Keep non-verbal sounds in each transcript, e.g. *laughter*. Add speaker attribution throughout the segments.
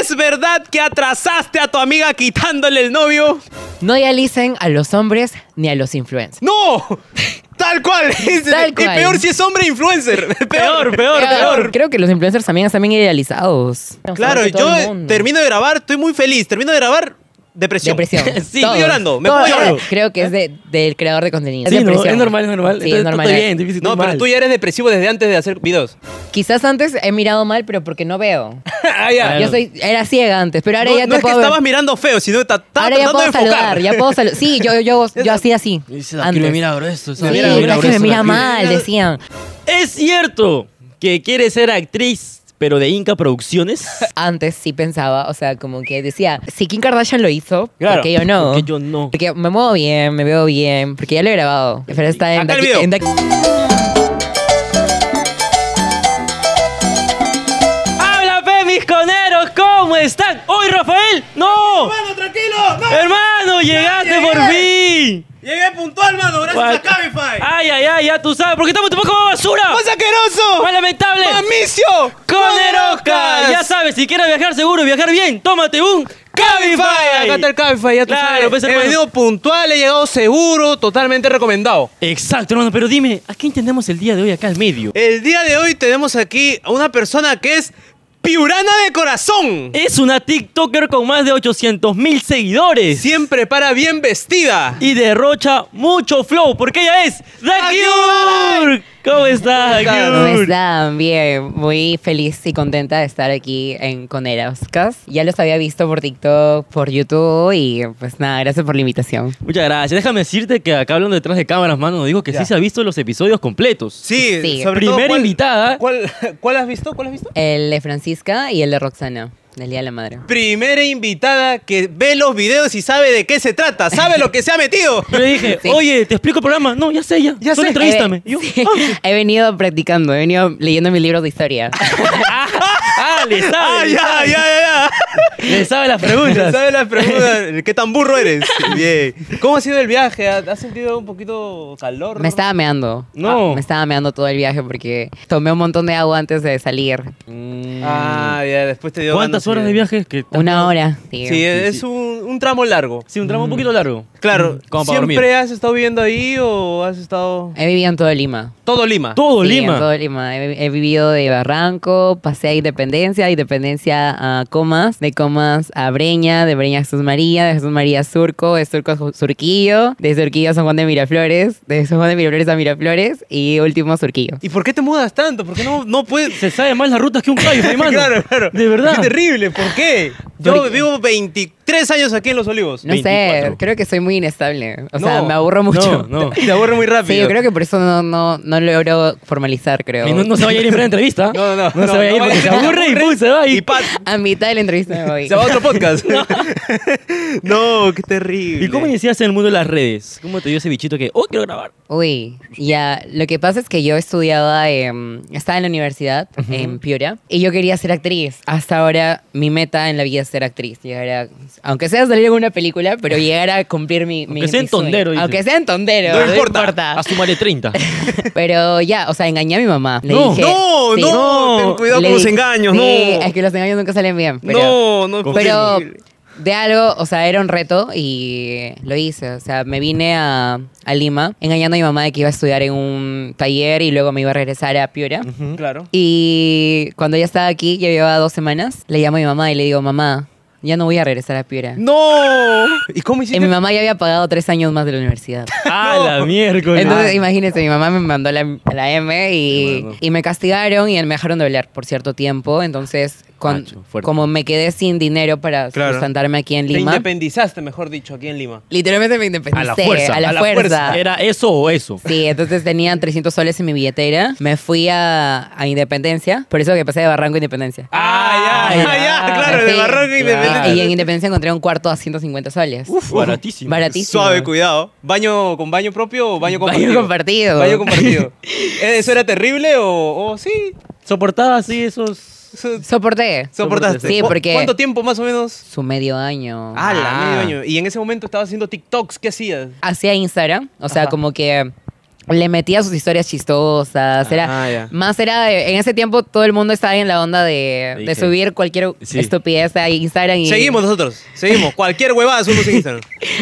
Speaker 1: ¿Es verdad que atrasaste a tu amiga quitándole el novio?
Speaker 2: No idealicen a los hombres ni a los influencers.
Speaker 1: ¡No! Tal cual.
Speaker 2: *laughs* Tal
Speaker 1: y
Speaker 2: cual.
Speaker 1: peor si es hombre influencer.
Speaker 2: *laughs*
Speaker 1: Peor, peor, peor.
Speaker 2: Creo que los influencers también están bien idealizados.
Speaker 1: Claro,
Speaker 2: Sobre todo el
Speaker 1: yo eh,
Speaker 2: mundo.
Speaker 1: termino de grabar, estoy muy feliz. Termino de grabar, depresión.
Speaker 2: Depresión.
Speaker 1: *laughs* sí,
Speaker 2: Todos.
Speaker 1: estoy llorando. Me
Speaker 2: Todos.
Speaker 1: pongo a llorar.
Speaker 2: Creo que es de- del creador de contenido.
Speaker 3: Sí, ¿no?
Speaker 2: Depresión.
Speaker 3: es normal, es normal.
Speaker 2: Sí, es normal.
Speaker 3: Está bien, difícil.
Speaker 1: No, pero tú ya eres depresivo desde antes de hacer videos. *laughs*
Speaker 2: Quizás antes he mirado mal, pero porque no veo.
Speaker 1: ah, ya.
Speaker 3: Claro.
Speaker 2: Yo soy, era ciega antes, pero ahora
Speaker 1: no
Speaker 2: ya te
Speaker 1: no es que
Speaker 2: puedo ver.
Speaker 1: estabas mirando feo, sino que ta- estaba
Speaker 2: Ahora ya
Speaker 1: tratando de
Speaker 2: puedo saludar,
Speaker 1: enfocar.
Speaker 2: ya puedo saludar. Sí, yo, yo, yo, yo así, así.
Speaker 3: Dice,
Speaker 2: antes.
Speaker 3: me mira grueso.
Speaker 2: Sí, es que me mira
Speaker 1: *laughs*
Speaker 2: mal, decían.
Speaker 3: Es cierto que quiere ser actriz, pero de Inca Producciones.
Speaker 2: Antes sí pensaba, o sea, como que decía, si Kim Kardashian lo hizo,
Speaker 3: Claro,
Speaker 2: porque yo no.
Speaker 3: porque yo no.
Speaker 2: Porque me muevo bien, me veo bien, porque ya lo he grabado. Pero está en
Speaker 1: Acá el
Speaker 2: Ducky-
Speaker 1: video.
Speaker 2: en Ducky-
Speaker 3: ¡Habla, pe, mis coneros! ¿Cómo están? ¡Uy, Rafael! ¡No!
Speaker 1: *laughs* Mano, tranquilo. No.
Speaker 3: ¡Hermano, llegaste por fin!
Speaker 1: Llegué puntual, mano, gracias
Speaker 3: Guau.
Speaker 1: a Cabify.
Speaker 2: Ah.
Speaker 1: Pues
Speaker 3: ¡Ay, ay, ay! Ya tú sabes, porque estamos un poco más basura.
Speaker 1: ¡Más asqueroso!
Speaker 3: ¡Más lamentable!
Speaker 1: ¡Mamicio!
Speaker 3: ¡Coneroca! Ya sabes, si quieres viajar seguro, viajar bien, tómate un Cabify.
Speaker 1: Acá está el Cabify, ya tú
Speaker 3: Claro,
Speaker 1: sabes.
Speaker 3: pues,
Speaker 1: He
Speaker 3: hermano.
Speaker 1: venido puntual, he llegado seguro, totalmente recomendado.
Speaker 3: Exacto, hermano, pero dime, ¿a quién tenemos el día de hoy acá al medio?
Speaker 1: El día de hoy tenemos aquí a una persona que es piurana de corazón.
Speaker 3: Es una TikToker con más de 800 mil seguidores
Speaker 1: Siempre para bien vestida.
Speaker 3: y derrocha mucho flow porque ella es Dakiur. ¿Cómo estás,
Speaker 2: ¿Cómo
Speaker 3: Dakiur?
Speaker 2: están? Bien, muy feliz y contenta de estar aquí en Coneroscas. Ya los había visto por TikTok, por YouTube y pues nada, gracias por la invitación.
Speaker 3: Muchas gracias. Déjame decirte que acá hablando detrás de cámaras, mano, digo que
Speaker 1: Ya.
Speaker 3: sí se ha visto los episodios completos.
Speaker 1: Sí,
Speaker 2: Sí.
Speaker 1: sobre todo,
Speaker 3: Primera
Speaker 1: ¿cuál-
Speaker 3: invitada.
Speaker 1: ¿cuál, ¿Cuál has visto? ¿Cuál has visto?
Speaker 2: El de Francisca y el de Roxana, del Día de la Madre.
Speaker 1: Primera invitada que ve los videos y sabe de qué se trata, sabe lo que se ha *laughs* metido.
Speaker 3: Yo le dije,
Speaker 2: *laughs* Sí.
Speaker 3: oye, te explico el programa. No, ya sé, ya.
Speaker 1: Ya
Speaker 3: Solo
Speaker 1: sé.
Speaker 3: entrevístame.
Speaker 2: He-
Speaker 3: Y yo,
Speaker 2: *laughs* sí, he venido practicando, he venido leyendo mi libro de historia.
Speaker 3: ah, *laughs* ah, le
Speaker 1: *laughs*
Speaker 3: sabe.
Speaker 1: Ah,
Speaker 3: le
Speaker 1: ya,
Speaker 3: sabe.
Speaker 1: ya, ya,
Speaker 3: Le sabe las
Speaker 1: ya. *laughs*
Speaker 3: preguntas.
Speaker 1: ¿Sabe las *laughs* preguntas? ¿Qué tan burro eres? Bien. ¿Cómo ha sido el viaje? ¿Ha- ¿Has sentido un poquito calor?
Speaker 2: Me estaba meando.
Speaker 3: No.
Speaker 2: Ah, me estaba meando todo el viaje porque tomé un montón de agua antes de salir.
Speaker 1: Ah, ya, después te dio
Speaker 3: ¿Cuántas
Speaker 1: ganas,
Speaker 3: horas
Speaker 1: ya.
Speaker 3: de viaje? Que
Speaker 2: Una hora.
Speaker 1: Sí,
Speaker 2: Sí.
Speaker 1: es un, un tramo largo.
Speaker 3: Sí, un tramo un poquito largo.
Speaker 1: Claro,
Speaker 3: Como para
Speaker 1: ¿siempre
Speaker 3: dormir.
Speaker 1: has estado viviendo ahí o has estado...?
Speaker 2: He vivido en todo Lima.
Speaker 1: Todo Lima.
Speaker 3: Todo
Speaker 2: Sí,
Speaker 3: Lima.
Speaker 2: en todo Lima. He, he vivido de Barranco, pasé a Independencia, Independencia a Comas, de Comas a Breña, de Breña a Jesús María, de Jesús María a Surco, de Surco a Ju- Surquillo, de Surquillo a San Juan de Miraflores, de San Juan de Miraflores a Miraflores y último a Surquillo.
Speaker 1: ¿Y por qué te mudas tanto? ¿Por qué no, no
Speaker 3: *laughs*
Speaker 1: puedes...?
Speaker 3: Se sabe más las rutas que un *laughs* callo, hermano.
Speaker 1: *laughs* Claro, claro.
Speaker 3: De verdad.
Speaker 1: Qué terrible, ¿por qué? Yo
Speaker 3: Porque-
Speaker 1: vivo 23 años aquí en Los Olivos.
Speaker 2: No sé,
Speaker 3: 24.
Speaker 2: creo que soy muy inestable. O sea,
Speaker 1: No,
Speaker 2: me aburro mucho.
Speaker 3: No,
Speaker 1: *laughs*
Speaker 3: no.
Speaker 1: Te aburre muy rápido.
Speaker 2: Sí, yo creo que por eso no, no, no logro formalizar, creo.
Speaker 3: Y no, no se vaya a ir en primera entrevista.
Speaker 1: No, no, no,
Speaker 3: No,
Speaker 1: no,
Speaker 3: se vaya a ir
Speaker 1: no
Speaker 3: porque se
Speaker 1: vaya-
Speaker 3: *laughs* aburre y pum, se va. Y,
Speaker 1: Y pa-
Speaker 2: A mitad de la entrevista me voy.
Speaker 1: se va a otro podcast.
Speaker 3: *laughs*
Speaker 1: *laughs* no, qué terrible.
Speaker 3: ¿Y cómo iniciaste en el mundo de las redes? ¿Cómo te dio ese bichito que, oh, quiero grabar?
Speaker 2: Uy, ya, lo que pasa es que yo estudiaba, em, estaba en la universidad en Piura y yo quería ser actriz. Hasta ahora mi meta en la vida es ser actriz, llegar a, aunque sea salir en una película, pero llegar a cumplir mi... mi-
Speaker 3: Aunque sea
Speaker 2: mi
Speaker 3: en
Speaker 2: sueño.
Speaker 3: Tondero, dice.
Speaker 2: Aunque sea en tondero.
Speaker 1: No importa. *laughs*
Speaker 3: A sumaré *laughs* 30.
Speaker 2: Pero ya, o sea, engañé a mi mamá. Le
Speaker 3: No,
Speaker 2: dije,
Speaker 1: No,
Speaker 2: sí.
Speaker 1: no, ten cuidado
Speaker 2: Le
Speaker 1: con los
Speaker 2: dije-
Speaker 1: engaños,
Speaker 2: sí,
Speaker 1: no.
Speaker 2: es que los engaños nunca salen bien. Pero,
Speaker 1: no, no,
Speaker 2: Pero
Speaker 1: porque-
Speaker 2: de algo, o sea, era un reto y lo hice. O sea, me vine a, a Lima engañando a mi mamá de que iba a estudiar en un taller y luego me iba a regresar a Piura.
Speaker 1: Claro.
Speaker 2: Y cuando ya estaba aquí, ya llevaba dos semanas, le llamo a mi mamá y le digo, mamá, ya no voy a regresar a Piura.
Speaker 1: No. ¿Y cómo
Speaker 2: Y
Speaker 1: hiciste?
Speaker 2: mi mamá ya había pagado tres años más de la universidad.
Speaker 3: ¡Ah, *laughs* la miércoles!
Speaker 1: Ah.
Speaker 2: Entonces, imagínense, mi mamá me mandó la, la M y, y me castigaron y me dejaron de hablar por cierto tiempo. Entonces, con-
Speaker 3: Cacho, fuerte.
Speaker 2: como me quedé sin dinero para
Speaker 1: Claro.
Speaker 2: sustentarme aquí en
Speaker 1: Te
Speaker 2: Lima,
Speaker 1: independizaste, mejor dicho, aquí en Lima.
Speaker 2: literalmente me independicé.
Speaker 3: a la fuerza.
Speaker 2: A la, fuerza.
Speaker 3: ¿Era eso o eso?
Speaker 2: Sí, entonces tenía 300 soles en mi billetera. Me fui a, a Independencia. Por eso que pasé de Barranco a Independencia.
Speaker 1: Ah, ya,
Speaker 3: Ah,
Speaker 1: ya,
Speaker 3: ya.
Speaker 1: claro, de
Speaker 2: Sí.
Speaker 1: Barranco
Speaker 3: Claro.
Speaker 1: Independiente.
Speaker 2: Y en Independencia encontré un cuarto a 150 soles.
Speaker 3: Uf, baratísimo.
Speaker 2: Baratísimo.
Speaker 1: Suave, cuidado. ¿Baño con baño propio o baño compartido?
Speaker 2: Baño compartido.
Speaker 1: Baño compartido. ¿Eh, ¿Eso era terrible o, o sí?
Speaker 3: ¿Soportaba así esos...?
Speaker 1: So-
Speaker 2: *laughs* Soporté.
Speaker 1: ¿Soportaste?
Speaker 2: Sí,
Speaker 1: ¿Cu-
Speaker 2: porque-
Speaker 1: ¿Cuánto tiempo más o menos?
Speaker 2: Su medio año.
Speaker 1: Ah, la
Speaker 3: Ah.
Speaker 1: medio año. Y en ese momento estabas haciendo TikToks, ¿qué hacías?
Speaker 2: Hacía Instagram. O sea,
Speaker 1: Ajá.
Speaker 2: como que le metía sus historias chistosas. Era,
Speaker 1: Ah, ya.
Speaker 2: Más era, de- en ese tiempo todo el mundo estaba en la onda de, de
Speaker 3: Dije.
Speaker 2: subir cualquier
Speaker 3: Sí.
Speaker 2: estupidez a Instagram y
Speaker 1: Seguimos nosotros, seguimos. Cualquier huevada subimos en Instagram.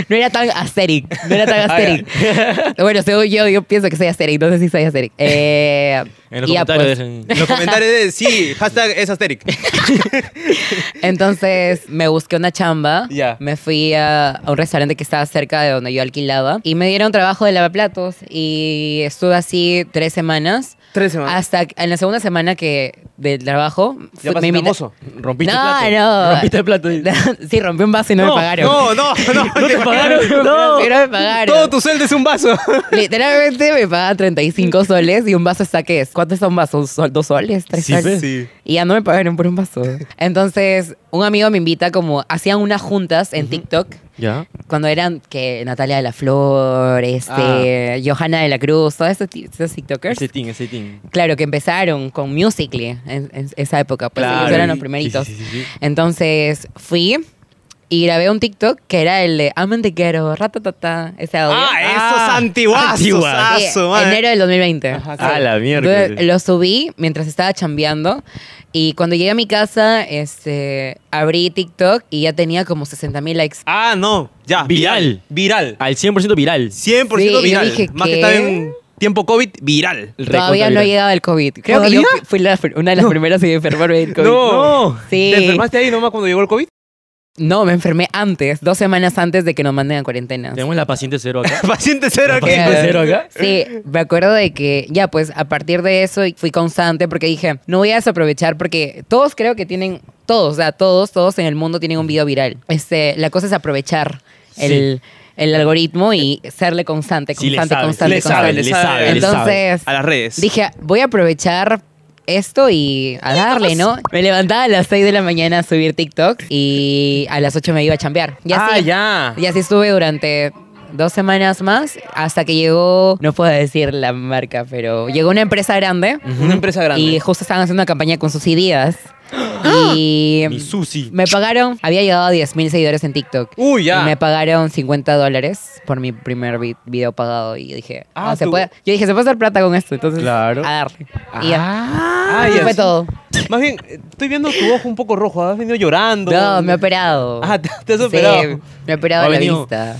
Speaker 2: no era tan asteric, no era tan
Speaker 3: Ah,
Speaker 2: asteric. bueno, según yo, yo pienso que soy asteric, no sé si soy asteric. Eh,
Speaker 3: En los
Speaker 2: y ya, pues,
Speaker 3: comentarios dejen-
Speaker 1: Los comentarios de sí, hashtag es asteric.
Speaker 2: Entonces me busqué una chamba.
Speaker 1: Ya.
Speaker 2: Me fui a, a un restaurante que estaba cerca de donde yo alquilaba. Y me dieron trabajo de lavaplatos. Y estuve así tres semanas.
Speaker 1: Tres
Speaker 2: Hasta que- en la segunda semana que del trabajo.
Speaker 1: Ah. Ya
Speaker 2: fu- me
Speaker 1: pasaste
Speaker 2: invita-
Speaker 1: famoso.
Speaker 2: No,
Speaker 1: Rompiste
Speaker 2: *laughs* no.
Speaker 3: Rompiste el plato.
Speaker 2: *laughs* sí, rompí un vaso y no,
Speaker 3: No,
Speaker 2: me pagaron. *laughs*
Speaker 1: No, no, no.
Speaker 3: ¿No te pagaron?
Speaker 2: No
Speaker 3: No.
Speaker 2: me pagaron.
Speaker 1: Todo tu sueldo es un vaso.
Speaker 2: Literalmente me pagan 35 soles y un vaso está ¿qué es? ¿Cuánto está un vaso? ¿Un sol- ¿Dos soles? ¿Tres
Speaker 3: Sí,
Speaker 2: soles?
Speaker 3: pues.
Speaker 1: Sí.
Speaker 2: Y ya no me pagaron por un vaso. Entonces, un amigo me invita como hacían unas juntas en TikTok.
Speaker 3: Ya.
Speaker 2: Cuando eran que Natalia de la Flor,
Speaker 3: Ah.
Speaker 2: este, Johanna de la Cruz, todos esos, ti- esos TikTokers.
Speaker 3: Ese ting, ese ting.
Speaker 2: Claro, que empezaron con Musically en, en esa época, pues
Speaker 1: Claro,
Speaker 2: ellos eran los
Speaker 1: y-
Speaker 2: primeritos.
Speaker 3: Sí, sí, sí, sí.
Speaker 2: Entonces fui y grabé un TikTok que era el de I'm in the ghetto, ratatata, ese audio.
Speaker 1: Ah, esos
Speaker 3: Ah,
Speaker 1: antiguazos.
Speaker 3: antiguas.
Speaker 1: ah,
Speaker 2: Sí,
Speaker 1: su madre.
Speaker 2: enero del 2020.
Speaker 1: Ajá,
Speaker 3: sí. A la miércoles.
Speaker 2: Entonces, Lo subí mientras estaba chambeando y cuando llegué a mi casa, este, abrí TikTok y ya tenía como 60 mil likes.
Speaker 1: Ah, no. Ya.
Speaker 3: Viral.
Speaker 1: Viral.
Speaker 3: Al 100% viral.
Speaker 1: 100%
Speaker 2: Sí, yo
Speaker 1: viral.
Speaker 2: dije,
Speaker 1: Más
Speaker 2: ¿qué?
Speaker 1: que estaba en tiempo COVID, viral.
Speaker 2: Todavía no
Speaker 3: Recontra
Speaker 2: ha
Speaker 3: viral.
Speaker 2: llegado el COVID. Creo que yo
Speaker 1: ¿Todavía?
Speaker 2: fui la- una de las primeras en enfermarme del COVID.
Speaker 1: No.
Speaker 2: Sí.
Speaker 1: ¿Te enfermaste ahí nomás cuando llegó el
Speaker 2: *laughs*
Speaker 1: COVID?
Speaker 2: No, me enfermé antes, dos semanas antes de que nos manden a cuarentena.
Speaker 3: Tenemos la paciente cero
Speaker 1: *laughs*
Speaker 3: acá.
Speaker 1: Paciente cero aquí.
Speaker 2: Claro.
Speaker 3: ¿Paciente cero acá?
Speaker 2: Sí, me acuerdo de que ya pues a partir de eso fui constante porque dije, no voy a desaprovechar porque todos creo que tienen, todos, o sea, todos, todos en el mundo tienen un video viral. Este, la cosa es aprovechar el, el algoritmo y serle constante,
Speaker 3: Sí, le
Speaker 2: constante, constante,
Speaker 3: sabe, le sabe,
Speaker 2: constante.
Speaker 3: le sabe, le sabe.
Speaker 2: Entonces,
Speaker 1: A las redes.
Speaker 2: dije, voy a aprovechar esto y a darle, ¿no? Me levantaba a las 6 de la mañana a subir TikTok y a las 8 me iba a chambear. Y
Speaker 3: ah,
Speaker 2: así-
Speaker 3: ya.
Speaker 2: y así estuve durante dos semanas más hasta que llegó, no puedo decir la marca, pero llegó una empresa grande
Speaker 1: Una empresa grande.
Speaker 2: y justo estaban haciendo una campaña con
Speaker 1: *gasps*
Speaker 2: sus ideas. Y
Speaker 3: Mi Susi.
Speaker 2: me pagaron, había llegado a 10.000 seguidores en TikTok.
Speaker 1: Uy, ya.
Speaker 2: Y me pagaron 50 dólares por mi primer vi- video pagado y dije,
Speaker 1: Ah,
Speaker 2: ah, se
Speaker 1: tú-
Speaker 2: puede. Yo dije, se puede hacer plata con esto, entonces
Speaker 3: Claro.
Speaker 2: a darle. Y ya.
Speaker 1: Ah,
Speaker 2: Eso
Speaker 1: ya.
Speaker 2: fue todo.
Speaker 1: Más bien, eh, estoy viendo tu ojo un poco rojo. Has venido llorando.
Speaker 2: No, me he operado.
Speaker 1: Ah, te, te has
Speaker 2: Sí,
Speaker 1: operado.
Speaker 2: me he operado
Speaker 3: Ha
Speaker 2: la
Speaker 3: venido-
Speaker 2: vista.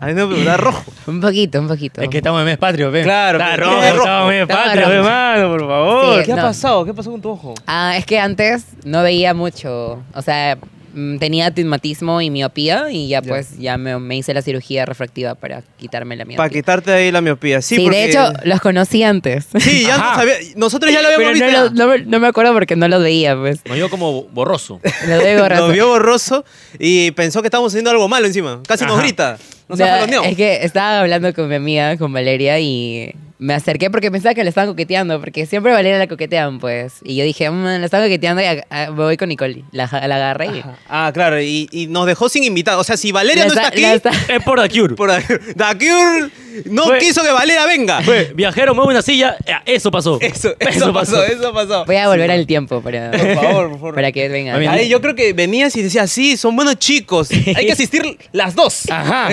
Speaker 1: A mí no me da rojo.
Speaker 2: Un poquito, un poquito.
Speaker 3: Es que estamos en mes patrio, ve.
Speaker 1: Claro,
Speaker 3: Está
Speaker 1: pero-
Speaker 3: rojo,
Speaker 1: *laughs* Está rojo.
Speaker 3: estamos en mes
Speaker 2: Está
Speaker 3: patrio,
Speaker 2: rojo.
Speaker 3: ve, mano, por favor.
Speaker 2: Sí.
Speaker 1: ¿Qué
Speaker 2: no.
Speaker 1: ha pasado? ¿Qué pasó con tu ojo?
Speaker 2: Ah, es que antes no veía mucho. O sea, mm, tenía astigmatismo y miopía y ya,
Speaker 1: Ya.
Speaker 2: pues ya me, me hice la cirugía refractiva para quitarme la miopía.
Speaker 1: Para quitarte ahí la miopía. Sí,
Speaker 2: sí, de hecho, los
Speaker 1: *laughs*
Speaker 2: conocí antes.
Speaker 1: Sí, ya no
Speaker 3: Ajá.
Speaker 1: sabía. Nosotros ya lo habíamos
Speaker 2: Pero no,
Speaker 1: visto.
Speaker 2: lo- no me- no me acuerdo porque no los veía, pues.
Speaker 3: Nos vio como borroso.
Speaker 2: Lo
Speaker 1: *laughs*
Speaker 2: debo
Speaker 1: Nos vio borroso y pensó que estábamos haciendo algo malo encima. Casi nos
Speaker 3: Ajá.
Speaker 1: grita. Nos ha jaloneado.
Speaker 2: Es que estaba hablando con mi amiga, con Valeria, y me acerqué porque pensaba que le estaban coqueteando, porque siempre a Valeria la coquetean, pues. Y yo dije, "Mm, la están coqueteando y a- a- me voy con Nicole. La, ja- la agarré y...
Speaker 1: Ajá. Ah, claro, y, y nos dejó sin invitado. O sea, si Valeria no
Speaker 2: la
Speaker 1: está
Speaker 2: esta-
Speaker 1: aquí,
Speaker 2: la esta-
Speaker 3: *laughs* es por Acure.
Speaker 1: por ahí- Dakiur no
Speaker 3: Fue-
Speaker 1: quiso que Valeria venga.
Speaker 3: Fue, viajero, mueve una silla. eh, *laughs* Eso pasó.
Speaker 1: Eso, eso, pasó, eh. eso pasó.
Speaker 2: Voy a volver al tiempo para,
Speaker 1: Por favor, por favor.
Speaker 2: para que vengan.
Speaker 3: Mami,
Speaker 1: Ahí yo creo que venías y decías, sí, son buenos chicos. Hay que asistir las dos. *laughs*
Speaker 3: Ajá.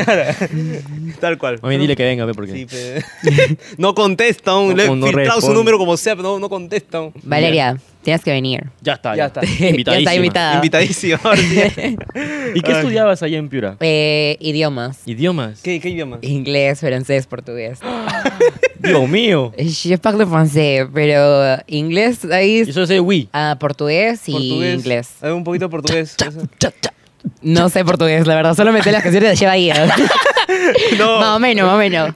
Speaker 1: Tal cual.
Speaker 3: Mami, Ah. dile que venga, ve, porque.
Speaker 1: Sí, pe. *laughs* no contestan.
Speaker 3: No,
Speaker 1: le he
Speaker 3: no
Speaker 1: filtrado su
Speaker 3: responde.
Speaker 1: número como sea, pero no, no contestan.
Speaker 2: Valeria, tienes que venir.
Speaker 3: Ya está.
Speaker 1: Ya está.
Speaker 2: *laughs* Ya está invitada.
Speaker 1: Invitadísimo. ahora sí.
Speaker 3: ¿Y qué estudiabas allá en Piura?
Speaker 2: Eh, idiomas.
Speaker 3: Idiomas.
Speaker 1: ¿Qué, ¿Qué idioma?
Speaker 2: Inglés, francés, portugués. *laughs*
Speaker 3: Dios mío.
Speaker 2: Je parle français, pero inglés ahí...
Speaker 3: Yo soy Wii.
Speaker 2: ah, portugués y inglés.
Speaker 1: Hay un poquito de portugués. eso.
Speaker 2: No sé portugués, la verdad. Solo me sé las canciones de Lleva Guía.
Speaker 1: No.
Speaker 2: Más o menos, más o menos.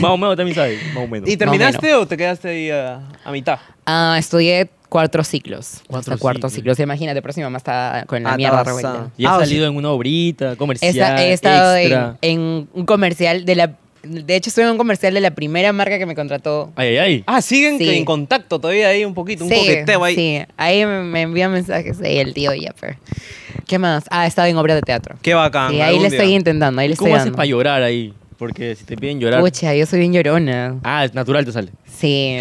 Speaker 3: Más o menos también sabes. Más o menos.
Speaker 1: ¿Y terminaste o te quedaste ahí a, a mitad?
Speaker 2: Ah, estudié cuatro ciclos. Cuatro
Speaker 3: Cuatro
Speaker 2: cuarto
Speaker 3: ciclos.
Speaker 2: ciclos. Imagínate, próxima mamá está con la
Speaker 1: Ah,
Speaker 2: mierda
Speaker 1: estaba
Speaker 2: revuelta.
Speaker 1: asada.
Speaker 3: Y has
Speaker 1: Ah, o sea-
Speaker 3: salido en una obrita comercial.
Speaker 2: Esta- he estado en,
Speaker 3: extra.
Speaker 2: en un comercial de la... De hecho, estuve en un comercial de la primera marca que me contrató.
Speaker 3: Ay, ay, ay.
Speaker 1: Ah, siguen
Speaker 2: Sí.
Speaker 1: que en contacto todavía ahí un poquito, un
Speaker 2: Sí,
Speaker 1: coqueteo ahí.
Speaker 2: Sí, ahí me- me envían mensajes ahí el tío Yapper. ¿Qué más? Ah, he estado en obras de teatro.
Speaker 1: Qué bacán.
Speaker 2: Sí, ahí
Speaker 1: Ah, algún
Speaker 2: le
Speaker 1: día.
Speaker 2: estoy intentando, ahí le estoy
Speaker 3: ¿Cómo haces
Speaker 2: dando.
Speaker 3: para llorar ahí? Porque si te piden llorar.
Speaker 2: Pucha, yo soy bien llorona.
Speaker 3: Ah, es natural te sale.
Speaker 1: *laughs*
Speaker 2: Sí.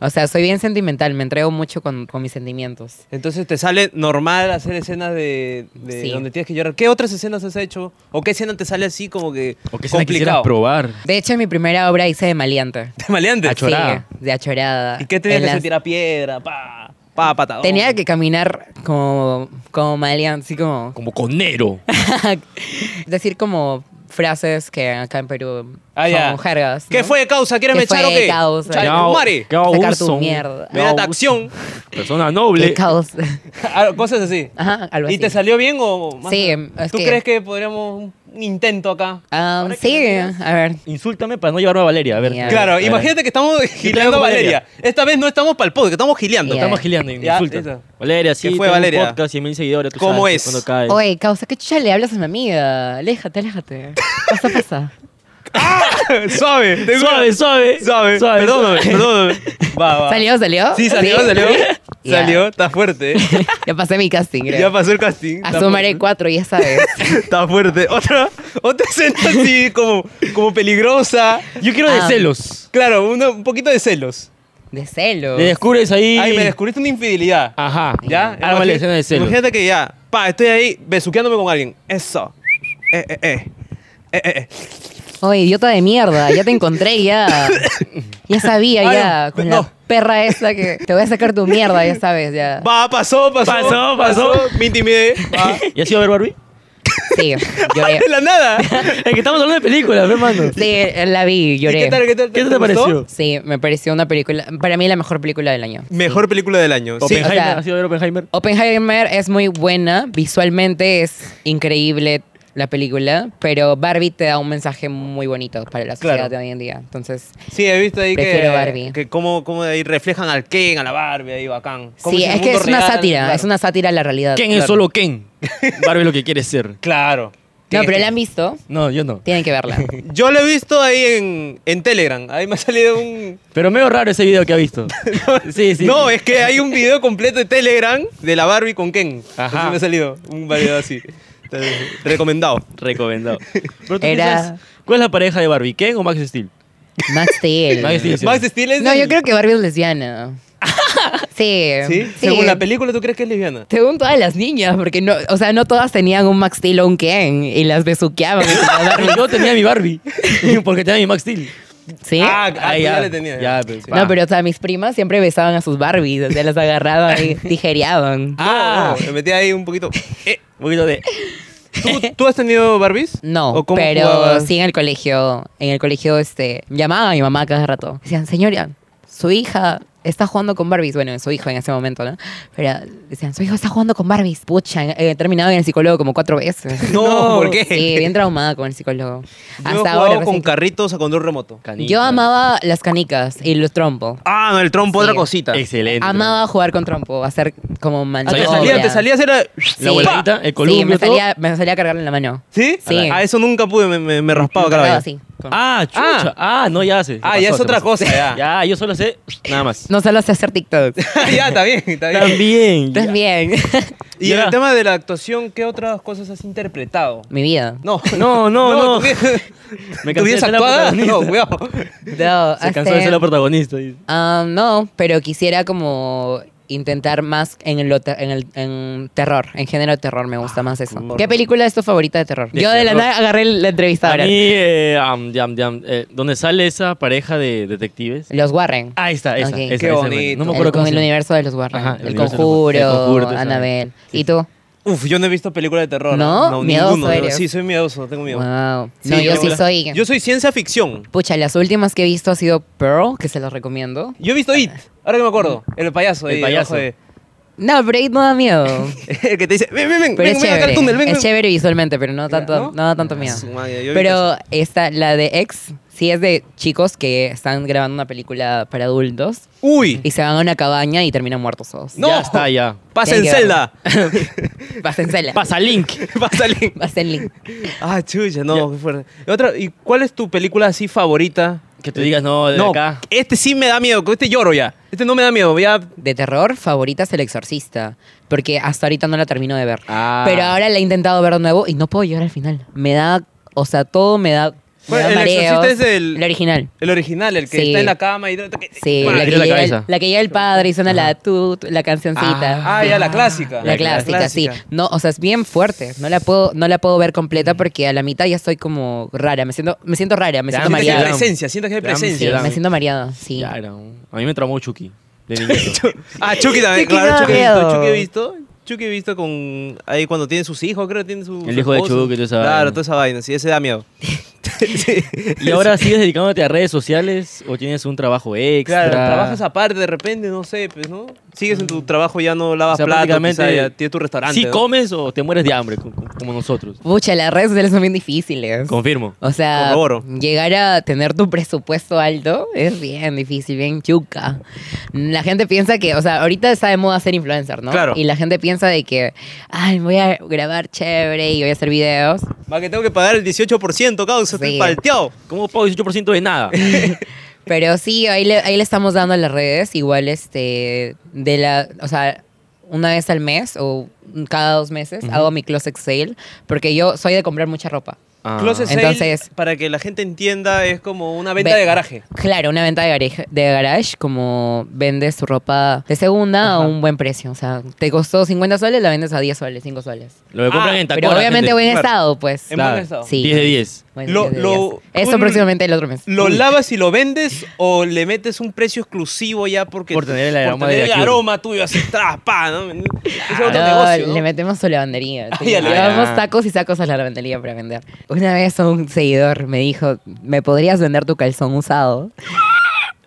Speaker 2: O sea, soy bien sentimental. Me entrego mucho con, con mis sentimientos.
Speaker 1: Entonces te sale normal hacer escenas de, de
Speaker 2: Sí.
Speaker 1: donde tienes que llorar. ¿Qué otras escenas has hecho? ¿O qué escena te sale así como que
Speaker 3: O que se quisieras
Speaker 1: complicado?
Speaker 3: probar.
Speaker 2: De hecho, en mi primera obra hice de maleante.
Speaker 1: ¿Te *laughs* maleantes?
Speaker 3: Achorada. Achorada.
Speaker 2: Sí, de achorada.
Speaker 1: ¿Y qué tenías
Speaker 2: En
Speaker 1: que
Speaker 2: las-
Speaker 1: hacer? Tirar piedra, pa, pa, Oh. patadón.
Speaker 2: Tenía que caminar como, como maleante, así como...
Speaker 3: Como
Speaker 1: *laughs*
Speaker 3: conero.
Speaker 2: decir como frases que acá en Perú
Speaker 1: Ah,
Speaker 2: son
Speaker 1: ya.
Speaker 2: jergas.
Speaker 1: ¿Qué
Speaker 2: ¿no?
Speaker 1: fue, causa? ¿Quieres
Speaker 2: ¿Qué
Speaker 1: me echar
Speaker 2: fue,
Speaker 1: o qué?
Speaker 2: causa?
Speaker 1: Chale,
Speaker 2: No.
Speaker 1: mare.
Speaker 3: qué abuso.
Speaker 2: Sacar tu mierda.
Speaker 3: Qué
Speaker 1: Ven a
Speaker 3: abuso. *laughs*
Speaker 1: acción.
Speaker 3: Persona
Speaker 2: ¿Qué
Speaker 3: noble.
Speaker 2: caos? *laughs*
Speaker 1: Ah, Cosas así.
Speaker 2: Ajá, algo
Speaker 1: ¿Y
Speaker 2: así.
Speaker 1: te salió bien o más
Speaker 2: Sí,
Speaker 1: nada?
Speaker 2: es
Speaker 1: ¿Tú
Speaker 2: que-
Speaker 1: crees que podríamos un intento acá?
Speaker 2: Ah,
Speaker 1: Ahora que
Speaker 2: sí,
Speaker 1: lo digas.
Speaker 2: a ver.
Speaker 3: Insúltame para no llevarme a Valeria. A ver.
Speaker 2: Ya.
Speaker 1: Claro,
Speaker 3: A ver.
Speaker 1: imagínate que estamos gileando a
Speaker 3: con
Speaker 1: Valeria.
Speaker 3: Valeria.
Speaker 1: Esta vez no estamos para el podcast, estamos *laughs* gileando.
Speaker 2: Ya.
Speaker 3: Estamos gileando.
Speaker 1: Ya,
Speaker 3: Insulta.
Speaker 1: eso.
Speaker 3: Valeria, sí.
Speaker 1: ¿Qué fue,
Speaker 3: tengo un
Speaker 1: Valeria?
Speaker 3: podcast y mil seguidores. tú
Speaker 1: ¿Cómo
Speaker 3: sabes,
Speaker 1: es?
Speaker 3: Cuando cae.
Speaker 2: Oye, causa, ¿qué chucha le hablas a mi amiga? Aléjate, aléjate.
Speaker 1: *laughs*
Speaker 2: Pasa, pasa.
Speaker 1: suave, te juro.
Speaker 3: Suave, suave.
Speaker 1: suave. Perdóname, perdóname. *laughs* Va, va.
Speaker 2: ¿Salió, salió?
Speaker 1: Ah. Sí, salió, salió.
Speaker 2: Ya.
Speaker 1: Salió, está fuerte. eh.
Speaker 2: *laughs* Ya pasé mi casting, creo.
Speaker 1: ya pasó el casting. está
Speaker 2: Asumaré
Speaker 1: fuerte.
Speaker 2: cuatro, ya sabes.
Speaker 1: *laughs* Está fuerte. Otra, otra escena así como, como peligrosa.
Speaker 3: Yo quiero de
Speaker 2: Ah.
Speaker 3: celos.
Speaker 1: Claro, uno- un poquito de celos.
Speaker 2: De celos.
Speaker 3: Le descubres ahí.
Speaker 1: Ay, me descubriste una infidelidad.
Speaker 3: Ajá.
Speaker 1: ¿Ya?
Speaker 3: Arma la escena de celos.
Speaker 1: Eh, Imagínate que ya, pa, estoy ahí besuqueándome con alguien. Eso. Eh, eh, eh. Eh, eh, eh.
Speaker 2: Oye, idiota de mierda, ya te encontré, ya. Ya sabía,
Speaker 1: Ay,
Speaker 2: ya.
Speaker 1: no,
Speaker 2: Con
Speaker 1: no.
Speaker 2: la perra esa que te voy a sacar tu mierda, ya sabes, ya.
Speaker 1: Va, pasó, pasó.
Speaker 3: Pasó, pasó.
Speaker 1: Me
Speaker 2: *laughs*
Speaker 1: intimidé. Va.
Speaker 3: ¿Y has ido a ver Barbie?
Speaker 1: *laughs*
Speaker 2: Sí, lloré.
Speaker 1: De la nada.
Speaker 3: *laughs* Es que estamos hablando de películas, hermano.
Speaker 2: Sí, la vi,
Speaker 1: ¿Y
Speaker 2: lloré.
Speaker 1: ¿Qué tal, qué tal?
Speaker 3: ¿Qué te
Speaker 1: gustó?
Speaker 3: pareció?
Speaker 2: Sí, me pareció una película, para mí la mejor película del año.
Speaker 1: Mejor película del año. Sí. ah,
Speaker 3: Oppenheimer.
Speaker 2: o sea-
Speaker 3: ¿Has ido a ver Oppenheimer?
Speaker 2: Oppenheimer es muy buena, visualmente es increíble la película, pero Barbie te da un mensaje muy bonito para la sociedad
Speaker 1: Claro.
Speaker 2: de hoy en día. Entonces,
Speaker 1: Sí, he visto ahí que,
Speaker 2: Prefiero Barbie.
Speaker 1: que cómo, cómo de ahí reflejan al Ken, a la Barbie, ahí bacán. Cómo
Speaker 2: sí,
Speaker 1: el
Speaker 2: es que
Speaker 1: mundo
Speaker 2: es una
Speaker 1: real,
Speaker 2: sátira,
Speaker 1: claro.
Speaker 2: es una sátira a la realidad.
Speaker 3: Ken
Speaker 2: Claro.
Speaker 3: es solo Ken. Barbie lo que quiere ser.
Speaker 1: Claro.
Speaker 2: No,
Speaker 1: Ken
Speaker 2: pero
Speaker 1: es
Speaker 2: la
Speaker 1: Ken.
Speaker 2: han visto,
Speaker 3: No, yo no.
Speaker 2: tienen
Speaker 1: *laughs*
Speaker 2: que verla.
Speaker 1: Yo lo he visto ahí en, en Telegram. Ahí me ha salido un...
Speaker 3: Pero medio raro ese video que
Speaker 1: *laughs*
Speaker 3: ha visto. Sí, sí.
Speaker 1: No, eh. es que hay un video completo de Telegram de la Barbie con Ken.
Speaker 3: Ajá.
Speaker 1: Así me ha salido un video así. Entonces, recomendado.
Speaker 3: Recomendado. Pero tú
Speaker 2: Era-
Speaker 3: dices, ¿Cuál es la pareja de Barbie? ¿Ken o Max Steel?
Speaker 2: Max Steel.
Speaker 3: Max Steel.
Speaker 1: Max Steel es
Speaker 2: No,
Speaker 1: el-
Speaker 2: yo creo que Barbie es
Speaker 1: *laughs*
Speaker 2: lesbiana. Sí,
Speaker 1: ¿Sí? Según la película, ¿tú crees que es lesbiana?
Speaker 2: Según todas las niñas, porque no, o sea, no todas tenían un Max Steel o un Ken y
Speaker 1: *laughs*
Speaker 2: las besuqueaban. y se las daban.
Speaker 3: Yo tenía mi Barbie. *laughs* Porque tenía mi Max Steel.
Speaker 2: ¿Sí?
Speaker 1: Ah, ah, tú ya le tenías.
Speaker 3: Ya, pues,
Speaker 1: Sí.
Speaker 3: pero-
Speaker 2: No, pero o sea, mis primas siempre besaban a sus Barbies, o sea, las agarraban
Speaker 1: *laughs*
Speaker 2: y tijereaban.
Speaker 3: Ah.
Speaker 1: No, no, me metí ahí un poquito. Eh,
Speaker 3: Un poquito de.
Speaker 1: ¿tú,
Speaker 2: *laughs*
Speaker 1: tú has tenido Barbies?
Speaker 2: No,
Speaker 1: ¿O cómo
Speaker 2: pero
Speaker 1: jugabas?
Speaker 2: sí en el colegio, en el colegio este, llamaba a mi mamá cada rato. Decían, señora, su hija está jugando con Barbies. Bueno, su hijo en ese momento, ¿no? Pero decían, su hijo está jugando con Barbies. Pucha, he terminado en el psicólogo como cuatro
Speaker 1: *laughs*
Speaker 2: veces.
Speaker 1: No, ¿por qué?
Speaker 2: Sí, bien traumada con el psicólogo.
Speaker 1: Yo he
Speaker 2: Hasta
Speaker 1: jugado
Speaker 2: ahora.
Speaker 1: con
Speaker 2: recién-
Speaker 1: carritos a control remoto.
Speaker 2: Yo amaba las canicas y los trompos.
Speaker 1: Ah, no, el trompo,
Speaker 2: Sí.
Speaker 1: otra cosita.
Speaker 3: Excelente.
Speaker 2: Amaba jugar con trompo, hacer como
Speaker 1: Ah, te
Speaker 2: maniobras.
Speaker 1: salías, te salías, era.
Speaker 3: La
Speaker 2: Sí.
Speaker 3: abuelita, el
Speaker 2: Sí, me
Speaker 3: columpio, todo.
Speaker 2: salía, me salía a cargarle en la mano.
Speaker 1: ¿Sí?
Speaker 2: Sí.
Speaker 1: Ah, eso nunca pude, me, me, me raspaba
Speaker 2: Me
Speaker 1: cada
Speaker 2: cargaba
Speaker 1: vez.
Speaker 2: así. con-
Speaker 3: Ah, chucha. Ah, no, ya sé. Se
Speaker 1: Ah, ya
Speaker 3: pasó,
Speaker 1: es
Speaker 3: se
Speaker 1: otra
Speaker 3: pasó.
Speaker 1: cosa, ya.
Speaker 3: Ya, yo solo sé. Nada más.
Speaker 2: No solo sé hacer TikTok.
Speaker 3: *laughs*
Speaker 1: *laughs* ya, está bien, está bien.
Speaker 3: También.
Speaker 2: Estás
Speaker 3: ya.
Speaker 2: bien. *laughs*
Speaker 1: Y
Speaker 3: Ya.
Speaker 1: en el tema de la actuación, ¿qué otras cosas has interpretado?
Speaker 2: Mi vida.
Speaker 1: *laughs* No,
Speaker 3: No, no, no.
Speaker 1: ¿tú qué-
Speaker 3: Me
Speaker 1: ¿Tú
Speaker 3: cansé de
Speaker 1: vienes
Speaker 3: ser la
Speaker 1: actuada?
Speaker 2: *laughs*
Speaker 3: protagonista.
Speaker 1: No, cuidado.
Speaker 2: No,
Speaker 3: Se cansó de ser la protagonista. dice.
Speaker 2: Ah, no, pero quisiera como intentar más en, lo ter- en el en terror, en género de terror me gusta más eso.
Speaker 1: cool.
Speaker 2: ¿Qué película es tu favorita de terror?
Speaker 3: Ah, De
Speaker 2: Yo de la
Speaker 3: terror.
Speaker 2: nada agarré la entrevista
Speaker 3: A
Speaker 2: ahora.
Speaker 3: mí, eh, am, yam, yam, eh, donde sale esa pareja de detectives.
Speaker 2: Los Warren.
Speaker 3: Ah, ahí está, esa.
Speaker 2: Ok.
Speaker 3: esa,
Speaker 1: Qué
Speaker 3: esa, bueno.
Speaker 1: bonito.
Speaker 3: No me
Speaker 2: el,
Speaker 3: acuerdo
Speaker 2: con
Speaker 3: cómo
Speaker 2: el
Speaker 3: se llama.
Speaker 2: universo de los Warren.
Speaker 3: Ajá, el
Speaker 2: el,
Speaker 3: universo de los-
Speaker 2: conjuro,
Speaker 3: el conjuro, tú sabes.
Speaker 2: Annabelle.
Speaker 3: Sí,
Speaker 2: ¿Y tú?
Speaker 1: Uf, yo no he visto películas de terror.
Speaker 2: ¿No? ¿Miedoso
Speaker 1: ninguno.
Speaker 2: eres?
Speaker 1: Sí, soy miedoso, tengo miedo.
Speaker 2: Wow.
Speaker 1: Sí,
Speaker 2: no, yo sí
Speaker 1: película.
Speaker 2: soy.
Speaker 1: Yo soy ciencia ficción.
Speaker 2: Pucha, las últimas que he visto ha sido Pearl, que se los recomiendo.
Speaker 1: Yo he visto It, ahora que me acuerdo. El payaso.
Speaker 3: Mm. El
Speaker 1: ahí debajo
Speaker 3: payaso.
Speaker 1: de-
Speaker 2: No, pero ahí no
Speaker 1: *laughs*
Speaker 2: da miedo.
Speaker 1: el que te dice, ven, ven, ven,
Speaker 2: Pero
Speaker 1: ven,
Speaker 2: es
Speaker 1: ven acá al
Speaker 2: chévere.
Speaker 1: túnel, ven,
Speaker 2: es
Speaker 1: ven.
Speaker 2: chévere visualmente, pero no tanto,
Speaker 1: ¿no?
Speaker 2: ¿no? da tanto miedo.
Speaker 1: su madre, yo he
Speaker 2: Pero esta, la de ex, sí es de chicos que están grabando una película para adultos
Speaker 1: Uy,
Speaker 2: y se van a una cabaña y terminan muertos todos.
Speaker 1: No.
Speaker 3: Ya está, ya.
Speaker 1: pasa en
Speaker 2: Tiene que
Speaker 1: celda.
Speaker 2: Pásensela.
Speaker 3: Pasa Link.
Speaker 1: pasa el- *laughs*
Speaker 2: Pasen link.
Speaker 1: Ah, chucha, no, qué fuerte. Y otra, ¿y cuál es tu película así favorita?
Speaker 3: Que tú digas, no, de
Speaker 1: no,
Speaker 3: acá.
Speaker 1: este sí me da miedo, con este lloro ya. Este no me da miedo, ya.
Speaker 2: De terror, favorita es El Exorcista. Porque hasta ahorita no la termino de ver.
Speaker 3: Ah.
Speaker 2: Pero ahora la he intentado ver de nuevo y no puedo llegar al final. Me da, o sea, todo me da me
Speaker 1: Bueno,
Speaker 2: da
Speaker 1: el exorcista
Speaker 2: mareos.
Speaker 1: es el-
Speaker 2: original.
Speaker 1: El original, el que
Speaker 2: Sí.
Speaker 1: está en la cama y...
Speaker 2: Sí,
Speaker 1: Bueno,
Speaker 2: la, que
Speaker 3: yo la
Speaker 2: llega el,
Speaker 3: cabeza.
Speaker 2: la que llega el padre y suena la tu, tu- la cancioncita.
Speaker 1: Ah, ya, la clásica.
Speaker 2: La clásica, sí.
Speaker 1: clásica.
Speaker 2: No, o sea, es bien fuerte. No la puedo, no la puedo ver completa porque a la mitad ya estoy como rara. Me siento, me siento rara, me
Speaker 3: Ya,
Speaker 2: siento
Speaker 1: Sientes
Speaker 3: me
Speaker 1: que hay
Speaker 3: Mariana.
Speaker 2: mareada.
Speaker 3: siento
Speaker 1: presencia, sientes que hay
Speaker 3: Te amo,
Speaker 2: Sí,
Speaker 1: presencia.
Speaker 3: Mariana.
Speaker 2: me siento mareada, sí.
Speaker 3: Claro. A mí me traumó Chucky. *laughs* De niñito.
Speaker 1: Ah, Chucky también,
Speaker 2: Chucky
Speaker 1: claro.
Speaker 2: da
Speaker 1: Chucky he visto,
Speaker 2: miedo.
Speaker 1: Chucky he visto. Chucky he visto con... Ahí cuando tiene sus hijos, creo que tiene su...
Speaker 3: El
Speaker 1: su
Speaker 3: hijo de
Speaker 1: esposo.
Speaker 3: Chucky, toda esa
Speaker 1: Claro,
Speaker 3: vaina.
Speaker 1: toda esa vaina. Sí, ese da
Speaker 3: *laughs*
Speaker 1: miedo. Sí.
Speaker 3: ¿Y ahora sigues dedicándote a redes sociales o tienes un trabajo extra?
Speaker 1: *laughs*
Speaker 3: Mm.
Speaker 1: Claro, trabajas aparte de repente, no sé, pues, ¿no? Sigues en tu trabajo, ya no lavas
Speaker 3: O sea,
Speaker 1: platos,
Speaker 3: prácticamente-
Speaker 1: quizá, ya tienes tu restaurante.
Speaker 3: ¿Sí
Speaker 1: ¿no?
Speaker 3: comes o te mueres de hambre co- co- como nosotros?
Speaker 2: Pucha, las redes sociales son bien difíciles.
Speaker 3: Confirmo.
Speaker 2: O sea,
Speaker 1: Corroboro.
Speaker 2: llegar a tener tu presupuesto alto es bien difícil, bien chuca. La gente piensa que, o sea, ahorita está de moda ser influencer, ¿no?
Speaker 1: Claro.
Speaker 2: Y la gente piensa de que, ay, voy a grabar chévere y voy a hacer videos.
Speaker 1: Va que tengo que pagar el 18%, causa, estoy
Speaker 2: Sí.
Speaker 1: palteado.
Speaker 3: ¿Cómo pago 18% de *laughs* nada?
Speaker 2: Pero sí, ahí le, ahí le estamos dando a las redes, igual este, de la, o sea, una vez al mes o cada dos meses hago mi closet sale, porque yo soy de comprar mucha ropa.
Speaker 3: Ah.
Speaker 1: Closet sale,
Speaker 2: Entonces-
Speaker 1: para que la gente entienda, es como una venta
Speaker 2: Ve-
Speaker 1: de garaje.
Speaker 2: Claro, una venta de garage, de garage como vendes tu ropa de segunda a un buen precio. O sea, te costó 50 soles, la vendes a 10 soles, 5 soles.
Speaker 3: Lo que compran
Speaker 1: Ah,
Speaker 3: en Tacora,
Speaker 2: Pero obviamente
Speaker 3: gente.
Speaker 2: buen
Speaker 1: Claro.
Speaker 2: estado, pues.
Speaker 1: En buen estado.
Speaker 2: Sí.
Speaker 3: 10 de 10.
Speaker 2: Bueno,
Speaker 1: Lo-
Speaker 2: yo diría
Speaker 1: lo-
Speaker 2: así. Esto
Speaker 1: un-
Speaker 2: próximamente el otro mes.
Speaker 1: ¿Lo lavas y lo vendes o le metes un precio exclusivo ya porque...
Speaker 3: Por tener el
Speaker 1: por
Speaker 3: aroma
Speaker 1: tener
Speaker 3: de
Speaker 1: el
Speaker 3: Acure.
Speaker 1: aroma tuyo así, trapa, ¿no? Es
Speaker 2: Ah, No,
Speaker 1: otro negocio, ¿no?
Speaker 2: Le metemos su lavandería.
Speaker 1: Ah,
Speaker 2: sí.
Speaker 1: ya,
Speaker 3: ya,
Speaker 2: Llevamos
Speaker 3: ya.
Speaker 2: tacos y sacos a la lavandería para vender. Una vez un seguidor me dijo, ¿me podrías vender tu calzón usado?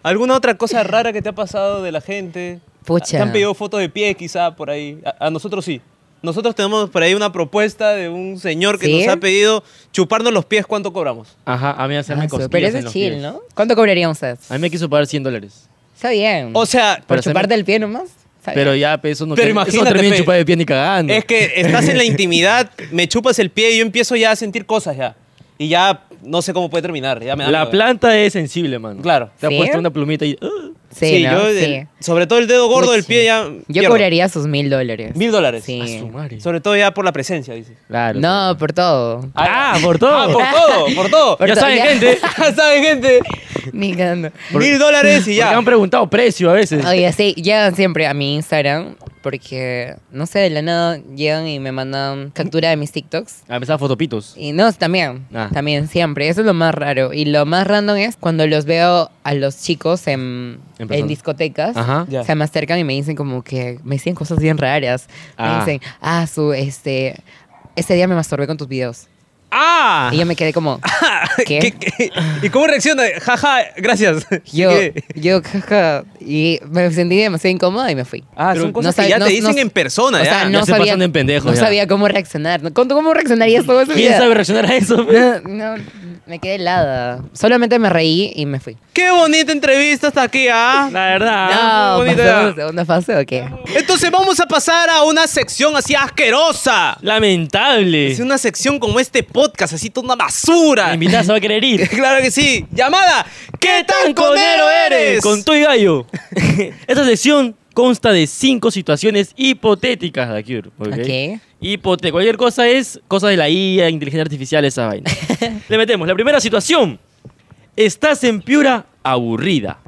Speaker 1: ¿Alguna otra cosa rara que te ha pasado de la gente?
Speaker 2: Pucha.
Speaker 1: ¿Te han pedido fotos de pie quizá por ahí? A, a nosotros sí. Nosotros tenemos por ahí una propuesta de un señor que
Speaker 2: ¿Sí?
Speaker 1: nos ha pedido chuparnos los pies, ¿cuánto cobramos?
Speaker 3: Ajá, a mí hacerme
Speaker 2: Ah, su-
Speaker 3: cosquillas
Speaker 2: Pero eso
Speaker 3: en
Speaker 2: es
Speaker 3: los
Speaker 2: chill,
Speaker 3: pies.
Speaker 2: ¿no? ¿Cuánto cobrarían ustedes?
Speaker 3: A mí me quiso pagar 100 dólares.
Speaker 2: Está bien.
Speaker 1: O sea,
Speaker 2: ¿Por
Speaker 3: pero hacerme-
Speaker 2: chuparte el pie nomás? Está
Speaker 3: Pero
Speaker 2: bien.
Speaker 3: ya, pe, eso no,
Speaker 1: Pero
Speaker 3: te- eso no
Speaker 1: imagínate,
Speaker 3: termina
Speaker 1: pe.
Speaker 3: de chupar de pie ni cagando.
Speaker 1: es que estás en la intimidad, me chupas el pie y yo empiezo ya a sentir cosas ya. Y ya no sé cómo puede terminar. Ya me da
Speaker 3: La
Speaker 1: miedo.
Speaker 3: planta es sensible, mano.
Speaker 1: Claro.
Speaker 3: Te ha
Speaker 2: ¿Sí?
Speaker 3: puesto una plumita y... ¡ah!
Speaker 2: Sí,
Speaker 1: Sí,
Speaker 2: ¿no?
Speaker 1: yo,
Speaker 2: Sí.
Speaker 1: el- sobre todo el dedo gordo del
Speaker 2: Puchi.
Speaker 1: pie ya...
Speaker 2: Yo
Speaker 1: pierdo.
Speaker 2: cobraría sus mil dólares.
Speaker 1: Mil dólares.
Speaker 2: Sí.
Speaker 3: A su madre.
Speaker 1: Sobre todo ya por la presencia, dices.
Speaker 3: Claro.
Speaker 2: No,
Speaker 1: *laughs*
Speaker 2: por todo.
Speaker 3: Ah, por todo.
Speaker 1: Ah, por todo, por todo.
Speaker 2: *laughs* Por
Speaker 3: ya
Speaker 2: todo,
Speaker 3: saben,
Speaker 2: ya.
Speaker 3: gente.
Speaker 1: Ya saben, gente.
Speaker 2: Ni cagando.
Speaker 1: Mil dólares y
Speaker 3: Porque
Speaker 1: ya.
Speaker 3: han preguntado precio a veces.
Speaker 2: Oye, sí, llegan siempre a mi Instagram porque, no sé, de la nada llegan y me mandan captura de mis TikToks.
Speaker 3: A veces a fotopitos.
Speaker 2: Y no, también,
Speaker 3: Ah.
Speaker 2: también, siempre. Eso es lo más raro. Y lo más random es cuando los veo a los chicos en,
Speaker 3: En
Speaker 2: en,
Speaker 3: persona.
Speaker 2: discotecas.
Speaker 3: Ajá.
Speaker 1: Ya.
Speaker 2: Se me acercan y me dicen como que me dicen cosas bien raras.
Speaker 3: Ah.
Speaker 2: Me dicen, ah, su, este, ese día me masturbé con tus videos.
Speaker 1: ¡Ah!
Speaker 2: Y yo me quedé como,
Speaker 1: *laughs*
Speaker 2: ¿qué?
Speaker 1: ¿Qué- qué? y cómo reacciona? Jaja, gracias.
Speaker 2: *laughs* Yo,
Speaker 1: ¿Qué?
Speaker 2: yo, jaja, y me sentí demasiado incómoda y me fui.
Speaker 1: *laughs* Ah, son
Speaker 2: Pero
Speaker 1: cosas
Speaker 2: no
Speaker 1: que
Speaker 2: sab-
Speaker 1: ya
Speaker 2: no-
Speaker 1: te dicen
Speaker 2: no-
Speaker 1: en persona.
Speaker 2: o
Speaker 1: ya.
Speaker 2: sea,
Speaker 3: Ah, ya
Speaker 2: no
Speaker 3: se
Speaker 2: sabía,
Speaker 3: pasan de pendejos,
Speaker 2: no
Speaker 3: ya.
Speaker 2: sabía cómo reaccionar. ¿Cómo, cómo reaccionarías todo eso?
Speaker 3: ¿Quién sabe reaccionar a eso? pe?
Speaker 2: No, no, me quedé helada. Solamente me reí y me fui.
Speaker 1: Qué bonita entrevista hasta aquí, ¿ah?
Speaker 3: La verdad.
Speaker 1: Ah,
Speaker 2: no,
Speaker 1: muy bonita.
Speaker 2: ¿pasamos a segunda fase o qué?
Speaker 1: Entonces vamos a pasar a una sección así asquerosa.
Speaker 3: Lamentable.
Speaker 1: Es una sección como este podcast, así toda una basura. *laughs*
Speaker 3: La invitada se va a querer ir.
Speaker 1: claro que sí. Llamada, ¿qué tan conero eres?
Speaker 3: Con tu y
Speaker 1: *laughs*
Speaker 3: gallo. Esta sección consta de cinco situaciones hipotéticas, Dakir. ¿ok?
Speaker 2: Ok.
Speaker 3: Hipote- Cualquier cosa es cosa de la IA, inteligencia artificial,
Speaker 1: *laughs*
Speaker 3: esa vaina. Le metemos. La primera situación. Estás en Piura aburrida.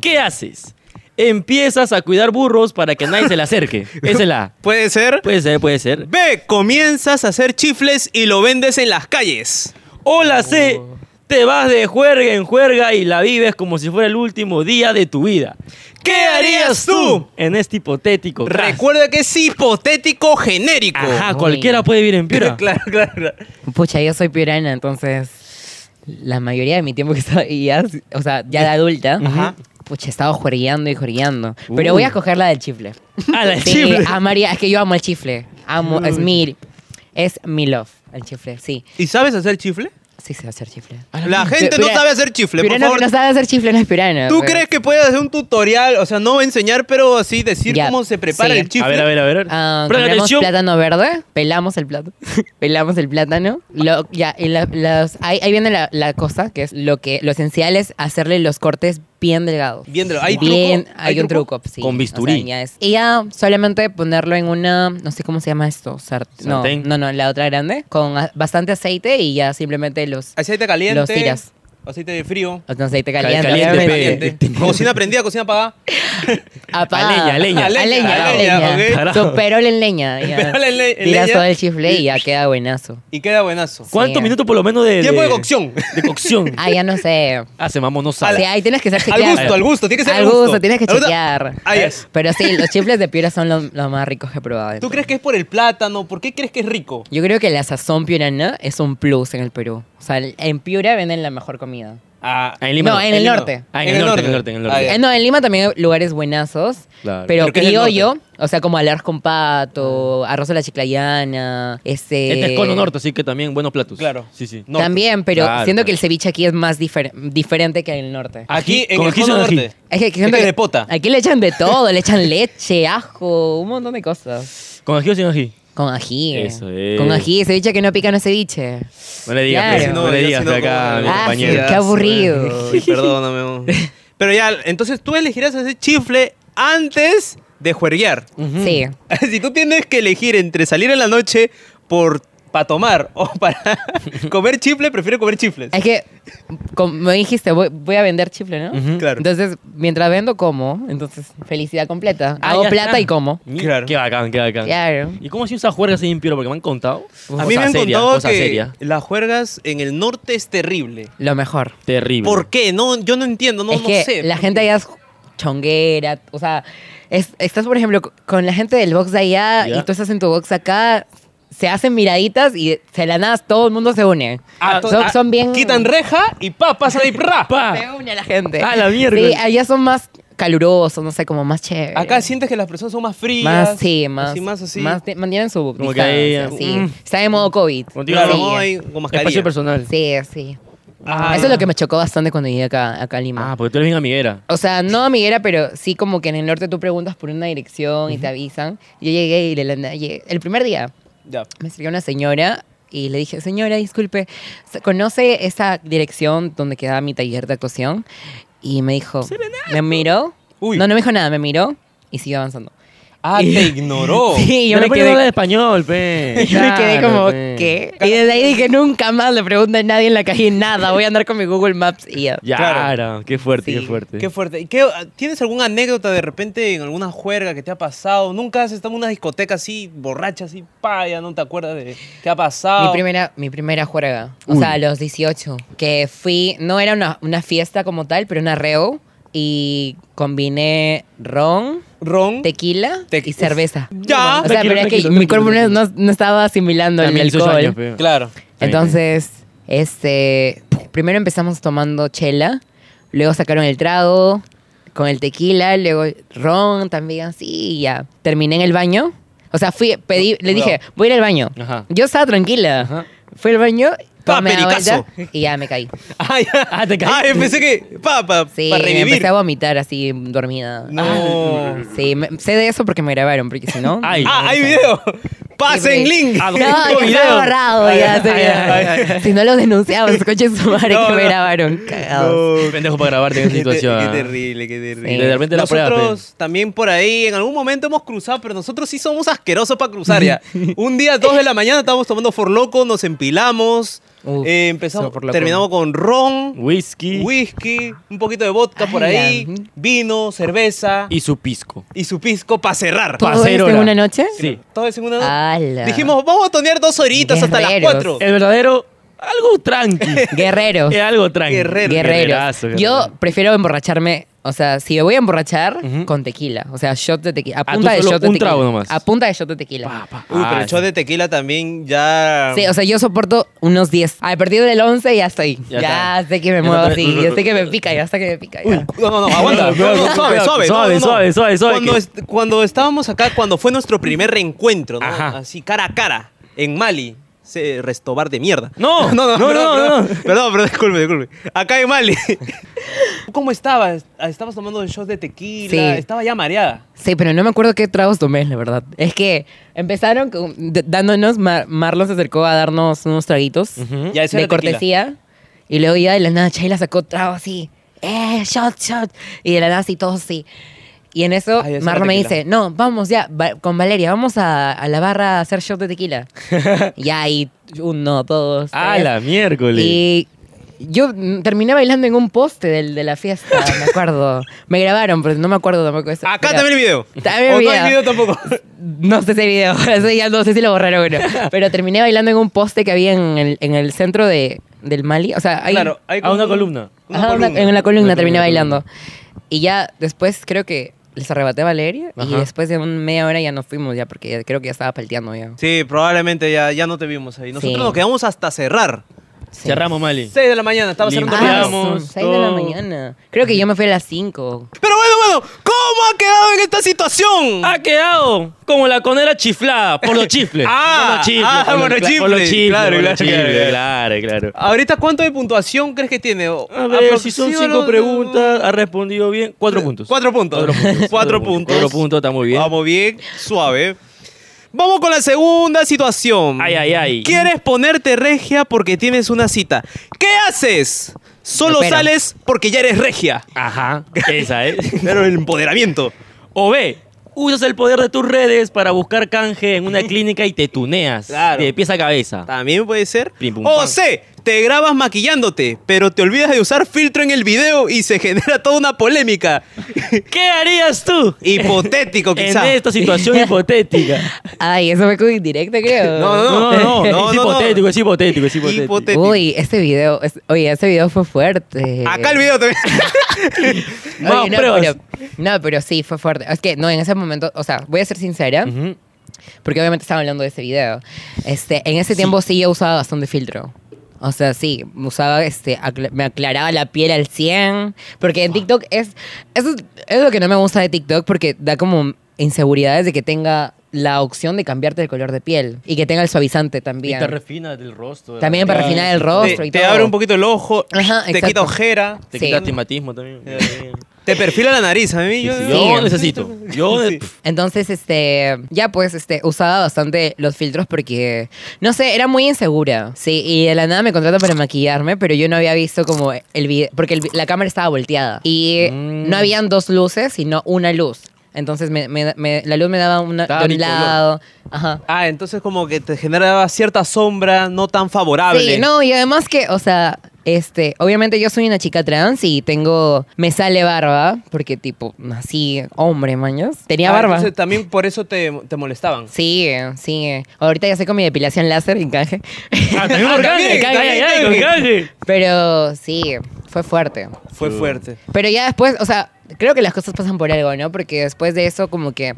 Speaker 3: ¿Qué haces? Empiezas a cuidar burros para que nadie se
Speaker 1: *laughs*
Speaker 3: le acerque. Esa es la A.
Speaker 1: Puede ser.
Speaker 3: Puede ser, puede ser.
Speaker 1: B, comienzas a hacer chifles y lo vendes en las calles.
Speaker 3: O la C,
Speaker 1: Oh.
Speaker 3: te vas de juerga en juerga y la vives como si fuera el último día de tu vida.
Speaker 1: ¿Qué harías tú?
Speaker 3: En este hipotético. caso?
Speaker 1: Recuerda que es hipotético genérico.
Speaker 3: Ajá,
Speaker 2: Uy.
Speaker 3: cualquiera puede vivir en
Speaker 1: *laughs*
Speaker 3: Piura.
Speaker 1: claro, claro, claro.
Speaker 2: Pucha, yo soy piurana, entonces la mayoría de mi tiempo que estaba, y ya, o sea, ya de adulta,
Speaker 1: Ajá. Uh.
Speaker 2: pucha, he estado jorgueando y jorgueando.
Speaker 3: Uy.
Speaker 2: Pero voy a escoger la del chifle.
Speaker 1: Ah,
Speaker 3: A la
Speaker 2: Sí,
Speaker 3: chifle.
Speaker 2: amaría- es que yo amo el chifle. Amo, es mi, es mi love, el chifle, sí.
Speaker 1: ¿Y sabes hacer chifle?
Speaker 2: Sí sé hacer chifle.
Speaker 1: La gente no
Speaker 2: Piura-
Speaker 1: sabe hacer chifle, por
Speaker 2: piurano
Speaker 1: favor.
Speaker 2: que no sabe hacer chifle no es piurano.
Speaker 1: ¿Tú
Speaker 2: pues.
Speaker 1: crees que puedes hacer un tutorial? O sea, no enseñar, pero así decir
Speaker 2: Ya,
Speaker 1: cómo se prepara
Speaker 2: sí.
Speaker 1: el chifle.
Speaker 3: A ver, a ver, a ver.
Speaker 2: Ah,
Speaker 3: Pero
Speaker 2: compramos
Speaker 3: atención.
Speaker 2: plátano verde, pelamos el plátano, *laughs* pelamos el plátano, lo- ya, y la- las- ahí, ahí viene la, la cosa, que es lo que, lo esencial es hacerle los cortes bien delgados.
Speaker 1: Bien delgado. ¿Hay
Speaker 2: Bien-
Speaker 1: truco?
Speaker 2: Hay, un truco, sí.
Speaker 3: Con
Speaker 2: O
Speaker 3: bisturí.
Speaker 2: sea, ya es- y ya solamente ponerlo en una, no sé cómo se llama esto, sart- no,
Speaker 3: Sartén.
Speaker 2: no, no, la otra grande, con a- bastante aceite y ya simplemente los,
Speaker 1: Aceite caliente.
Speaker 2: Los tiras.
Speaker 1: Aceite de frío.
Speaker 2: los aceite
Speaker 3: Cal-
Speaker 2: caliente.
Speaker 3: caliente,
Speaker 2: obviamente.
Speaker 3: pe.
Speaker 1: Caliente. Cocina prendida, cocina apagada.
Speaker 2: Apagada.
Speaker 3: A leña, a leña.
Speaker 2: A leña,
Speaker 1: A
Speaker 2: a
Speaker 1: leña,
Speaker 2: leña.
Speaker 1: ok.
Speaker 3: Tarado.
Speaker 2: So, perol en leña. ya.
Speaker 1: Perol en le- en
Speaker 2: Tiras
Speaker 1: leña.
Speaker 2: todo el chifle y ya queda buenazo.
Speaker 1: Y queda buenazo.
Speaker 3: ¿Cuántos
Speaker 2: Sí.
Speaker 3: minutos por lo menos de.
Speaker 1: Tiempo de cocción.
Speaker 3: De cocción.
Speaker 2: *laughs* Ah, ya no sé.
Speaker 3: Ah, se mamó, no
Speaker 2: Sí,
Speaker 3: sabe.
Speaker 2: ahí tienes que ser
Speaker 1: Al
Speaker 2: chequeado.
Speaker 1: gusto, al gusto. Tiene que ser
Speaker 2: Al gusto, tienes que
Speaker 1: Al gusto.
Speaker 2: chequear.
Speaker 1: Ah, yes.
Speaker 2: Pero sí, los chifles de piura son los los más ricos que he probado.
Speaker 1: ¿Tú crees que es por el plátano? ¿Por qué crees que es rico?
Speaker 2: Yo creo que la sazón piurana es un plus en el Perú. O sea, el- en Piura venden la mejor comida.
Speaker 1: Ah,
Speaker 3: Ah, en Lima
Speaker 2: No, en el
Speaker 1: Lima.
Speaker 2: norte.
Speaker 3: Ah, en el norte, en el norte, en el norte.
Speaker 1: Ah, ya.
Speaker 2: Eh, no, en Lima también hay lugares buenazos.
Speaker 3: Claro.
Speaker 2: Pero
Speaker 1: Pero que es del
Speaker 2: criollo, o sea, como alarz con pato, arroz a la chiclayana, ese...
Speaker 3: Este es cono norte, así que también buenos platos.
Speaker 1: Claro.
Speaker 3: Sí, sí.
Speaker 1: norte.
Speaker 2: También, pero
Speaker 3: Claro,
Speaker 2: siento que
Speaker 3: claro.
Speaker 2: el ceviche aquí es más difer- diferente que en el norte.
Speaker 1: Aquí,
Speaker 3: Ají,
Speaker 1: en
Speaker 3: con
Speaker 1: el
Speaker 3: ají
Speaker 1: cono
Speaker 3: son ají.
Speaker 1: norte.
Speaker 2: Es que,
Speaker 1: Es que de pota.
Speaker 2: Aquí le echan de todo, le echan leche, ajo, un montón de cosas.
Speaker 3: ¿Con ají o sin ají?
Speaker 2: Con ají.
Speaker 3: Eso es.
Speaker 2: Con ají, ceviche que no pica no es ceviche.
Speaker 3: No le digas,
Speaker 2: Claro.
Speaker 3: pues, no,
Speaker 1: yo
Speaker 3: le
Speaker 1: sí
Speaker 3: digas
Speaker 1: no
Speaker 3: acá a mi
Speaker 1: como.
Speaker 2: Ah, sí,
Speaker 3: compañero.
Speaker 2: qué
Speaker 3: *laughs*
Speaker 2: aburrido.
Speaker 1: Ay, perdóname. mo. Pero ya, entonces tú elegirás ese chifle antes de juerguear. *laughs*
Speaker 2: Sí.
Speaker 1: Si tú tienes que elegir entre salir en la noche por para tomar o *laughs* para comer chifle, prefiero comer chifles.
Speaker 2: Es que, como dijiste, voy, voy a vender chifle, ¿no?
Speaker 3: Ujú.
Speaker 1: Claro.
Speaker 2: Entonces, mientras vendo, como. Entonces, felicidad completa.
Speaker 3: Ah,
Speaker 2: Hago
Speaker 3: ya
Speaker 2: plata
Speaker 3: está.
Speaker 2: y como.
Speaker 3: Mi-
Speaker 1: Claro.
Speaker 3: Qué bacán, qué bacán.
Speaker 2: Claro.
Speaker 3: ¿Y cómo ha sido esa juerga así en Piura? Porque me han contado.
Speaker 1: A mí me han
Speaker 3: seria,
Speaker 1: contado
Speaker 3: cosa
Speaker 1: que
Speaker 3: seria.
Speaker 1: las juergas en el norte es terrible.
Speaker 2: Lo mejor.
Speaker 3: Terrible.
Speaker 1: ¿Por qué? No, yo no entiendo, no,
Speaker 2: es
Speaker 1: no
Speaker 2: que
Speaker 1: sé.
Speaker 2: la
Speaker 1: ¿Por
Speaker 2: gente
Speaker 1: qué?
Speaker 2: allá es chonguera. O sea, es- estás, por ejemplo, co- con la gente del box de allá
Speaker 3: Ya.
Speaker 2: y tú estás en tu box acá. Se hacen miraditas y se la nada, todo el mundo se une.
Speaker 1: Ah, to-
Speaker 2: son,
Speaker 1: ah,
Speaker 2: son bien.
Speaker 1: Quitan reja y pa, pasan ahí,
Speaker 2: *laughs*
Speaker 1: ra.
Speaker 2: Se
Speaker 3: Pa.
Speaker 2: une la gente.
Speaker 3: Ah, la mierda.
Speaker 2: Sí, allá son más calurosos, no sé, como más chévere.
Speaker 1: Acá sientes que las personas son más frías.
Speaker 2: Más, sí, más.
Speaker 1: Así, más así.
Speaker 2: más de- mantienen su
Speaker 3: Como que ahí,
Speaker 2: distancia, sí.
Speaker 3: mm.
Speaker 2: Está de modo COVID.
Speaker 3: Contigo
Speaker 1: claro,
Speaker 2: Sí,
Speaker 1: no hay con
Speaker 3: Espacio
Speaker 1: mascarilla.
Speaker 3: personal.
Speaker 2: Sí, sí.
Speaker 1: Ah,
Speaker 2: Eso es lo que me chocó bastante cuando llegué acá, acá a Lima.
Speaker 3: Ah, porque tú eres bien amiguera.
Speaker 2: O sea, no amiguera, pero sí como que en el norte tú preguntas por una dirección y te avisan. Yo llegué y le, le- llegué- el primer día
Speaker 1: Ya.
Speaker 2: me acerqué a una señora y le dije, señora, disculpe, ¿se- ¿conoce esa dirección donde quedaba mi taller de actuación? Y me dijo, me miró.
Speaker 1: Uy.
Speaker 2: No, no me dijo nada, me miró y siguió avanzando.
Speaker 1: Ah,
Speaker 2: *laughs*
Speaker 1: te ignoró.
Speaker 2: Sí, yo
Speaker 3: Pero
Speaker 2: me
Speaker 3: ¿por qué
Speaker 2: quedé
Speaker 3: no hablas español, pe.
Speaker 2: *laughs* Yo me quedé
Speaker 3: Claro,
Speaker 2: como,
Speaker 3: pe.
Speaker 2: ¿qué? Y desde ahí dije, nunca más le pregunto a nadie en la calle nada. Voy a andar con mi Google Maps y ya.
Speaker 3: Ya,
Speaker 1: Claro.
Speaker 3: qué fuerte,
Speaker 2: Sí.
Speaker 3: qué fuerte.
Speaker 1: Qué fuerte. ¿Y qué- ¿Tienes alguna anécdota de repente en alguna juerga que te ha pasado? ¿Nunca has estado en una discoteca así, borracha, así, pa, ya no te acuerdas de qué ha pasado?
Speaker 2: Mi primera, mi primera juerga, o
Speaker 3: Uy.
Speaker 2: sea, a los 18, que fui, no era una, una fiesta como tal, pero una reo, y combiné ron,
Speaker 1: Ron.
Speaker 2: tequila
Speaker 1: Te-
Speaker 2: y cerveza.
Speaker 1: Ya.
Speaker 2: O sea,
Speaker 3: Tranquilo,
Speaker 2: pero es que
Speaker 3: tranquilo,
Speaker 2: mi cuerpo no,
Speaker 3: tranquilo,
Speaker 2: no- no estaba asimilando el
Speaker 3: También 18
Speaker 2: alcohol.
Speaker 3: años, pe.
Speaker 2: *laughs*
Speaker 1: Claro.
Speaker 2: Entonces, este, primero empezamos tomando chela, luego sacaron el trago con el tequila, luego ron también así y ya. Terminé en el baño. O sea, fui, pedí, le dije, voy a ir al baño.
Speaker 3: Ajá.
Speaker 2: Yo estaba tranquila.
Speaker 3: Ajá.
Speaker 2: Fui al baño,
Speaker 1: Pa,
Speaker 2: tomé la
Speaker 1: pericazo.
Speaker 2: vuelta y ya me caí.
Speaker 3: *laughs*
Speaker 1: Ah, ya.
Speaker 3: Ah, te
Speaker 1: Ah,
Speaker 3: caí.
Speaker 1: yo pensé que, pa, pa,
Speaker 2: Sí,
Speaker 1: para revivir.
Speaker 2: empecé a vomitar así dormida. Ah,
Speaker 1: No.
Speaker 2: Sí, me- sé de eso porque me grabaron, porque
Speaker 1: *laughs*
Speaker 2: si no...
Speaker 3: Ay.
Speaker 1: Ah, hay video. Pasen link.
Speaker 3: Ah,
Speaker 2: No,
Speaker 3: Adjunto
Speaker 2: ya
Speaker 3: video.
Speaker 2: está borrado,
Speaker 1: Ay,
Speaker 2: ya,
Speaker 1: ay,
Speaker 2: se-
Speaker 1: ay, ay,
Speaker 2: Si no los denunciaban,
Speaker 1: *laughs*
Speaker 2: escuchen su madre
Speaker 1: No,
Speaker 2: que me
Speaker 1: no.
Speaker 2: grabaron. Cagados.
Speaker 3: Qué pendejo para *laughs* grabarte en
Speaker 1: *laughs*
Speaker 3: esa
Speaker 1: Qué te-
Speaker 3: situación. ah.
Speaker 1: Qué terrible, qué terrible.
Speaker 2: Sí.
Speaker 3: De repente la prueba,
Speaker 1: Nosotros también por ahí, en algún momento hemos cruzado, pero nosotros sí somos asquerosos para cruzar ya. Un día, dos de la mañana, estábamos tomando forloco, nos empilamos,
Speaker 2: Uf,
Speaker 1: eh, empezamos,
Speaker 2: eso Forloco.
Speaker 1: terminamos con ron,
Speaker 3: Whisky
Speaker 1: whisky, un poquito de vodka por
Speaker 2: Ala.
Speaker 1: ahí, vino, cerveza y,
Speaker 3: y su pisco.
Speaker 1: su pisco para cerrar.
Speaker 3: Pa'
Speaker 2: ¿Todo
Speaker 3: hacer
Speaker 2: esto en
Speaker 3: hora.
Speaker 2: una noche?
Speaker 3: Sí.
Speaker 1: Todo eso en una
Speaker 2: Ala.
Speaker 1: Dijimos, vamos a tonear dos horitas hasta las
Speaker 2: Guerreros.
Speaker 1: cuatro.
Speaker 3: El verdadero, algo tranqui. *laughs*
Speaker 2: Guerreros.
Speaker 3: Es algo tranqui.
Speaker 1: Guerrero.
Speaker 2: Guerreros.
Speaker 3: Guerrerazo,
Speaker 2: Yo
Speaker 3: guerrerazo.
Speaker 2: prefiero emborracharme. O sea, si me voy a emborrachar,
Speaker 3: Ujú.
Speaker 2: con tequila. O sea, shot de tequila. A
Speaker 3: Ah,
Speaker 2: punta
Speaker 3: tú
Speaker 2: de
Speaker 3: solo
Speaker 2: shot de
Speaker 3: un
Speaker 2: tequila.
Speaker 3: trago nomás.
Speaker 2: A punta de shot de tequila.
Speaker 3: Pa, pa.
Speaker 1: Uy, pero
Speaker 3: Ah,
Speaker 1: el shot de tequila también ya...
Speaker 2: Sí, o sea, yo soporto unos 10. A partir del 11 ya estoy.
Speaker 3: Ya
Speaker 2: Ya,
Speaker 3: está.
Speaker 2: sé que
Speaker 3: Ya
Speaker 2: me muevo
Speaker 3: está.
Speaker 2: así. Ya sé que me pica, ya sé que me pica. ya.
Speaker 1: No, no, no,
Speaker 3: *laughs*
Speaker 1: aguanta.
Speaker 3: Cuidado,
Speaker 1: No, no, suave,
Speaker 3: cuidado,
Speaker 1: suave,
Speaker 3: suave,
Speaker 1: no, no, no.
Speaker 3: suave, suave, suave,
Speaker 1: Cuando,
Speaker 3: que-
Speaker 1: est- cuando estábamos acá, cuando fue nuestro primer reencuentro, ¿no?
Speaker 3: Ajá.
Speaker 1: Así, cara a cara, en Mali. Ese restobar de mierda. *laughs*
Speaker 3: No, no, no,
Speaker 1: perdón, perdón, perdón, perdón, disculpe, disculpe. Acá en Mali. *laughs* ¿Cómo estabas? Ah, Estabas tomando shots de tequila.
Speaker 2: Sí.
Speaker 1: Estaba ya mareada.
Speaker 2: Sí, pero no me acuerdo qué tragos tomé, la verdad. Es que empezaron con- d- dándonos, Mar- Marlon se acercó a darnos unos traguitos
Speaker 3: Ujú.
Speaker 1: Ya, eso
Speaker 2: de
Speaker 1: era tequila.
Speaker 2: cortesía. Y luego ya de la nada, Chayla sacó trago así. ¡eh, shot, shot! Y de la nada así todos sí. Y en eso
Speaker 1: Ay, esa
Speaker 2: Marlon me
Speaker 1: tequila.
Speaker 2: dice, no, vamos ya, va- con Valeria, vamos a, a la barra a hacer shot
Speaker 1: *laughs*
Speaker 2: de tequila. ya, y uno, todos.
Speaker 3: ¡A
Speaker 2: tres.
Speaker 3: la miércoles!
Speaker 2: Y yo mm, terminé bailando en un poste del, de la fiesta,
Speaker 1: *laughs*
Speaker 2: me acuerdo. me grabaron, pero no me acuerdo tampoco eso.
Speaker 1: Acá
Speaker 2: Pero-
Speaker 1: también el video.
Speaker 2: También el
Speaker 1: o
Speaker 2: video.
Speaker 1: no hay video tampoco.
Speaker 2: no sé ese video, *laughs* ese ya no sé si lo borraron o no. Pero terminé bailando en un poste que había en el, en el centro de, del Mali. O sea, *laughs* hay,
Speaker 1: claro, hay
Speaker 3: a una columna.
Speaker 1: una
Speaker 2: Ajá, una-
Speaker 1: columna.
Speaker 2: en la
Speaker 3: Una
Speaker 2: columna terminé
Speaker 3: columna,
Speaker 2: bailando. Y ya después creo que les arrebaté a Valeria y
Speaker 3: Ajá.
Speaker 2: después de un media hora ya nos fuimos ya porque ya- creo que ya estaba palteando ya.
Speaker 1: Sí, probablemente ya, ya no te vimos ahí. Nosotros
Speaker 2: Sí.
Speaker 1: nos quedamos hasta cerrar.
Speaker 2: Sí.
Speaker 3: Cerramos, Mali.
Speaker 1: 6 de la mañana, estaba cerrando
Speaker 3: Limpiamos.
Speaker 1: Rihanna.
Speaker 2: Ah, son
Speaker 3: Limpiamos,
Speaker 2: seis de la
Speaker 3: todo.
Speaker 2: mañana. Creo que yo me fui a las 5.
Speaker 1: Pero bueno, bueno, ¿cómo ha quedado en esta situación?
Speaker 3: Ha quedado como la conera chiflada por los chifles.
Speaker 1: Ah,
Speaker 3: por los chifles.
Speaker 1: ah,
Speaker 3: por los
Speaker 1: por los
Speaker 3: cla- por los
Speaker 1: chifles,
Speaker 3: chifles.
Speaker 1: claro,
Speaker 3: por los
Speaker 1: claro,
Speaker 3: chifles,
Speaker 1: claro.
Speaker 3: claro, claro.
Speaker 1: Ahorita, ¿cuánto de puntuación crees que tiene? Ah, O-
Speaker 3: A ver, si son
Speaker 1: aproxímalo-
Speaker 3: cinco preguntas, ha respondido bien. Cuatro puntos.
Speaker 1: Cuatro puntos.
Speaker 3: *laughs* Cuatro puntos.
Speaker 1: Cuatro puntos.
Speaker 3: Cuatro puntos, está muy bien.
Speaker 1: Vamos bien, suave. Vamos con la segunda situación.
Speaker 3: Ay, ay, ay.
Speaker 1: Quieres ponerte regia porque tienes una cita. ¿Qué haces? Solo
Speaker 2: Me espero.
Speaker 1: sales porque ya eres regia.
Speaker 3: Ajá. Esa, ¿eh?
Speaker 1: Pero el empoderamiento.
Speaker 3: *laughs* O B, usas el poder de tus redes para buscar canje en una clínica y te tuneas
Speaker 1: Claro.
Speaker 3: de pies a cabeza.
Speaker 1: También puede ser.
Speaker 3: Pim, pum,
Speaker 1: o
Speaker 3: pam.
Speaker 1: C, te grabas maquillándote, pero te olvidas de usar filtro en el video y se genera toda una
Speaker 3: *laughs*
Speaker 1: polémica.
Speaker 3: ¿Qué harías tú?
Speaker 1: Hipotético,
Speaker 3: en
Speaker 1: quizá.
Speaker 3: esta situación hipotética.
Speaker 2: Ay, eso fue como indirecta, creo.
Speaker 1: No, no,
Speaker 3: *laughs* No, no,
Speaker 1: no, no,
Speaker 3: es hipotético, es hipotético, es hipotético.
Speaker 1: Hipotético.
Speaker 2: Uy, este video, es- oye, ese video fue fuerte.
Speaker 1: Acá el video también.
Speaker 2: Oye,
Speaker 3: Vamos,
Speaker 2: no,
Speaker 3: pruebas.
Speaker 2: pero, no, pero sí, fue fuerte. Es que, no, en ese momento, o sea, voy a ser sincera,
Speaker 3: Ujú.
Speaker 2: porque obviamente estaba hablando de ese video. Este, en ese tiempo sí yo usaba bastante filtro. O sea, sí, usaba, este, acla- me aclaraba la piel al 100, porque en TikTok es, eso es, es lo que no me gusta de TikTok, porque da como inseguridades de que tenga la opción de cambiarte el color de piel y que tenga el suavizante
Speaker 3: Y
Speaker 2: también.
Speaker 3: te refina del rostro. de
Speaker 2: También
Speaker 3: la
Speaker 2: para
Speaker 3: cara.
Speaker 2: refinar el *laughs* rostro
Speaker 1: Te,
Speaker 2: y
Speaker 1: te
Speaker 2: todo.
Speaker 1: abre un poquito el ojo,
Speaker 2: Ajá,
Speaker 1: te
Speaker 2: exacto.
Speaker 1: quita ojera,
Speaker 3: Te
Speaker 2: Sí.
Speaker 3: quita timatismo también.
Speaker 1: te perfila la nariz. A mí yo,
Speaker 3: Yo
Speaker 2: Sí.
Speaker 3: necesito. Ah, Yo *laughs*
Speaker 1: Sí.
Speaker 3: pf,
Speaker 2: Entonces, este, ya pues, este, usaba bastante los filtros porque, no sé, era muy insegura. Sí, y de la nada me contratan para maquillarme, pero yo no había visto como el video, porque el vi- la cámara estaba volteada. Y
Speaker 3: Mm.
Speaker 2: no habían dos luces, sino una luz. Entonces, me- me- me- la luz me daba una,
Speaker 3: Estaba
Speaker 2: de un
Speaker 3: bicolor.
Speaker 2: lado. Ajá.
Speaker 1: Ah, entonces como que te generaba cierta sombra no tan favorable.
Speaker 2: Sí, no, y además que, o sea, este, obviamente yo soy una chica trans y tengo, me sale barba, porque tipo, nací hombre, maños. Tenía
Speaker 1: Ah,
Speaker 2: barba.
Speaker 1: entonces también por eso te, te molestaban.
Speaker 2: Sí, sí. Ahorita ya sé con mi depilación láser en canje.
Speaker 3: Ah, también
Speaker 1: Ah,
Speaker 3: con
Speaker 1: también,
Speaker 3: canje,
Speaker 1: también,
Speaker 3: ay, ay, ay, con
Speaker 1: también.
Speaker 3: canje.
Speaker 2: Pero sí, fue fuerte.
Speaker 1: Fue fuerte.
Speaker 2: Pero ya después, o sea, creo que las cosas pasan por algo, ¿no? Porque después de eso como que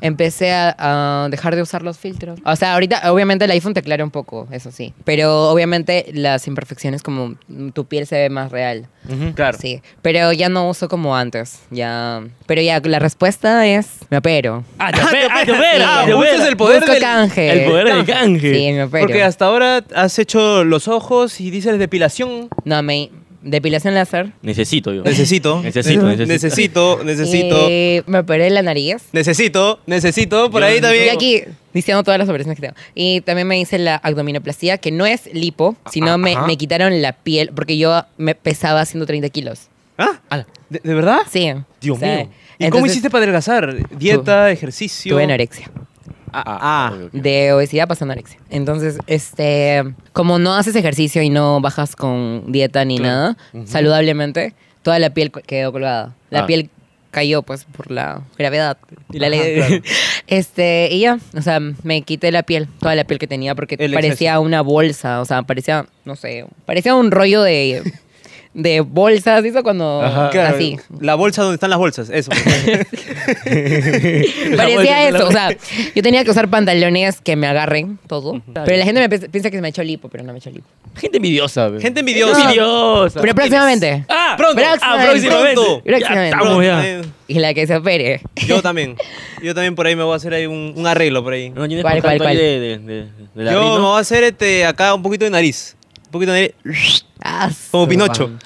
Speaker 2: empecé a, a dejar de usar los filtros. O sea, ahorita obviamente el iPhone te aclara un poco, eso sí. Pero obviamente las imperfecciones como mm, tu piel se ve más real.
Speaker 1: Claro.
Speaker 2: Sí, pero ya no uso como antes. Ya, pero ya la respuesta es me opero.
Speaker 3: Ah, te opera, ah, te opera,
Speaker 1: Ah,
Speaker 3: te
Speaker 1: buscas
Speaker 3: opera.
Speaker 1: el poder
Speaker 2: Busco
Speaker 1: del-
Speaker 2: canje.
Speaker 3: El poder del canje.
Speaker 2: Sí, me opero.
Speaker 1: Porque hasta ahora has hecho los ojos y dices depilación.
Speaker 2: No, me depilación láser.
Speaker 3: Necesito yo.
Speaker 1: *laughs* Necesito.
Speaker 3: Necesito,
Speaker 1: Ne-
Speaker 3: *laughs*
Speaker 1: necesito. Necesito, necesito.
Speaker 2: Eh, me operé la nariz.
Speaker 1: Necesito, necesito, por
Speaker 3: Yo
Speaker 1: ahí
Speaker 3: necesito-
Speaker 2: Y
Speaker 1: también.
Speaker 2: aquí diciendo todas las operaciones que tengo. Y también me hice la abdominoplastia, que no es lipo, sino me,
Speaker 3: Ajá.
Speaker 2: me quitaron la piel, porque yo me pesaba 130 kilos.
Speaker 1: ¿Ah?
Speaker 3: Ala.
Speaker 1: ¿De, de verdad?
Speaker 2: Sí.
Speaker 3: Dios
Speaker 2: O sea,
Speaker 3: mío.
Speaker 1: ¿Y cómo
Speaker 2: entonces,
Speaker 1: hiciste para adelgazar? ¿Dieta, ejercicio?
Speaker 2: Tuve anorexia.
Speaker 1: Ah,
Speaker 3: Ah,
Speaker 1: ah.
Speaker 3: ok, ok.
Speaker 2: De obesidad pasó anorexia. Entonces, este, como no haces ejercicio y no bajas con dieta ni nada, saludablemente, toda la piel cu- quedó colgada. La
Speaker 3: Ah.
Speaker 2: piel cayó, pues, por la gravedad y la
Speaker 1: Ajá,
Speaker 2: ley de-
Speaker 1: claro.
Speaker 2: *laughs* Este, y ya, o sea, me quité la piel, toda la piel que tenía, porque
Speaker 1: El
Speaker 2: parecía una bolsa, o sea, parecía, no sé, parecía un rollo de, de bolsas, ¿sí? Eso Cuando,
Speaker 3: Ajá.
Speaker 1: Claro,
Speaker 2: así.
Speaker 1: La bolsa donde están las bolsas,
Speaker 2: *laughs*
Speaker 1: eso. *laughs*
Speaker 3: La bolsa,
Speaker 2: Parecía
Speaker 3: la
Speaker 2: eso, o
Speaker 3: bolsa.
Speaker 2: sea, yo tenía que usar pantalones que me agarren todo. Pero la gente me pi- piensa que me ha hecho lipo, pero no me ha hecho lipo.
Speaker 3: Gente envidiosa. ve.
Speaker 1: Gente envidiosa.
Speaker 3: envidiosa.
Speaker 2: Pero próximamente.
Speaker 3: Ah,
Speaker 1: Pronto.
Speaker 3: Ah,
Speaker 2: Próximamente.
Speaker 3: próximamente.
Speaker 1: Pronto.
Speaker 3: Ya
Speaker 2: Próximamente.
Speaker 3: estamos ya.
Speaker 1: Pronto, eh,
Speaker 2: Y la que se opere.
Speaker 1: Yo también. Yo también por ahí me voy a hacer ahí un, un arreglo por ahí.
Speaker 3: No, tienes
Speaker 2: ¿Cuál,
Speaker 3: por
Speaker 2: cuál,
Speaker 3: tanto
Speaker 2: cuál?
Speaker 3: ahí De, de, de, de la
Speaker 1: Yo
Speaker 3: Rino.
Speaker 1: me voy a hacer este, acá un poquito de nariz. Un poquito de nariz.
Speaker 2: Ah,
Speaker 1: Como
Speaker 2: su
Speaker 1: Pinocho.
Speaker 2: pan.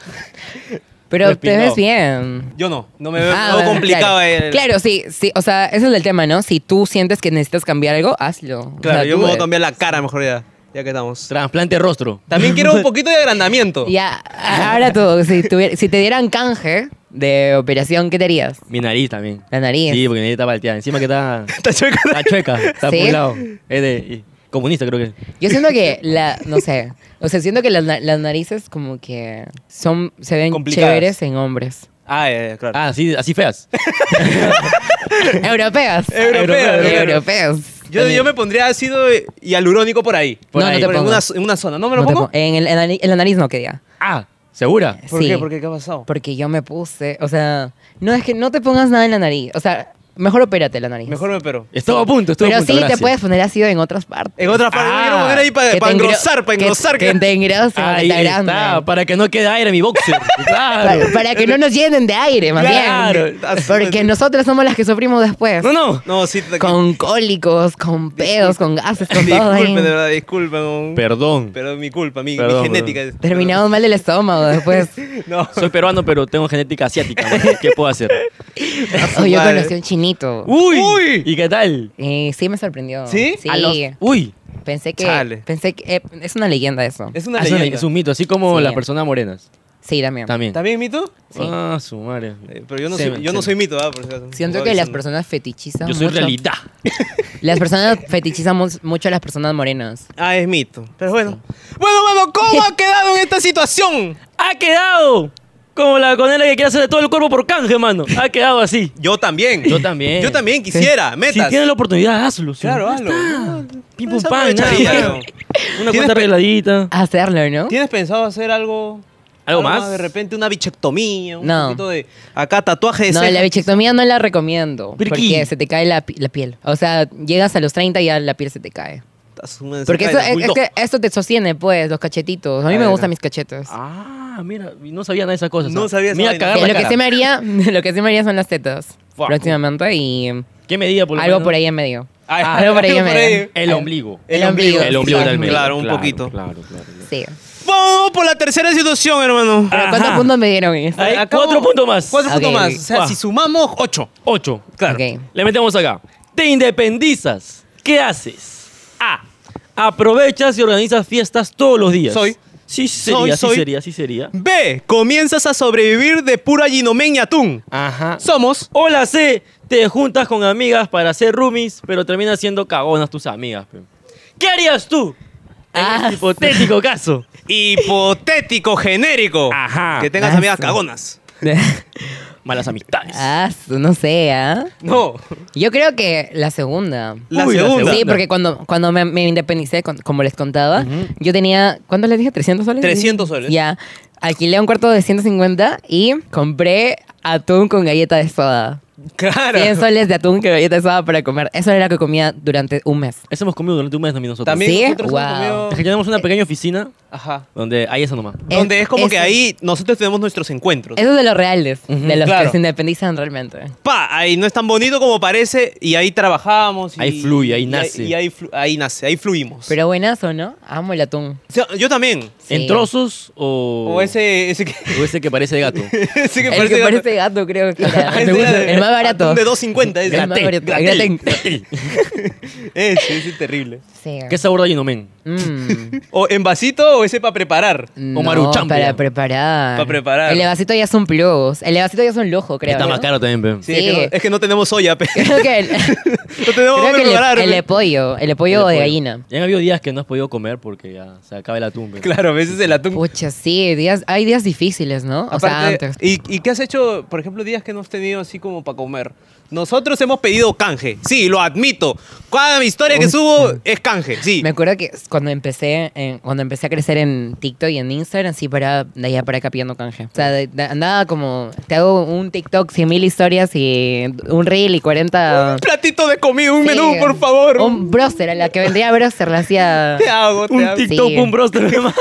Speaker 2: Pero te
Speaker 1: Respingado.
Speaker 2: ves bien.
Speaker 1: Yo no. No me veo
Speaker 2: Ah,
Speaker 1: no
Speaker 2: bueno,
Speaker 1: complicado
Speaker 2: claro.
Speaker 1: el-
Speaker 2: Claro, sí, sí. O sea, ese es el tema, ¿no? Si tú sientes que necesitas cambiar algo, hazlo. O
Speaker 1: Claro,
Speaker 2: sea,
Speaker 1: yo
Speaker 2: tú,
Speaker 1: me voy a
Speaker 2: eh,
Speaker 1: cambiar la cara mejor ya. Ya que estamos.
Speaker 3: Trasplante de rostro.
Speaker 1: También quiero
Speaker 2: *laughs*
Speaker 1: un poquito de agrandamiento. *laughs*
Speaker 2: Ya, a- ahora tú, si, tuvier- si te dieran canje de operación, ¿qué te harías?
Speaker 3: Mi nariz también.
Speaker 2: La nariz.
Speaker 3: Sí, porque mi nariz está palteada. Encima que está,
Speaker 1: Está chueco.
Speaker 3: está chueca, está
Speaker 2: ¿Sí?
Speaker 3: por un lado. Es de y- comunista, creo que.
Speaker 2: Yo siento que la, no sé, o sea, siento que las, na- las narices como que son, se ven
Speaker 1: Complicadas.
Speaker 2: chéveres
Speaker 1: *laughs*
Speaker 2: en hombres.
Speaker 1: Ah, ya, ya, claro.
Speaker 3: Ah, así, así feas.
Speaker 2: Europeas.
Speaker 1: Europeas,
Speaker 2: Europeas.
Speaker 1: claro. yo,
Speaker 2: Ah,
Speaker 1: yo me pondría ácido eh, hialurónico por ahí. Por
Speaker 2: No, no
Speaker 1: ahí,
Speaker 2: te
Speaker 1: por en,
Speaker 2: pongo.
Speaker 1: una, en una zona. ¿No me lo
Speaker 2: No te
Speaker 1: pongo?
Speaker 2: pon- en, el- en la nariz- en la nariz no quería.
Speaker 3: Ah, ¿segura?
Speaker 1: ¿Por
Speaker 2: Sí.
Speaker 1: qué? ¿Por qué? ¿Qué ha pasado?
Speaker 2: Porque yo me puse, o sea, no es que no te pongas nada en la nariz, o sea, mejor opérate la nariz.
Speaker 1: Mejor me pero.
Speaker 3: Estuvo a punto, estuvo
Speaker 2: Pero
Speaker 3: a punto.
Speaker 2: sí
Speaker 3: gracias.
Speaker 2: te puedes poner ácido en otras partes.
Speaker 1: En otra parte, me quiero poner ahí para
Speaker 2: Ah, Que te engro-
Speaker 1: Eh, engrosar, para
Speaker 2: que-
Speaker 1: engrosar. *laughs*
Speaker 2: Que, te engrose, para que
Speaker 3: Ahí
Speaker 2: te
Speaker 3: está,
Speaker 2: agranden.
Speaker 3: para que no quede aire en
Speaker 2: *laughs*
Speaker 3: mi boxer. Claro.
Speaker 2: Para, para que no nos llenen de aire, más
Speaker 3: Claro.
Speaker 2: bien. Porque nosotras somos las que sufrimos después.
Speaker 3: No, no.
Speaker 1: Ah, *laughs* No, sí, te- *laughs*
Speaker 2: Con cólicos, con pedos, con gases, con todo. ahí.
Speaker 1: Disculpen, de verdad, disculpen. no.
Speaker 3: Perdón.
Speaker 1: Pero es mi culpa, mi, mi
Speaker 3: Perdón,
Speaker 1: genética. es-
Speaker 2: Terminamos mal del estómago después.
Speaker 1: *laughs*
Speaker 2: *laughs*
Speaker 1: No.
Speaker 3: Soy peruano, pero tengo genética asiática. ¿no? ¿Qué puedo hacer?
Speaker 2: O Oh, yo
Speaker 1: Madre.
Speaker 2: conocí a un chinito.
Speaker 3: ¡Uy!
Speaker 1: Uy.
Speaker 3: ¿Y qué tal?
Speaker 2: Eh, sí, me sorprendió.
Speaker 1: ¿Sí?
Speaker 2: Sí.
Speaker 3: A los- ¡Uy!
Speaker 2: Pensé que.
Speaker 1: Chale.
Speaker 2: Pensé que. eh, es una leyenda eso.
Speaker 1: Es una
Speaker 3: Ah, es, una-
Speaker 1: leyenda.
Speaker 3: es un mito, así como
Speaker 2: Sí.
Speaker 3: las personas morenas.
Speaker 2: Sí, también.
Speaker 3: También.
Speaker 1: ¿También mito?
Speaker 2: Sí.
Speaker 3: Ah, su madre.
Speaker 1: Eh, Pero yo no,
Speaker 3: Se
Speaker 1: soy,
Speaker 3: me-
Speaker 1: yo no
Speaker 3: se
Speaker 1: soy mito, ¿ah? Por si acaso.
Speaker 2: Siento
Speaker 1: Voy
Speaker 2: que las
Speaker 1: avisando.
Speaker 2: personas fetichizan
Speaker 3: Yo soy
Speaker 2: mucho-
Speaker 3: realidad.
Speaker 2: Las personas fetichizan mu- mucho a las personas morenas.
Speaker 1: Ah, es mito. Pero bueno. Bueno, bueno,
Speaker 2: *laughs*
Speaker 1: ¿cómo ha quedado en esta situación?
Speaker 3: ¡Ha quedado! Como la conela que quiere hacer de todo el cuerpo por canje, mano. Ha quedado así.
Speaker 1: Yo también.
Speaker 3: Yo también.
Speaker 1: Yo también quisiera. Metas.
Speaker 3: Si tienes la oportunidad, hazlo. sí.
Speaker 1: Claro,
Speaker 3: Ya
Speaker 1: hazlo.
Speaker 3: está. Pim pum
Speaker 1: Esa
Speaker 3: pam, nada,
Speaker 1: aprovecharía,
Speaker 3: ya.
Speaker 1: ¿no?
Speaker 2: *laughs*
Speaker 3: Una
Speaker 1: ¿Tienes
Speaker 3: cuenta arregladita.
Speaker 2: Hacerlo, ¿no?
Speaker 1: ¿Tienes pensado hacer algo?
Speaker 3: ¿Algo más?
Speaker 1: Ah, De repente una bichectomía, un
Speaker 2: No.
Speaker 1: poquito de... Acá tatuaje de
Speaker 2: No,
Speaker 1: ceja.
Speaker 2: la bichectomía no la recomiendo.
Speaker 3: ¿Por qué?
Speaker 2: Porque se te cae la, pi- la piel. O sea, llegas a los 30 y ya la piel se te cae.
Speaker 1: Asumen
Speaker 2: Porque eso,
Speaker 1: cerca
Speaker 2: es,
Speaker 1: del
Speaker 2: es
Speaker 1: bulldog.
Speaker 2: que esto te sostiene, pues, los cachetitos. A mí
Speaker 1: Ah,
Speaker 2: me
Speaker 1: ya.
Speaker 2: gustan mis cachetes.
Speaker 3: Ah, mira, no sabía nada de esas cosas.
Speaker 1: No
Speaker 3: ¿ah?
Speaker 1: sabía esa
Speaker 3: Mira,
Speaker 1: vaina.
Speaker 3: cagar
Speaker 2: Que
Speaker 3: la
Speaker 2: lo, que
Speaker 3: cara.
Speaker 2: se me haría, *laughs* lo que se me haría son las tetas.
Speaker 3: Fuck.
Speaker 2: Próximamente y algo
Speaker 3: ¿Qué medida por lo menos?
Speaker 2: por ahí en medio.
Speaker 3: *laughs*
Speaker 1: Ah,
Speaker 2: algo por ahí en
Speaker 1: algo por
Speaker 2: medio.
Speaker 1: ahí.
Speaker 3: El ombligo.
Speaker 2: El ombligo.
Speaker 3: El ombligo
Speaker 2: sí.
Speaker 3: del medio.
Speaker 1: Claro, un poquito.
Speaker 3: Claro, claro.
Speaker 2: Sí.
Speaker 1: Vamos por la tercera situación, hermano.
Speaker 2: ¿Pero
Speaker 3: Ajá.
Speaker 2: cuántos puntos me dieron en eso?
Speaker 3: Ahí,
Speaker 1: Acá
Speaker 3: cuatro
Speaker 1: vamos-
Speaker 3: puntos más.
Speaker 1: Cuatro
Speaker 2: Ok.
Speaker 1: puntos más. O sea,
Speaker 3: Guau.
Speaker 1: si sumamos, ocho.
Speaker 3: Ocho.
Speaker 1: Claro.
Speaker 2: Ok.
Speaker 3: Le metemos acá. Te independizas. ¿Qué haces? A. Aprovechas y organizas fiestas todos los días.
Speaker 1: Soy.
Speaker 3: Sí, sí
Speaker 1: Soy,
Speaker 3: sería,
Speaker 1: soy.
Speaker 3: sí sería, sí sería.
Speaker 1: B. Comienzas a sobrevivir de pura ginomen y atún.
Speaker 3: Ajá.
Speaker 1: Somos.
Speaker 3: O la C. Te juntas con amigas para hacer roomies, pero terminas siendo cagonas tus amigas. pe. ¿Qué harías tú? En
Speaker 2: Ah.
Speaker 3: este hipotético
Speaker 2: *laughs*
Speaker 3: caso.
Speaker 1: Hipotético genérico.
Speaker 3: Ajá.
Speaker 1: Que tengas
Speaker 2: Ah,
Speaker 1: amigas
Speaker 2: sí.
Speaker 1: cagonas.
Speaker 3: Malas amistades.
Speaker 2: ah, su- no sé, ¿ah?
Speaker 1: No.
Speaker 2: Yo creo que la segunda.
Speaker 1: La
Speaker 3: Uy,
Speaker 1: segunda.
Speaker 3: la segunda.
Speaker 2: Sí, porque cuando, cuando me, me independicé, con- como les contaba, yo tenía, ¿cuánto les dije? ¿300 soles?
Speaker 1: 300 soles.
Speaker 2: Ya. Alquilé un cuarto de 150 y compré atún con galleta de soda.
Speaker 1: Claro.
Speaker 2: 100 soles de atún con galleta de soda para comer. Eso era lo que comía durante un mes.
Speaker 3: Eso hemos comido durante un mes también nosotros.
Speaker 1: También
Speaker 2: ¿Sí?
Speaker 1: nosotros hemos
Speaker 2: Wow.
Speaker 1: comido-
Speaker 3: Es que tenemos una
Speaker 2: Eh.
Speaker 3: pequeña oficina
Speaker 1: Ajá.
Speaker 3: donde hay eso nomás.
Speaker 2: Es-
Speaker 1: Donde es como que
Speaker 2: eso-
Speaker 1: ahí nosotros tenemos nuestros encuentros.
Speaker 2: Eso es de los reales, de los
Speaker 1: claro.
Speaker 2: que se independizan realmente.
Speaker 1: Pa, ahí no es tan bonito como parece y ahí trabajamos. y-
Speaker 3: Ahí fluye, ahí
Speaker 1: y
Speaker 3: nace.
Speaker 1: Y ahí, flu- ahí nace, ahí fluimos.
Speaker 2: Pero buenazo, ¿no? Amo el atún.
Speaker 1: O sea, yo también.
Speaker 2: Sí.
Speaker 3: ¿En trozos o.?
Speaker 1: O ese, ese que, *laughs*
Speaker 3: o ese que parece de gato.
Speaker 1: ese que
Speaker 2: Oh. el que
Speaker 1: gato.
Speaker 2: parece gato,
Speaker 1: *laughs*
Speaker 2: creo que era.
Speaker 1: Ah, ese era de-
Speaker 2: el más barato.
Speaker 1: atún De 2.50.
Speaker 2: El más
Speaker 1: Ese.
Speaker 2: barato.
Speaker 3: Gratel.
Speaker 2: Gratel.
Speaker 1: *laughs* ese, ese es terrible.
Speaker 2: Sí.
Speaker 3: *laughs* ¿Qué sabor da Yinomen?
Speaker 2: Mm.
Speaker 1: *laughs* O en vasito o ese para preparar.
Speaker 2: No,
Speaker 3: Maruchan,
Speaker 2: para
Speaker 3: mira.
Speaker 2: preparar.
Speaker 1: Para preparar.
Speaker 2: El levacito ya es un plus. El levacito ya es un lujo, creo.
Speaker 3: Está
Speaker 2: ¿no?
Speaker 3: más caro también, pero.
Speaker 1: Sí, Es, que
Speaker 2: Sí.
Speaker 1: no, es que no tenemos olla, pe.
Speaker 2: *laughs* Creo que el,
Speaker 1: *laughs* No tenemos
Speaker 2: creo
Speaker 1: para
Speaker 2: que el,
Speaker 1: preparar.
Speaker 2: el
Speaker 1: pe.
Speaker 2: de pollo. El de pollo de gallina.
Speaker 3: Ya han habido días que no has podido comer porque ya se acaba el atún. pe.
Speaker 1: Claro, a veces el atún.
Speaker 2: Pucha, sí. Días, hay días difíciles, ¿no? O sea,
Speaker 1: Aparte,
Speaker 2: antes.
Speaker 1: ¿y, y qué has hecho, por ejemplo, días que no has tenido así como para comer? Nosotros hemos pedido canje, sí, lo admito. Cada historia que subo es canje, sí.
Speaker 2: Me acuerdo que cuando empecé, en- cuando empecé a crecer en TikTok y en Instagram, sí para de allá para acá pidiendo canje. O sea, de- de- andaba como, te hago un TikTok, 100 mil historias y un reel y 40...
Speaker 1: Un platito de comida, un
Speaker 2: Ah. Sí, Oh,
Speaker 1: menú, por favor.
Speaker 2: Un broster, a la que vendía broster, la hacía...
Speaker 1: *laughs* Te hago, te
Speaker 3: Un
Speaker 1: hago.
Speaker 3: TikTok,
Speaker 2: Sí.
Speaker 3: un broster, *laughs* hermano.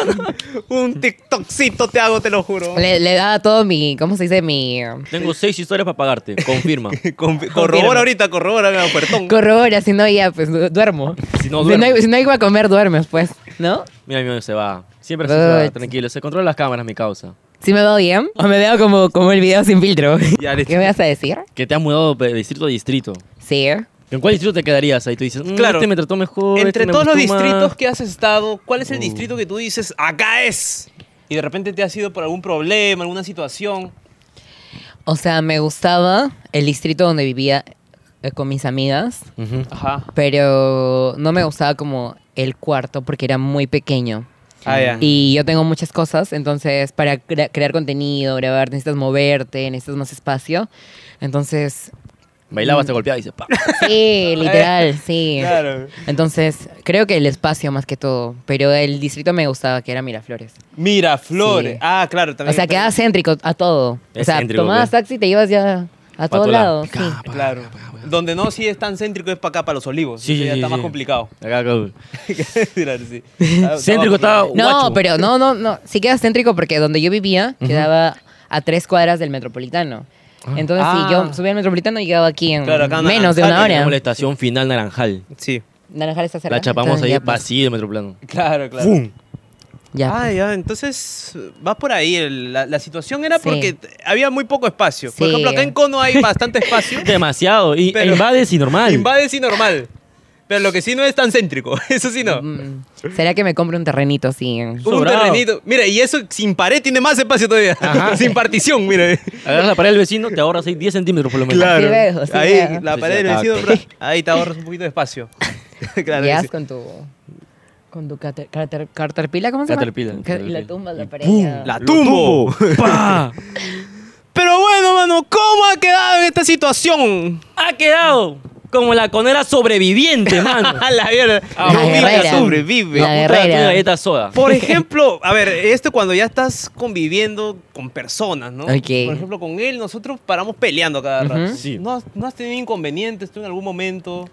Speaker 1: Un TikTokcito te hago, te lo juro.
Speaker 2: Le, le daba todo mi, ¿cómo se dice? Mi...
Speaker 3: Tengo seis historias para pagarte.
Speaker 1: *laughs*
Speaker 3: Confirma.
Speaker 1: Con- corrobora ahorita, corrobora, mi ofertón.
Speaker 2: Corrobora, si no ya, pues du- duermo.
Speaker 3: Si no, duermo.
Speaker 2: Si no, si no iba a comer, duermes, pues, ¿no?
Speaker 3: Mira, mi amigo se va. Siempre se va.
Speaker 2: But-
Speaker 3: Tranquilo. Se controla las cámaras, mi causa.
Speaker 2: ¿Sí me veo bien? ¿O me
Speaker 1: *laughs*
Speaker 2: veo como, como el video sin filtro?
Speaker 1: Ya, listo.
Speaker 2: ¿Qué me vas a decir?
Speaker 3: Que te has mudado de distrito a distrito.
Speaker 2: Sí.
Speaker 3: ¿En cuál distrito te quedarías ahí? Tú dices, "Mm,
Speaker 1: Claro.
Speaker 3: este me trató mejor. este
Speaker 1: Entre
Speaker 3: me
Speaker 1: todos los
Speaker 3: gustó más".
Speaker 1: distritos que has estado, ¿cuál es el
Speaker 3: Uh.
Speaker 1: distrito que tú dices, acá es? Y de repente te has ido por algún problema, alguna situación.
Speaker 2: O sea, me gustaba el distrito donde vivía eh, con mis amigas,
Speaker 3: Ujú.
Speaker 1: Ajá.
Speaker 2: pero no me gustaba como el cuarto porque era muy pequeño.
Speaker 1: Ah, ya.
Speaker 2: Y yo tengo muchas cosas, entonces para cre- crear contenido, grabar, necesitas moverte, necesitas más espacio.
Speaker 1: *laughs*
Speaker 2: Entonces,
Speaker 3: Bailabas, te golpeabas
Speaker 2: *laughs*
Speaker 3: y dices, pa.
Speaker 2: sí, literal, sí.
Speaker 1: Claro.
Speaker 2: Entonces, creo que el espacio más que todo, pero el distrito me gustaba, que era Miraflores.
Speaker 1: Miraflores.
Speaker 2: Sí.
Speaker 1: Ah, claro, también.
Speaker 2: O sea, quedaba céntrico a todo. O
Speaker 3: Es
Speaker 2: sea,
Speaker 3: céntrico,
Speaker 2: tomabas
Speaker 3: pues.
Speaker 2: taxi y te ibas ya a todos
Speaker 3: todo lado.
Speaker 2: lados. Sí.
Speaker 3: Pica, pa,
Speaker 1: Claro.
Speaker 3: pa, pa, pa.
Speaker 1: Donde no sí es tan céntrico es para acá, para los olivos.
Speaker 3: Sí,
Speaker 1: Eso
Speaker 3: sí,
Speaker 1: ya
Speaker 3: sí,
Speaker 1: está
Speaker 3: sí.
Speaker 1: más complicado. *laughs*
Speaker 3: Acá, acá.
Speaker 1: Claro, sí. Está-
Speaker 3: Céntrico
Speaker 1: está
Speaker 3: estaba-
Speaker 1: complicado.
Speaker 2: No,
Speaker 3: Guacho.
Speaker 2: pero no, no, no. Sí queda céntrico porque donde yo vivía quedaba a tres cuadras del metropolitano. Entonces, si yo
Speaker 1: Ah.
Speaker 2: subía al metropolitano, llegaba aquí en
Speaker 1: Claro, acá en
Speaker 2: menos de
Speaker 1: Naranjal
Speaker 2: una
Speaker 3: Tenemos la
Speaker 2: hora.
Speaker 3: estación final Naranjal.
Speaker 1: Sí,
Speaker 2: Naranjal está cerca.
Speaker 3: La chapamos
Speaker 2: entonces
Speaker 3: ahí
Speaker 2: ya, pues,
Speaker 3: vacío de Metroplano.
Speaker 1: claro, claro.
Speaker 3: ¡Fum!
Speaker 2: Ya. pues.
Speaker 1: Ah, ya, entonces va por ahí. el- la, la situación era
Speaker 2: Sí.
Speaker 1: porque t- había muy poco espacio. Por
Speaker 2: Sí.
Speaker 1: ejemplo, acá en Cono hay bastante
Speaker 3: *laughs*
Speaker 1: espacio.
Speaker 3: Demasiado. Y
Speaker 1: Pero-
Speaker 3: e invades y normal.
Speaker 1: Invades y normal. Pero lo que sí no es tan céntrico. *laughs* Eso sí no. Uh,
Speaker 2: Mm, ¿Será que me compro un terrenito así? en-
Speaker 1: Un
Speaker 3: Sobrado.
Speaker 1: terrenito. Mira, y eso sin pared tiene más espacio todavía.
Speaker 3: Ajá.
Speaker 1: *laughs* sin partición, mira.
Speaker 3: *laughs* Agarras la pared del vecino, te ahorras ahí 10 centímetros por lo menos.
Speaker 2: Claro. veo, sí
Speaker 1: ahí,
Speaker 2: veo.
Speaker 1: la
Speaker 3: Sí,
Speaker 1: pared
Speaker 3: sí,
Speaker 1: del
Speaker 3: acá,
Speaker 1: vecino,
Speaker 3: ok.
Speaker 1: bra, ahí te ahorras un poquito de espacio.
Speaker 2: *laughs*
Speaker 1: *laughs* claro. que
Speaker 2: Llegas
Speaker 1: sí.
Speaker 2: con tu. Con tu cater- cater- caterpila, ¿cómo se llama?
Speaker 3: Caterpillar.
Speaker 2: Ca- Y la tumba, la pared.
Speaker 3: ¡Pum!
Speaker 2: ya.
Speaker 1: La
Speaker 3: Lo
Speaker 1: tumbo. *laughs*
Speaker 3: ¡Pa!
Speaker 1: Pero bueno, mano, ¿cómo ha quedado en esta situación?
Speaker 3: Ha quedado como la
Speaker 2: *laughs*
Speaker 3: conera sobreviviente, mano.
Speaker 1: *laughs* A la mierda.
Speaker 3: Ah,
Speaker 1: La
Speaker 3: guerrera.
Speaker 1: vida sobrevive.
Speaker 2: La
Speaker 3: A punta de
Speaker 2: guerrera.
Speaker 3: tu galleta soda.
Speaker 2: *laughs*
Speaker 1: Por ejemplo, a ver, esto cuando ya estás conviviendo con personas, ¿no?
Speaker 2: Ok.
Speaker 1: Por ejemplo, con él nosotros paramos peleando cada rato.
Speaker 2: Ujú.
Speaker 3: Sí.
Speaker 1: ¿No, has, no has tenido inconvenientes tú en algún momento?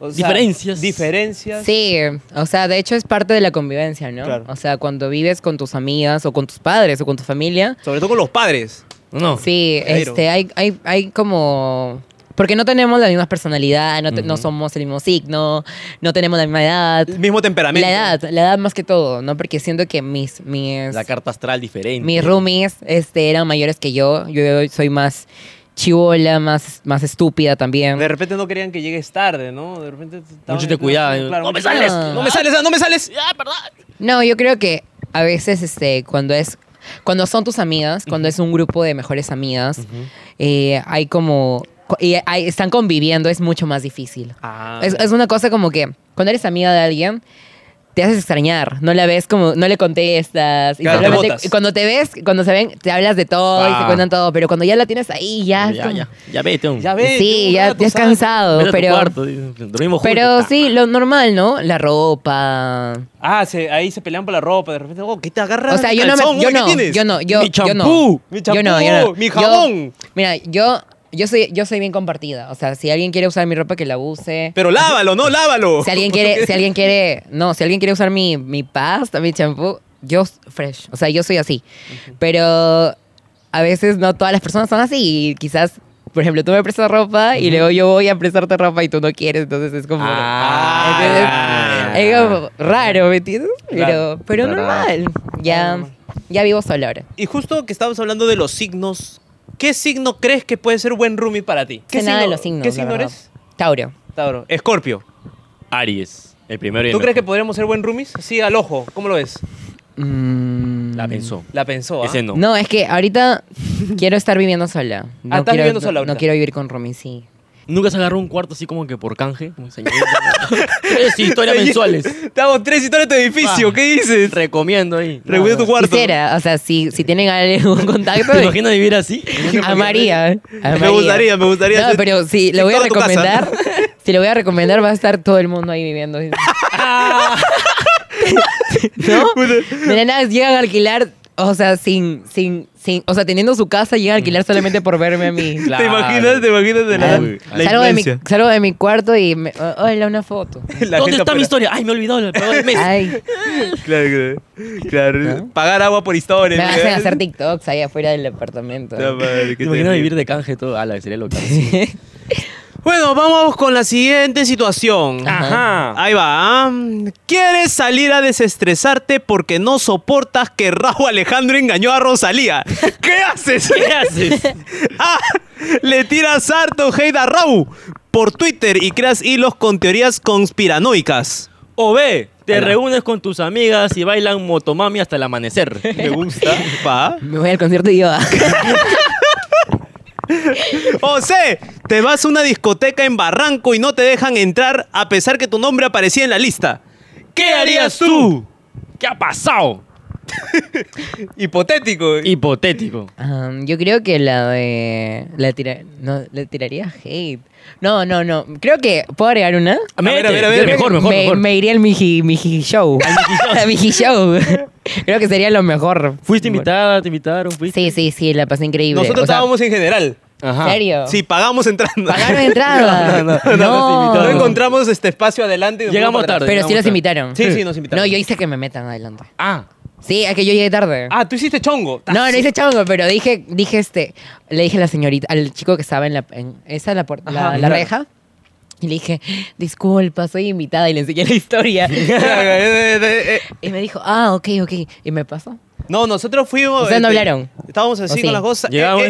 Speaker 1: O
Speaker 3: Diferencias.
Speaker 1: Diferencias.
Speaker 2: Sí, o sea, de hecho es parte de la convivencia, ¿no?
Speaker 1: Claro.
Speaker 2: O sea, cuando vives con tus amigas o con tus padres o con tu familia,
Speaker 1: Sobre todo con los padres.
Speaker 3: No.
Speaker 2: *laughs* sí,
Speaker 1: Claro.
Speaker 2: este, hay, hay, hay como... Porque no tenemos la misma personalidad, no, te- no somos el mismo signo, no tenemos la misma edad.
Speaker 1: El mismo temperamento.
Speaker 2: La edad, la edad más que todo, ¿no? Porque siento que mis, mis,
Speaker 3: La carta astral diferente.
Speaker 2: mis roomies este, eran mayores que yo. Yo soy más chivola, más, más estúpida también.
Speaker 1: De repente no querían que llegues tarde, ¿no? De repente estaban-
Speaker 3: Mucho te cuidaba, ¿eh? ¡No me
Speaker 1: mucho-
Speaker 2: sales!
Speaker 1: ¡No me sales! ah, ¡No me sales!
Speaker 3: Ah, ¿verdad?
Speaker 2: No, yo creo que a veces este, cuando es cuando son tus amigas, cuando es un grupo de mejores amigas, eh, hay como co- y hay- están conviviendo, es mucho más difícil.
Speaker 1: Ah.
Speaker 2: Es, es una cosa como que cuando eres amiga de alguien te haces extrañar, no la ves como, no le contestas. Y
Speaker 1: Claro, te
Speaker 2: solamente-
Speaker 1: botas.
Speaker 2: y cuando te ves, cuando se ven, te hablas de todo y
Speaker 3: Ah.
Speaker 2: te cuentan todo, pero cuando ya la tienes ahí, ya. es
Speaker 3: Ya,
Speaker 2: como-
Speaker 3: ya. Ya vete. un-
Speaker 1: Ya ve.
Speaker 2: sí, ya, ya es cansado,
Speaker 3: Vete a tu
Speaker 2: pero,
Speaker 3: cuarto, dormimos juntos.
Speaker 2: pero
Speaker 3: Ah.
Speaker 2: sí, lo normal, ¿no? La ropa,
Speaker 1: Ah, se- ahí se pelean por la ropa. De repente, oh, ¿qué te agarras?
Speaker 2: O sea,
Speaker 1: ¿Qué
Speaker 2: yo no,
Speaker 1: calzón?
Speaker 2: me, yo,
Speaker 1: Oye, ¿qué
Speaker 2: no
Speaker 1: tienes?
Speaker 2: yo no, yo, yo
Speaker 3: Mi champú,
Speaker 2: no,
Speaker 1: mi
Speaker 2: yo no, yo
Speaker 1: champú,
Speaker 2: no,
Speaker 1: mi
Speaker 2: Yo-
Speaker 1: jabón.
Speaker 2: mira, yo, yo soy, yo soy bien compartida. O sea, si alguien quiere usar mi ropa, que la use.
Speaker 1: Pero lávalo, no *laughs* lávalo.
Speaker 2: Si alguien quiere, si alguien quiere, no, si alguien quiere usar mi, mi pasta, mi champú, yo s- fresh. O sea, yo soy así. Pero a veces no todas las personas son así. Y quizás, por ejemplo, tú me prestas ropa y luego yo voy a prestarte ropa y tú no quieres. Entonces es como.
Speaker 1: Ah,
Speaker 3: Ah,
Speaker 2: ¿entiendes?
Speaker 3: ya.
Speaker 2: es como raro, ¿me entiendes?
Speaker 1: Claro.
Speaker 2: Pero, pero
Speaker 3: Claro.
Speaker 2: normal. Ya, ya vivo sola ahora.
Speaker 1: Y justo que estábamos hablando de los signos, ¿qué signo crees que puede ser buen roomie para ti? ¿Qué
Speaker 2: Sé nada de los signos.
Speaker 1: ¿Qué
Speaker 2: la
Speaker 1: signo
Speaker 2: verdad.
Speaker 1: eres?
Speaker 2: Tauro.
Speaker 1: Tauro. Escorpio.
Speaker 3: Aries. El primero y el
Speaker 1: ¿Tú crees que
Speaker 3: mejor.
Speaker 1: podríamos ser buen roomies? Sí, al ojo. ¿Cómo lo ves?
Speaker 2: Mm,
Speaker 3: La pensó.
Speaker 1: La pensó. ¿ah?
Speaker 3: Ese no.
Speaker 2: No. es que ahorita quiero estar viviendo sola. No
Speaker 1: estás
Speaker 2: quiero,
Speaker 1: viviendo
Speaker 2: no-
Speaker 1: sola
Speaker 2: No,
Speaker 1: ahorita.
Speaker 2: quiero vivir con Romy, sí.
Speaker 3: Nunca se agarró un cuarto así como que por canje.
Speaker 2: *laughs*
Speaker 3: Como señor. Tres historias mensuales.
Speaker 1: *laughs* Te hago tres historias de tu edificio.
Speaker 3: Ah.
Speaker 1: ¿Qué dices?
Speaker 3: Recomiendo ahí.
Speaker 1: Reúne tu cuarto.
Speaker 2: Quisiera, o sea, si,
Speaker 1: *laughs*
Speaker 2: si tienen algún contacto, *laughs*
Speaker 3: ¿Te imaginas vivir así?
Speaker 2: a María.
Speaker 1: Me gustaría, me gustaría.
Speaker 2: No,
Speaker 1: hacer-
Speaker 2: pero si lo voy a
Speaker 1: toda tu casa. *laughs*
Speaker 2: recomendar, si lo voy a recomendar, va a estar todo el mundo ahí viviendo. *laughs* ¿No? Mira, llegan a alquilar, o sea, sin, sin, sin, o sea, teniendo su casa, llegan a alquilar solamente por verme a
Speaker 1: Mm. *laughs*
Speaker 2: mí.
Speaker 1: ¿Te
Speaker 3: Claro.
Speaker 1: imaginas? ¿Te imaginas de la,
Speaker 3: Uy.
Speaker 1: la
Speaker 2: salgo, de mi, *laughs*
Speaker 1: influencia?
Speaker 2: salgo de mi cuarto y me, oh, hola, una foto.
Speaker 1: La
Speaker 3: ¿Dónde
Speaker 1: gente
Speaker 3: está
Speaker 1: afuera.
Speaker 3: mi historia? Ay, me he olvidado. La pagó el mes.
Speaker 2: Ay,
Speaker 1: *laughs* Claro, claro. claro. Pagar agua por historia.
Speaker 2: me hacen
Speaker 1: *laughs*
Speaker 2: hacer TikToks ahí afuera del apartamento.
Speaker 1: No, madre, qué
Speaker 3: ¿Te imaginas
Speaker 1: terrible.
Speaker 3: vivir de canje todo? Ala, sería loca.
Speaker 1: Bueno, vamos con la siguiente situación.
Speaker 3: Ah. Ajá.
Speaker 1: Ahí va. ¿ah? ¿Quieres salir a desestresarte porque no soportas que Raúl Alejandro engañó a Rosalía? ¿Qué haces? *laughs* Ah,
Speaker 3: ¿Qué haces?
Speaker 1: A. Le tiras harto hate a Raúl. por Twitter y creas hilos con teorías conspiranoicas.
Speaker 3: O B, te
Speaker 1: Hola.
Speaker 3: reúnes con tus amigas y bailan motomami hasta el amanecer.
Speaker 1: Me gusta. Pa.
Speaker 2: Me voy al concierto y yo.
Speaker 1: O C, te vas a una discoteca en Barranco y no te dejan entrar a pesar que tu nombre aparecía en la lista.
Speaker 3: ¿Qué harías tú? ¿Qué ha pasado?
Speaker 1: Hipotético.
Speaker 3: Hipotético.
Speaker 2: Um, yo creo que la de. La tira- no, le tiraría hate. No, no, no. Creo que. ¿Puedo agregar una?
Speaker 3: A ver,
Speaker 1: Métete.
Speaker 3: a ver, a
Speaker 1: Yo
Speaker 3: ver.
Speaker 1: creo
Speaker 3: Mejor,
Speaker 1: que
Speaker 3: mejor,
Speaker 2: me,
Speaker 3: mejor.
Speaker 2: me iría al Miji, Miji Show. *laughs* Al Miji Show. creo que sería lo mejor.
Speaker 3: Fuiste invitada, te invitaron,
Speaker 2: Sí,
Speaker 3: fuiste.
Speaker 2: sí, sí, la pasé increíble.
Speaker 1: Nosotros
Speaker 2: O sea,
Speaker 1: estábamos en general.
Speaker 3: Ajá.
Speaker 2: ¿En serio?
Speaker 1: Sí, pagamos entrando. *laughs*
Speaker 2: Pagaron entrada. No,
Speaker 3: No, no, no, no,
Speaker 1: No
Speaker 3: Claro.
Speaker 1: encontramos este espacio adelante. y nos
Speaker 3: Llegamos
Speaker 1: fuimos para
Speaker 3: tarde.
Speaker 2: Pero sí
Speaker 3: Llegamos
Speaker 2: los
Speaker 3: tarde.
Speaker 2: invitaron.
Speaker 1: Sí, sí, nos invitaron.
Speaker 2: No, yo hice que me metan adelante.
Speaker 3: Ah,
Speaker 2: Sí, es que yo llegué tarde.
Speaker 1: atrás. Ah, tú hiciste chongo.
Speaker 2: No, no
Speaker 1: *laughs*
Speaker 2: hice chango, pero dije, dije este, le dije a la señorita, al chico que estaba en la, en esa la, puer- la-
Speaker 1: Ajá,
Speaker 2: la
Speaker 1: claro.
Speaker 2: reja, y le dije, disculpa, soy invitada, y le enseñé
Speaker 1: *laughs*
Speaker 2: la historia. *laughs* y me dijo, ah, ok, ok, y me pasó.
Speaker 1: No, nosotros fuimos. este,
Speaker 2: Ustedes no hablaron.
Speaker 1: Estábamos así
Speaker 2: ¿O sí?
Speaker 1: con las cosas. Eh,
Speaker 3: Llegamos.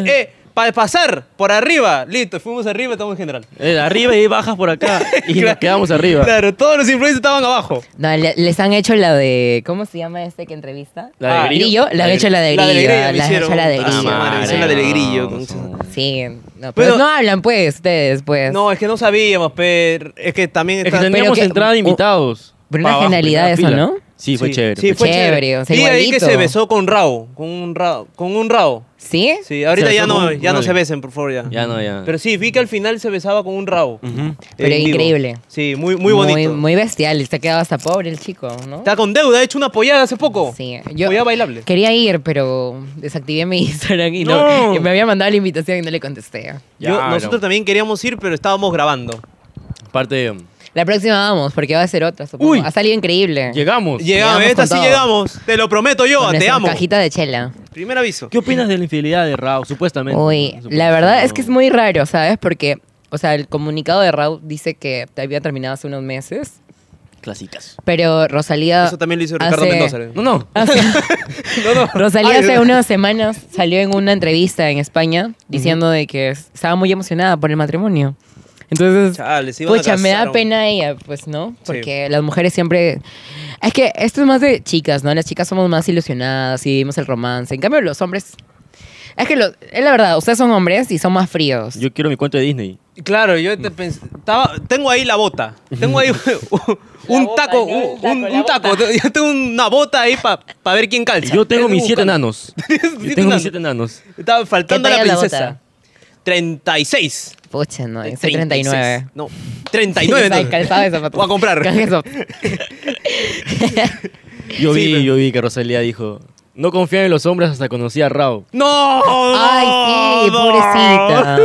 Speaker 1: para pasar por arriba. Listo, fuimos arriba, estamos en general.
Speaker 3: eh, arriba y bajas por acá. Y nos
Speaker 1: Claro.
Speaker 3: quedamos arriba.
Speaker 1: Claro, todos los influencers estaban abajo.
Speaker 2: No, le- les han hecho la de, ¿cómo se llama este que entrevista?
Speaker 3: La de
Speaker 1: Ah,
Speaker 3: grillo.
Speaker 2: Grillo, le han hecho la de
Speaker 1: La
Speaker 2: grillo.
Speaker 1: de Grillo, me
Speaker 2: le han hecho
Speaker 1: hicieron.
Speaker 2: la de
Speaker 1: Ah,
Speaker 2: grillo.
Speaker 1: madre,
Speaker 2: Ah,
Speaker 1: hicieron la de
Speaker 2: no.
Speaker 1: grillo.
Speaker 2: Sí, no, pero
Speaker 1: Pero-
Speaker 2: no hablan pues ustedes, pues.
Speaker 1: No, es que no sabíamos, pero es que también
Speaker 3: Es que
Speaker 1: está-
Speaker 3: teníamos
Speaker 2: que-
Speaker 3: entrada de invitados.
Speaker 2: pero
Speaker 3: Pa'
Speaker 2: una
Speaker 3: abajo,
Speaker 2: genialidad
Speaker 3: primera
Speaker 2: eso,
Speaker 3: fila.
Speaker 2: ¿no?
Speaker 3: Sí, fue chévere.
Speaker 1: Sí,
Speaker 3: fue
Speaker 1: fue
Speaker 2: Chévere,
Speaker 1: chévere.
Speaker 2: o sea,
Speaker 1: y ahí que
Speaker 2: igualito.
Speaker 1: se besó con Rao, con un Rao, con un Rao.
Speaker 2: ¿Sí?
Speaker 1: Sí, ahorita
Speaker 3: Se
Speaker 1: ya
Speaker 3: besó
Speaker 1: no,
Speaker 3: con-
Speaker 1: ya no
Speaker 3: con
Speaker 1: se
Speaker 3: alguien.
Speaker 1: besen, por favor, ya.
Speaker 3: Ya no, ya.
Speaker 1: Pero sí, vi que al final se besaba con un Rao.
Speaker 3: Ujú.
Speaker 2: Pero
Speaker 1: En vivo.
Speaker 2: increíble.
Speaker 1: Sí, muy, muy bonito.
Speaker 2: Muy, bestial, se ha quedado hasta pobre el chico, ¿no?
Speaker 1: Está con deuda, ha hecho una pollada hace poco.
Speaker 2: Sí,
Speaker 1: Pollada bailable.
Speaker 2: Quería ir, pero desactivé mi *laughs* Instagram y, no-
Speaker 3: No.
Speaker 2: y me había mandado la invitación y no le contesté.
Speaker 3: Ya,
Speaker 1: Yo-
Speaker 3: no.
Speaker 1: nosotros también queríamos ir, pero estábamos grabando.
Speaker 3: Parte de-
Speaker 2: La próxima vamos, porque va a ser otra, supongo.
Speaker 3: Uy.
Speaker 2: Ha salido increíble.
Speaker 1: Llegamos,
Speaker 3: Llegamos.
Speaker 2: Llegamos
Speaker 1: esta
Speaker 2: con
Speaker 1: sí
Speaker 2: todo.
Speaker 1: llegamos. Te lo prometo yo,
Speaker 2: Con
Speaker 1: te
Speaker 2: nuestra
Speaker 1: amo.
Speaker 2: cajita de chela.
Speaker 1: Primer aviso.
Speaker 3: ¿Qué opinas de la infidelidad de Rao, supuestamente?
Speaker 2: Uy,
Speaker 3: Supuestamente.
Speaker 2: la verdad es que es muy raro, ¿sabes? Porque, o sea, el comunicado de Raúl dice que te había terminado hace unos meses,
Speaker 3: Clásicas.
Speaker 2: pero Rosalía...
Speaker 1: Eso
Speaker 2: *laughs*
Speaker 1: también lo hizo Ricardo
Speaker 2: hace-
Speaker 1: Mendoza.
Speaker 3: No, no.
Speaker 1: No, no.
Speaker 2: Rosalía
Speaker 1: Ay,
Speaker 2: hace unas semanas salió en una entrevista en España diciendo de que estaba muy emocionada por el matrimonio. Entonces,
Speaker 1: Chale, se iban a
Speaker 2: pucha, Pues, me
Speaker 1: casar,
Speaker 2: da
Speaker 1: hombre.
Speaker 2: pena ella, pues, ¿no? Porque las mujeres siempre... Es que esto es más de chicas, ¿no? Las chicas somos más ilusionadas y vivimos el romance. En cambio, los hombres... Es que lo- es la verdad, ustedes son hombres y son más fríos.
Speaker 3: Yo quiero mi cuento de Disney.
Speaker 1: Claro, yo te pens- estaba- tengo ahí la bota. Tengo
Speaker 3: *laughs*
Speaker 1: ahí *laughs* un,
Speaker 2: bota,
Speaker 1: taco,
Speaker 2: ¿no? El
Speaker 1: un,
Speaker 2: taco,
Speaker 1: un-
Speaker 2: la
Speaker 1: un taco. Yo tengo una bota ahí para ver quién calza.
Speaker 3: Yo tengo mis siete
Speaker 1: Buscando. *laughs*
Speaker 2: *laughs*
Speaker 3: enanos. Yo
Speaker 1: Siete
Speaker 3: tengo mis
Speaker 1: enanos.
Speaker 3: siete enanos.
Speaker 1: Estaba faltando
Speaker 2: ¿Qué
Speaker 1: la
Speaker 2: talla la
Speaker 1: princesa.
Speaker 2: bota?
Speaker 1: 36.
Speaker 2: Pucha, no, yo soy
Speaker 1: 36.
Speaker 2: 39. *laughs*
Speaker 1: No, 39.
Speaker 2: Sí,
Speaker 1: entonces.
Speaker 2: calzado de zapatos.
Speaker 1: Voy a comprar.
Speaker 2: Con eso.
Speaker 1: *laughs*
Speaker 3: Yo
Speaker 1: Sí,
Speaker 3: vi,
Speaker 1: pero-
Speaker 3: yo vi que Rosalía dijo, no confía en los hombres hasta conocí a Rao.
Speaker 1: No,
Speaker 2: Ay, sí,
Speaker 1: no.
Speaker 2: pobrecita.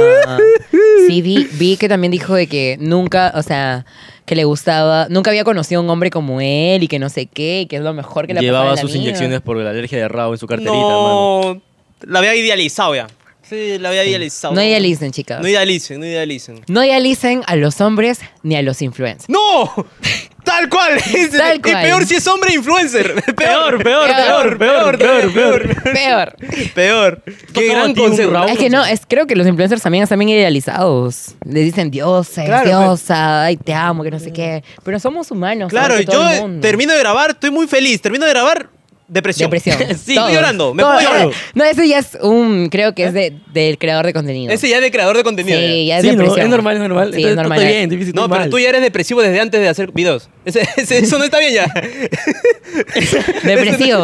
Speaker 1: *laughs*
Speaker 2: Sí, vi, vi que también dijo de que nunca, o sea, que le gustaba, nunca había conocido a un hombre como él y que no sé qué, y que es lo mejor que le ha pasado
Speaker 3: Llevaba
Speaker 2: en la
Speaker 3: sus
Speaker 2: vida.
Speaker 3: inyecciones por la alergia de Rao en su carterita, mano.
Speaker 1: no, la había idealizado ya. Sí, la había idealizado.
Speaker 2: No idealicen, chicas.
Speaker 1: No idealicen, no idealicen.
Speaker 2: No idealicen a los hombres ni a los
Speaker 1: *laughs*
Speaker 2: influencers.
Speaker 1: ¡No! ¡Tal cual! *laughs*
Speaker 2: Tal
Speaker 1: y
Speaker 2: cual.
Speaker 1: peor si es hombre
Speaker 3: *laughs*
Speaker 1: influencer. Peor,
Speaker 3: peor,
Speaker 2: peor,
Speaker 3: peor, peor, peor.
Speaker 2: Peor.
Speaker 1: Peor. Qué
Speaker 3: Tocaba a
Speaker 1: gran
Speaker 3: ti un
Speaker 1: consejo.
Speaker 3: round.
Speaker 2: Es que no, es, creo que los influencers también están bien idealizados. Le dicen dioses,
Speaker 1: Claro, pues. pero-
Speaker 2: diosa, ay, te amo, que no sé qué. Pero somos humanos.
Speaker 1: Claro,
Speaker 2: igual que todo el
Speaker 1: yo eh,
Speaker 2: mundo.
Speaker 1: termino de grabar, estoy muy feliz. Termino de grabar, depresión.
Speaker 2: Depresión.
Speaker 1: *laughs* sí,
Speaker 2: Todos.
Speaker 1: estoy llorando. Me
Speaker 2: Todos.
Speaker 1: pongo a llorar. ¿Eh?
Speaker 2: No, ese ya es un, creo que es de- del creador de contenido.
Speaker 1: Ese ya es de creador de contenido.
Speaker 2: Sí,
Speaker 1: ya.
Speaker 2: ya es
Speaker 3: Sí, ¿no?
Speaker 2: depresión.
Speaker 3: es normal, es normal.
Speaker 2: Sí, es normal.
Speaker 3: Está bien, difícil,
Speaker 1: No, pero tú ya eres depresivo desde antes de hacer videos. Ese- *laughs* ese- eso no está bien ya.
Speaker 2: *laughs* Depresivo.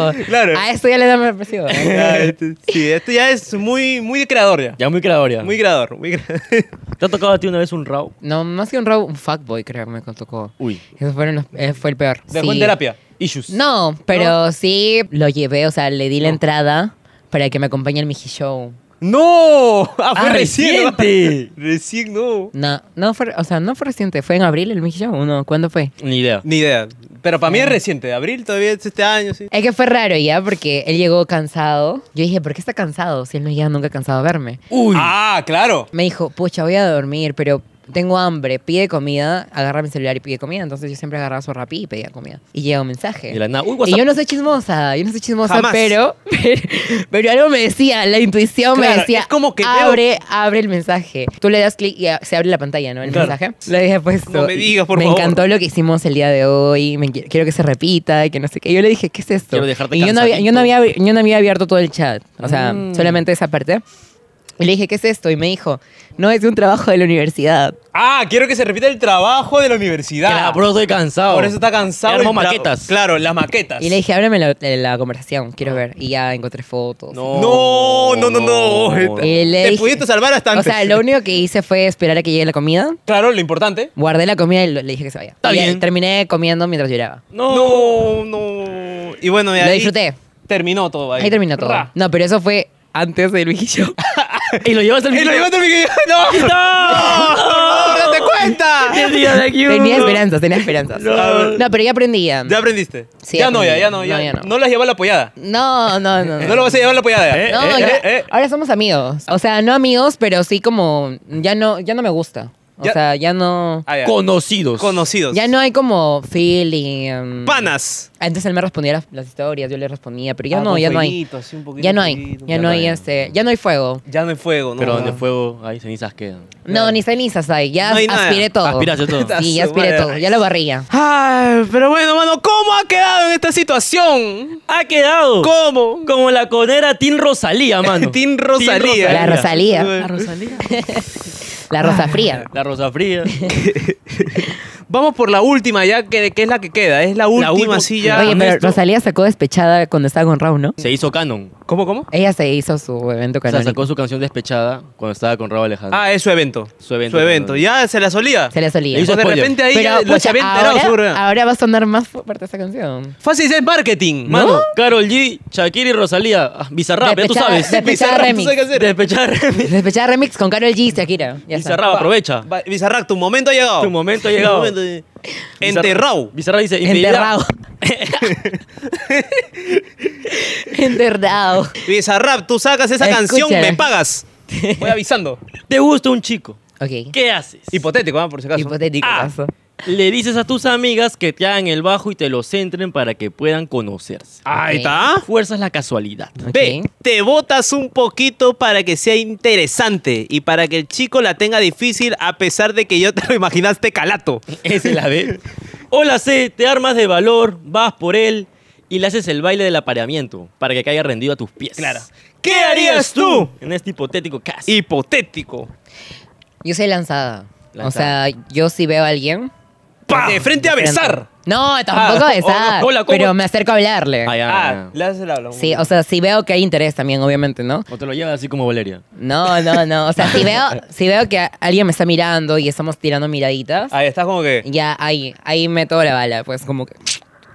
Speaker 1: *laughs*
Speaker 2: Ah,
Speaker 1: Claro.
Speaker 2: A esto ya le dan depresivo. ¿eh?
Speaker 1: *laughs* Ya, este- sí, esto ya es muy, muy de creador ya.
Speaker 3: Ya muy creador ya.
Speaker 1: Muy creador. Muy cre- *laughs*
Speaker 3: ¿Te ha tocado a ti una vez un Rao?
Speaker 2: No, más que un robo, un fuckboy creo que me tocó.
Speaker 3: Uy.
Speaker 2: Eso fueron los- eh, fue el peor.
Speaker 1: Dejó
Speaker 2: Sí.
Speaker 1: en terapia.
Speaker 3: Issues.
Speaker 2: No, pero sí lo llevé, o sea, le di la entrada para que me acompañe al Miji Show.
Speaker 1: ¡No! *laughs* Ah, fue
Speaker 3: Ah,
Speaker 1: recién.
Speaker 3: reciente.
Speaker 1: *laughs* Recién, no.
Speaker 2: No, no fue, o sea, no fue reciente, fue en abril el Miji Show, ¿no? ¿Cuándo fue?
Speaker 3: Ni idea.
Speaker 1: Ni idea. Pero para mí
Speaker 2: Ah.
Speaker 1: es reciente. Abril todavía es este año, sí.
Speaker 2: Es que fue raro ya, porque él llegó cansado. Yo dije, ¿por qué está cansado? Si él no llega nunca cansado a verme.
Speaker 3: Uy.
Speaker 1: Ah, claro.
Speaker 2: Me dijo, pucha, voy a dormir, pero tengo hambre, pide comida, agarra mi celular y pide comida. Entonces yo siempre agarraba su rapi y pedía comida. Y llega un mensaje.
Speaker 3: De la nada, uy,
Speaker 2: Y
Speaker 3: WhatsApp.
Speaker 2: yo no soy chismosa, yo no soy chismosa,
Speaker 1: Jamás.
Speaker 2: pero, pero pero algo me decía, la intuición
Speaker 1: Claro,
Speaker 2: me decía,
Speaker 1: es como que veo-
Speaker 2: abre, abre el mensaje. Tú le das clic y a- se abre la pantalla, ¿no? El
Speaker 1: Claro.
Speaker 2: mensaje. Le dije, pues
Speaker 1: No me digas, por
Speaker 2: me
Speaker 1: favor.
Speaker 2: encantó lo que hicimos el día de hoy, me qui- quiero que se repita, y que no sé qué. Yo le dije, ¿qué es esto?
Speaker 3: Quiero dejarte
Speaker 2: y yo no, había, yo, no
Speaker 3: cansadito.
Speaker 2: había, yo no había abierto todo el chat, o sea,
Speaker 3: Mm.
Speaker 2: solamente esa parte. Y le dije, ¿qué es esto? Y me dijo, no, es de un trabajo de la universidad.
Speaker 1: Ah, quiero que se repita el trabajo de la universidad.
Speaker 3: Claro, por eso estoy cansado.
Speaker 1: Por eso está cansado.
Speaker 3: Armo
Speaker 1: el tra-
Speaker 3: maquetas.
Speaker 1: Claro, las maquetas.
Speaker 2: Y le dije, ábreme la, la conversación, quiero ver. Y ya encontré fotos.
Speaker 1: No, no, no, no.
Speaker 2: Y le
Speaker 1: Te
Speaker 2: dije-
Speaker 1: pudiste salvar hasta
Speaker 2: O
Speaker 1: antes.
Speaker 2: sea, lo único que hice fue esperar a que llegue la comida.
Speaker 1: Claro, lo importante.
Speaker 2: Guardé la comida y lo- le dije que se vaya.
Speaker 3: Está
Speaker 2: Y, eh,
Speaker 3: bien.
Speaker 2: Terminé comiendo mientras lloraba.
Speaker 1: No, no. Y bueno, de
Speaker 2: Lo
Speaker 1: ahí
Speaker 2: disfruté.
Speaker 1: Terminó todo ahí.
Speaker 2: Ahí terminó todo.
Speaker 1: Ra.
Speaker 2: No, pero eso fue antes del
Speaker 1: *laughs*
Speaker 2: Big Show.
Speaker 3: Y lo llevas al
Speaker 1: ¡Y lo
Speaker 3: video.
Speaker 1: llevaste mi *laughs* ¡No!
Speaker 2: *laughs*
Speaker 1: ¡No! ¡No te cuenta!
Speaker 3: El día de aquí,
Speaker 2: tenía
Speaker 3: uno.
Speaker 2: esperanzas, tenía esperanzas.
Speaker 3: No.
Speaker 2: No, pero ya aprendía.
Speaker 1: Ya aprendiste.
Speaker 2: Mm. Sí,
Speaker 1: ya no, ya,
Speaker 2: aprendí.
Speaker 1: ya no, ya.
Speaker 2: No, ya
Speaker 1: no.
Speaker 2: no.
Speaker 1: las llevas a la apoyada.
Speaker 2: No, no, no.
Speaker 1: No lo vas a llevar a la apoyada.
Speaker 3: Eh,
Speaker 2: No,
Speaker 3: eh,
Speaker 2: ya-
Speaker 1: eh, eh.
Speaker 2: ahora somos amigos. O sea, no amigos, pero sí como ya no, ya no me gusta. O
Speaker 1: Ya-
Speaker 2: sea, ya no,
Speaker 1: Ah, ya.
Speaker 3: Conocidos.
Speaker 1: Conocidos.
Speaker 2: ya no hay como feeling.
Speaker 1: Panas.
Speaker 2: Antes él me respondía las, las historias, yo le respondía, pero ya
Speaker 1: Ah,
Speaker 2: no,
Speaker 1: con
Speaker 2: ya no hay,
Speaker 1: fueguito, así, un poquito,
Speaker 2: ya no
Speaker 1: un
Speaker 2: hay,
Speaker 1: poquito,
Speaker 2: ya no hay este, ya no hay fuego.
Speaker 1: Ya no hay fuego, ¿no?
Speaker 3: Pero donde
Speaker 1: Ah.
Speaker 3: fuego, ahí cenizas quedan.
Speaker 2: No, ni cenizas hay. Ya
Speaker 1: No hay nada.
Speaker 2: aspiré todo.
Speaker 3: Aspiraste
Speaker 1: *laughs*
Speaker 3: todo.
Speaker 2: Sí, ya aspiré todo. Ya la barría.
Speaker 1: Ay, pero bueno, mano, ¿cómo ha quedado en esta situación?
Speaker 3: Ha quedado
Speaker 1: ¿Cómo?
Speaker 3: como la conera Tin Rosalía,
Speaker 1: *laughs*
Speaker 3: Ah, *laughs* mano.
Speaker 1: Tin Rosalía.
Speaker 2: La Rosalía.
Speaker 1: La
Speaker 3: Rosalía.
Speaker 2: La rosa fría.
Speaker 3: La Rosa Fría.
Speaker 1: Vamos por la última ya, que, que es la que queda. Es la última,
Speaker 3: última.
Speaker 1: sí, ya.
Speaker 2: Oye, pero
Speaker 1: Ernesto.
Speaker 2: Rosalía sacó despechada cuando estaba con Raúl, ¿no?
Speaker 3: *laughs* Se hizo canon.
Speaker 1: ¿Cómo, cómo?
Speaker 2: Ella se hizo su evento
Speaker 3: O sea,
Speaker 2: canónico.
Speaker 3: sacó su canción despechada cuando estaba con Raúl Alejandro.
Speaker 1: Ah, es su evento.
Speaker 3: Su evento,
Speaker 1: Su evento.
Speaker 3: perdón.
Speaker 1: Ya se la solía.
Speaker 2: Se le solía.
Speaker 3: Le hizo
Speaker 1: O de
Speaker 3: spoiler.
Speaker 1: repente ahí ya
Speaker 2: pucha,
Speaker 1: lo se había enterado,
Speaker 2: ahora,
Speaker 1: seguro.
Speaker 2: ahora va a sonar más fuerte esa canción.
Speaker 1: Fácil es marketing.
Speaker 3: Mano, Carol G, Shakira y Rosalía. Ah, Bizarrap, ya tú
Speaker 2: Despechada-
Speaker 3: sabes.
Speaker 2: despechada remix.
Speaker 1: ¿tú sabes
Speaker 3: *laughs*
Speaker 1: qué hacer?
Speaker 3: Despechar.
Speaker 2: Despechada remix con Karol G y Shakira. Ya
Speaker 3: Y
Speaker 2: está. *laughs*
Speaker 3: cerraba. aprovecha.
Speaker 1: Va- Bizarrap, tu momento ha llegado.
Speaker 3: Tu momento ha llegado.
Speaker 1: Tu momento- Enterrado.
Speaker 3: Bizarrap dice. infidelidad.
Speaker 2: Enterrado. Enterrado.
Speaker 1: Bizarrap, tú sacas esa canción,
Speaker 2: Escúchala.
Speaker 1: me
Speaker 3: *laughs*
Speaker 1: pagas. Voy avisando.
Speaker 3: Te gusta un chico.
Speaker 2: Ok.
Speaker 3: ¿Qué haces?
Speaker 1: Hipotético, ¿ah? por si acaso.
Speaker 2: Hipotético
Speaker 3: Ah.
Speaker 2: caso.
Speaker 3: pues, Le dices a tus amigas que te hagan el bajo y te lo centren para que puedan conocerse.
Speaker 1: Ahí
Speaker 2: Ok.
Speaker 1: está.
Speaker 3: Fuerzas la casualidad.
Speaker 2: Ok.
Speaker 1: Ve, te botas un poquito para que sea interesante y para que el chico la tenga difícil a pesar de que yo te lo imaginaste calato.
Speaker 3: Esa es la B. O la C, te armas de valor, vas por él y le haces el baile del apareamiento para que caiga rendido a tus pies.
Speaker 1: Claro.
Speaker 3: ¿Qué harías tú en este hipotético caso?
Speaker 1: Hipotético.
Speaker 2: Yo soy lanzada.
Speaker 3: Lanzada.
Speaker 2: O sea, yo si veo a alguien.
Speaker 1: ¡Pam! De frente a besar.
Speaker 2: frente. No, tampoco
Speaker 1: Ah,
Speaker 2: besar.
Speaker 3: o- hola, ¿cómo?
Speaker 2: pero me acerco a hablarle.
Speaker 3: Ah, ya,
Speaker 1: Ah,
Speaker 3: ya.
Speaker 1: le haces el habla.
Speaker 2: Sí, o sea, si veo que hay interés también, obviamente, ¿no?
Speaker 3: O te lo llevas así como Valeria.
Speaker 2: No, no, no. O sea, si
Speaker 1: *laughs*
Speaker 2: veo, si veo que a- alguien me está mirando y estamos tirando miraditas,
Speaker 1: Ahí estás como que.
Speaker 2: ya ahí, ahí meto la bala, pues como que.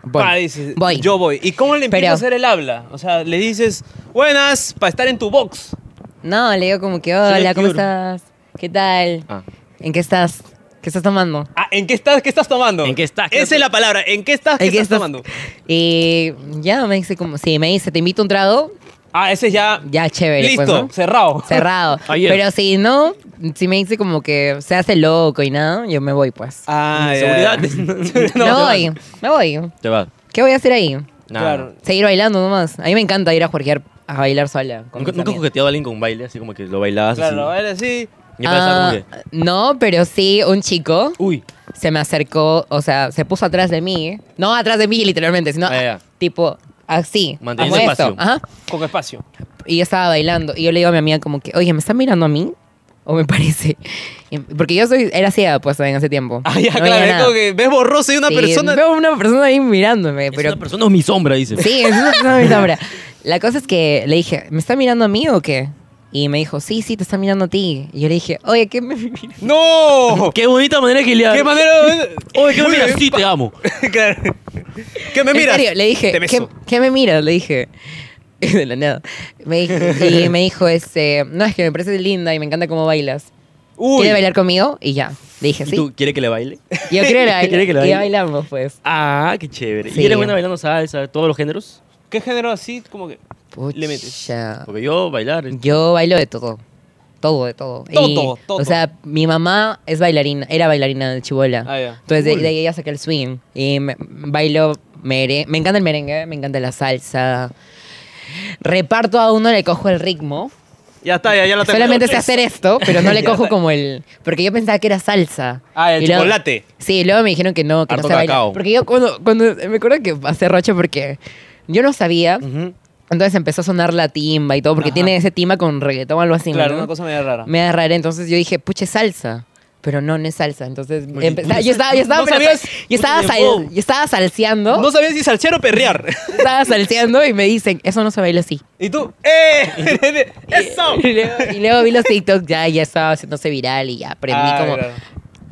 Speaker 2: Voy.
Speaker 1: pa, dices,
Speaker 2: voy.
Speaker 1: Yo voy. ¿Y cómo le empiezas
Speaker 2: Pero-
Speaker 1: a hacer el habla? O sea, le dices, buenas, para estar en tu box.
Speaker 2: No, le digo como que,
Speaker 3: Soy
Speaker 2: hola, ¿cómo
Speaker 3: Cure".
Speaker 2: estás? ¿Qué tal?
Speaker 3: Ah.
Speaker 2: ¿En qué estás? ¿Qué estás tomando?
Speaker 1: Ah, ¿En qué estás? ¿Qué estás tomando?
Speaker 3: ¿En qué estás?
Speaker 1: Esa es la palabra. ¿En qué estás? Ah, ¿Qué
Speaker 2: ¿En qué
Speaker 1: estás,
Speaker 2: estás?
Speaker 1: tomando?
Speaker 2: Y ya me dice como, sí, me dice, te invito un trago,
Speaker 1: Ah, ese es ya.
Speaker 2: ya chévere.
Speaker 1: listo,
Speaker 2: pues, ¿no?
Speaker 1: cerrado.
Speaker 3: *laughs*
Speaker 2: Cerrado.
Speaker 3: Ayer.
Speaker 2: Pero si no, si me dice como que se hace loco y nada, yo me voy pues.
Speaker 1: *laughs* Ah, ya,
Speaker 3: Seguridad.
Speaker 1: ya. *laughs*
Speaker 3: *laughs*
Speaker 2: me
Speaker 1: te
Speaker 2: voy,
Speaker 1: vas.
Speaker 2: me voy.
Speaker 3: Te vas.
Speaker 2: ¿Qué voy a hacer ahí?
Speaker 3: Nada.
Speaker 1: Claro.
Speaker 2: Seguir bailando nomás. A mí me encanta ir a juergear, a bailar sola. con mis
Speaker 3: ¿Nunca, nunca has
Speaker 2: amigas.
Speaker 3: coqueteado a alguien con un baile? Así como que lo bailabas
Speaker 1: Claro,
Speaker 3: así.
Speaker 1: él sí.
Speaker 3: Y empezaba como
Speaker 2: Ah, no, pero sí, un chico
Speaker 3: que, uy,
Speaker 2: se me acercó, o sea, se puso atrás de mí. No atrás de mí, literalmente, sino
Speaker 3: Ah, ya.
Speaker 2: tipo así.
Speaker 3: Manteniendo
Speaker 2: como
Speaker 3: espacio.
Speaker 2: esto. Ajá.
Speaker 1: Con espacio.
Speaker 2: Y yo estaba bailando. Y yo le digo a mi amiga como que, oye, ¿me están mirando a mí? ¿O me *laughs* parece? Y- Porque yo soy, era ciega pues en ese tiempo.
Speaker 1: Ah, ya,
Speaker 2: No veía
Speaker 1: claro. Es
Speaker 2: nada.
Speaker 1: como que ves borroso y una
Speaker 2: Sí,
Speaker 1: persona.
Speaker 2: Veo una persona ahí mirándome,
Speaker 3: es
Speaker 2: pero...
Speaker 3: una persona o mi sombra, dice.
Speaker 2: Sí, es una persona
Speaker 1: *laughs*
Speaker 2: mi sombra. La cosa es que le dije, ¿me está mirando a mí o qué? Y me dijo, sí, sí, te está mirando a ti. Y yo le dije, oye, ¿qué me *laughs* miras?
Speaker 1: ¡No!
Speaker 3: *laughs* Qué bonita manera que le
Speaker 1: ¿Qué manera?
Speaker 3: Oye, ¿qué
Speaker 1: Muy
Speaker 3: mira?
Speaker 1: bien.
Speaker 3: Sí, te amo.
Speaker 1: *laughs* Claro. ¿Qué me
Speaker 2: En
Speaker 1: miras?
Speaker 2: serio, le dije,
Speaker 1: Te
Speaker 2: ¿qué,
Speaker 1: beso.
Speaker 2: qué me miras? Le dije. *laughs* De la nada. Me dijo- y me dijo, este, no, es que me pareces linda y me encanta cómo bailas.
Speaker 1: Uy.
Speaker 2: ¿Quieres bailar conmigo? Y ya. Le dije,
Speaker 3: ¿Y
Speaker 2: sí.
Speaker 3: tú quieres que
Speaker 1: *laughs*
Speaker 3: le baile?
Speaker 2: Yo quiero bailar.
Speaker 3: ¿Quieres que le
Speaker 2: Y
Speaker 3: baile?
Speaker 2: bailamos, pues.
Speaker 3: Ah, qué chévere.
Speaker 2: Sí.
Speaker 3: ¿Y eres buena bailando salsa, todos los géneros?
Speaker 1: ¿Qué género así? Como que. Le metes.
Speaker 2: Pucha. Mm.
Speaker 3: Porque yo bailar.
Speaker 2: Yo bailo de todo. todo, de todo.
Speaker 1: Todo,
Speaker 2: Y,
Speaker 1: todo.
Speaker 2: O sea, mi mamá es bailarina, era bailarina de chibola.
Speaker 1: Ah, ya.
Speaker 2: Entonces de,
Speaker 1: Cool.
Speaker 2: de ahí ya saqué el swing. Y me- bailo merengue. Me encanta el merengue, me encanta la salsa. Reparto a uno, le cojo el ritmo.
Speaker 1: Ya está, ya, ya la tengo.
Speaker 2: Solamente sé hacer esto, pero no
Speaker 1: *laughs*
Speaker 2: le
Speaker 1: Ya
Speaker 2: cojo
Speaker 1: está.
Speaker 2: como el. Porque yo pensaba que era salsa.
Speaker 1: Ah, el
Speaker 2: Y luego-
Speaker 1: chocolate.
Speaker 2: sí, luego me dijeron que no, que no
Speaker 1: Harto
Speaker 2: se baila.
Speaker 1: cacao.
Speaker 2: Porque yo cuando, cuando. Me acuerdo que pasé rocho porque yo no sabía.
Speaker 1: Ujú.
Speaker 2: Entonces empezó a sonar la timba y todo, porque
Speaker 1: Ajá.
Speaker 2: tiene ese timba con reggaetón o algo así.
Speaker 1: Claro,
Speaker 2: ¿no?
Speaker 1: una cosa media rara.
Speaker 2: Me agarraré, entonces yo dije, puche, salsa. Pero no, no es salsa. Entonces
Speaker 3: Oye,
Speaker 2: empe-
Speaker 3: ¿tú no
Speaker 2: yo estaba, yo
Speaker 1: *laughs*
Speaker 2: estaba,
Speaker 1: no
Speaker 2: pero-
Speaker 1: sabías?
Speaker 2: yo estaba, sal-
Speaker 1: Wow.
Speaker 2: yo estaba salseando.
Speaker 1: ¿No? sabía si salsear o
Speaker 2: *laughs*
Speaker 1: perrear.
Speaker 2: Estaba salseando y me dicen, eso no se baila así.
Speaker 1: y tú, ¡eh! *laughs*
Speaker 2: *laughs*
Speaker 1: ¡Eso!
Speaker 2: Y luego, y luego vi los TikToks, ya, ya estaba haciéndose viral y ya aprendí
Speaker 1: Ah,
Speaker 2: como.
Speaker 1: claro.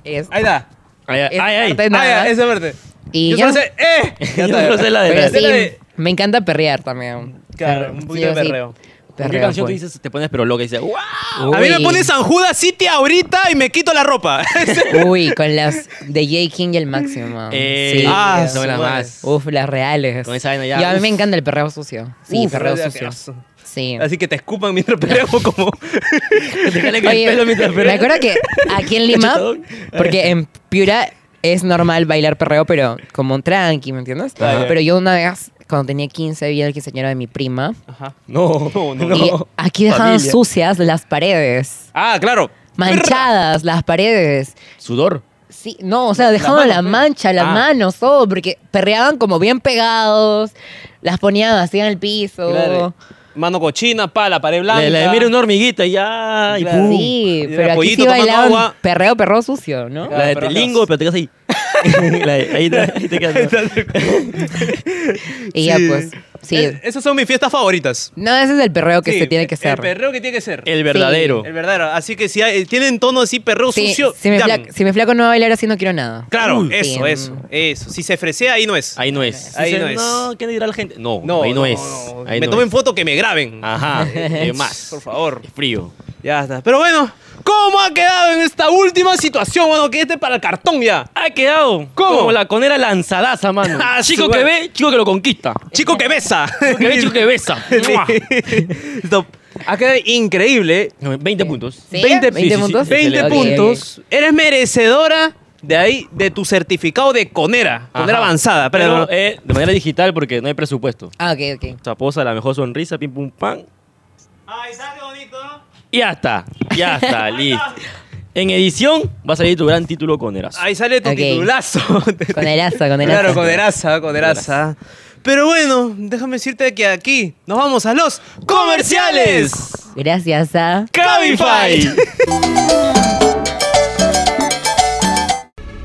Speaker 2: es-
Speaker 1: Ahí está.
Speaker 3: Ay, ay,
Speaker 2: es
Speaker 3: ay,
Speaker 2: parte
Speaker 3: ay.
Speaker 2: de nada.
Speaker 1: Ah, ya, esa parte.
Speaker 2: Y
Speaker 1: yo
Speaker 2: ya.
Speaker 1: solo sé,
Speaker 2: *laughs*
Speaker 1: ¡eh! Ya
Speaker 3: Yo
Speaker 1: está.
Speaker 3: solo sé la de
Speaker 2: pero
Speaker 3: la-
Speaker 2: sí,
Speaker 1: la de-
Speaker 2: me encanta perrear también.
Speaker 1: Claro, un poquito
Speaker 2: sí,
Speaker 1: de
Speaker 2: sí.
Speaker 1: perreo.
Speaker 3: ¿Con ¿Qué
Speaker 2: Perreo,
Speaker 3: canción tú
Speaker 2: pues.
Speaker 3: dices? Te pones pero loca y dices, ¡guau!
Speaker 1: A mí me
Speaker 2: Uy.
Speaker 1: pone San Judas City ahorita y me quito la
Speaker 2: *laughs*
Speaker 1: ropa.
Speaker 2: Uy, con las de J. King y el Máximo.
Speaker 3: Eh,
Speaker 2: sí.
Speaker 1: ah,
Speaker 3: son las
Speaker 1: su madre.
Speaker 3: más.
Speaker 2: Uf, las reales.
Speaker 3: Con esa vaina ya,
Speaker 2: Y a mí
Speaker 3: uf.
Speaker 2: me encanta el perreo sucio. Sí,
Speaker 1: Uf,
Speaker 2: perreo
Speaker 1: ya,
Speaker 2: sucio.
Speaker 1: asco.
Speaker 2: Sí.
Speaker 1: Así que te escupan mientras perreo como...
Speaker 3: *laughs* Que
Speaker 1: *laughs*
Speaker 3: te jalen
Speaker 2: Oye,
Speaker 3: el pelo mientras
Speaker 2: me acuerdo que aquí en Lima,
Speaker 3: Cachetadón.
Speaker 2: porque en Piura es normal bailar perreo, pero como un tranqui, ¿me entiendes?
Speaker 1: Ah, ya.
Speaker 2: Pero yo una vez, cuando tenía 15, vi al quinceañero de mi
Speaker 1: *laughs*
Speaker 2: prima.
Speaker 1: Ajá.
Speaker 3: No, no, no.
Speaker 2: Y aquí dejaban
Speaker 3: Familia.
Speaker 2: sucias las paredes.
Speaker 1: Ah, claro.
Speaker 2: Manchadas las paredes.
Speaker 3: Sudor.
Speaker 2: Sí, no, o sea, dejaban
Speaker 1: manos,
Speaker 2: la
Speaker 1: pues.
Speaker 2: mancha, las
Speaker 1: Ah.
Speaker 2: manos, todo, porque perreaban como bien pegados, las ponían así en el piso.
Speaker 1: Claro. Mano cochina, pa, la pared blanca.
Speaker 3: Le, le mira
Speaker 1: *laughs*
Speaker 3: una hormiguita y ya. Y
Speaker 1: Claro.
Speaker 3: pum.
Speaker 2: Sí,
Speaker 1: Y era
Speaker 2: pero aquí
Speaker 1: pollito
Speaker 2: sí
Speaker 1: tomando
Speaker 2: bailaban
Speaker 1: agua.
Speaker 2: perreo, perreo sucio, ¿no?
Speaker 1: Claro,
Speaker 3: La de
Speaker 1: pero
Speaker 3: Telingo, pero te quedas ahí. *laughs* La de- ahí, te, ahí te quedas. ¿no?
Speaker 2: Y ya pues, sí.
Speaker 1: Es- esas son mis fiestas favoritas.
Speaker 2: No, ese es el perreo que
Speaker 1: Sí,
Speaker 2: se tiene que
Speaker 1: el
Speaker 2: ser.
Speaker 1: perreo que tiene que ser.
Speaker 3: El verdadero.
Speaker 1: El verdadero. Así que si hay- tienen tono así perreo
Speaker 2: Sí,
Speaker 1: sucio,
Speaker 2: si, me
Speaker 1: llamen.
Speaker 2: flaco, si me flaco no va a bailar así, no quiero nada.
Speaker 1: Claro,
Speaker 3: Uy.
Speaker 1: eso,
Speaker 2: Sí.
Speaker 1: eso, eso. Si se fresea, ahí no es.
Speaker 3: Ahí no es.
Speaker 1: Ahí
Speaker 3: Dice,
Speaker 1: no es.
Speaker 3: No, ¿qué le dirá la gente? No, ahí no, es.
Speaker 1: no.
Speaker 3: Ahí
Speaker 1: me
Speaker 3: no
Speaker 1: tomen
Speaker 3: es. Ah,
Speaker 1: foto que me graben. *laughs*
Speaker 3: Ajá, ¿qué más?
Speaker 1: Por favor.
Speaker 3: Es frío.
Speaker 1: Ya está. Pero bueno, ¿cómo ha quedado en esta última situación, mano? Que este para el cartón ya.
Speaker 3: Ha quedado
Speaker 1: ¿Cómo?
Speaker 3: como la conera lanzadaza, mano.
Speaker 1: Ah,
Speaker 3: chico
Speaker 1: su-
Speaker 3: que ve, chico que lo conquista.
Speaker 1: Chico que besa. *laughs*
Speaker 3: Chico que ve, chico que *laughs* besa. ¡Mua!
Speaker 1: Stop. Ha quedado increíble.
Speaker 3: No, 20 puntos.
Speaker 2: ¿Sí?
Speaker 1: 20
Speaker 2: ¿20 puntos?
Speaker 1: 20
Speaker 2: Ok, ok.
Speaker 1: puntos. Eres merecedora de ahí, de tu certificado de conera. Conera
Speaker 3: Ajá.
Speaker 1: avanzada. Pero,
Speaker 3: eh, de manera digital porque no hay presupuesto.
Speaker 2: Ah, ok, ok.
Speaker 3: O sea, posa la mejor sonrisa, pim pum pam.
Speaker 1: Ay, ¿sabes qué bonito?
Speaker 3: Y ya está. Ya
Speaker 1: *laughs*
Speaker 3: está, listo. En edición va a salir tu gran título con Eras.
Speaker 1: Ahí sale tu
Speaker 2: Ok. *laughs*
Speaker 1: titulazo.
Speaker 2: Con el asa, con el asa.
Speaker 1: Claro, coneraza, coneraza. Pero bueno, déjame decirte que aquí nos vamos a los comerciales.
Speaker 2: Gracias a...
Speaker 1: Cabify.
Speaker 3: *laughs*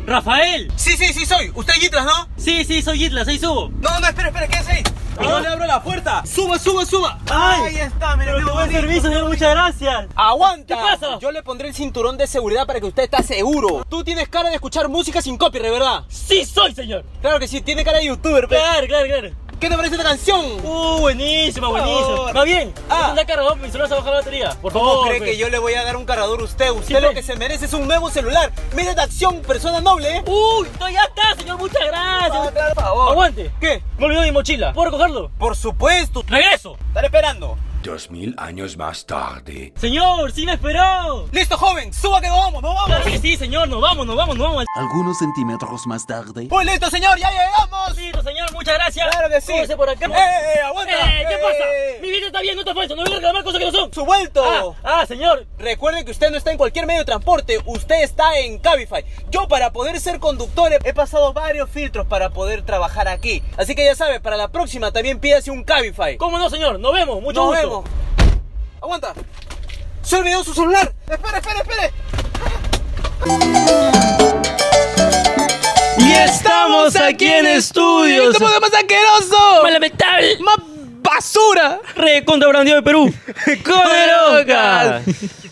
Speaker 3: Rafael,
Speaker 1: Sí, sí, sí, soy. Usted Gitlas, ¿no?
Speaker 3: sí, sí, soy Isla, soy subo. Ah.
Speaker 1: No, no, espera, espera, ¿qué ahí? No le abro la puerta. Suba, suba, suba.
Speaker 3: Ay,
Speaker 1: Ahí está, mira, qué bonito.
Speaker 3: señor, muchas gracias.
Speaker 1: Aguanta.
Speaker 3: ¿Qué pasa?
Speaker 1: Yo le pondré el cinturón de seguridad para que usted está seguro. Tú tienes cara de escuchar música sin copyright, ¿verdad?
Speaker 3: Sí, soy señor.
Speaker 1: Claro que sí, tiene cara de youtuber. pe.
Speaker 3: Claro, claro, claro.
Speaker 1: ¿Qué te parece esta canción?
Speaker 3: Uh, buenísima,
Speaker 1: Por
Speaker 3: buenísima.
Speaker 1: favor.
Speaker 3: Va bien.
Speaker 1: Ah.
Speaker 3: Ah. Está cargado, mi celular se baja la batería. Por
Speaker 1: ¿Cómo
Speaker 3: favor.
Speaker 1: cree
Speaker 3: pues.
Speaker 1: que yo le voy a dar un cargador a usted? Usted
Speaker 3: Sí,
Speaker 1: lo
Speaker 3: pues.
Speaker 1: que se merece es un nuevo celular. Mira de acción, persona noble, ¿eh?
Speaker 3: Uy, no, ya está, señor, muchas gracias.
Speaker 1: Ah, claro, por favor.
Speaker 3: Aguante.
Speaker 1: ¿Qué?
Speaker 3: Me olvidó mi mochila. ¿Puedo recogerlo?
Speaker 1: Por supuesto.
Speaker 3: Regreso.
Speaker 1: Estaré esperando.
Speaker 4: Dos mil años más tarde.
Speaker 3: Señor, sí me esperó.
Speaker 1: Listo, joven. Suba que nos vamos, nos vamos.
Speaker 3: Claro que sí, señor, nos vamos, nos vamos, nos vamos.
Speaker 5: Algunos centímetros más tarde.
Speaker 1: Pues listo, señor. Ya llegamos.
Speaker 3: Listo, señor, muchas gracias.
Speaker 1: Claro que sí.
Speaker 3: Cóbrese por acá.
Speaker 1: ¡Eh, eh, eh, aguanta!
Speaker 3: Eh, ¿Qué
Speaker 1: Eh.
Speaker 3: pasa? Mi vida está bien, no te ofenso, no voy a reclamar cosas que no son.
Speaker 1: Su vuelto.
Speaker 3: Ah, ah, señor.
Speaker 1: Recuerden que usted no está en cualquier medio de transporte, usted está en Cabify. Yo para poder ser conductor he he pasado varios filtros para poder trabajar aquí. Así que ya sabe, para la próxima también pídase un Cabify.
Speaker 3: ¿Cómo no, señor? Nos vemos, mucho
Speaker 1: Nos
Speaker 3: gusto.
Speaker 1: vemos. Aguanta. Se olvidó su celular. Espere, espere, espere.
Speaker 3: Y estamos aquí en estudios.
Speaker 1: ¡Este programa es asqueroso!
Speaker 3: Más lamentable.
Speaker 1: ¡Más basura!
Speaker 3: Recontra brandeado
Speaker 1: *laughs*
Speaker 3: de Perú. ¡Comeroca!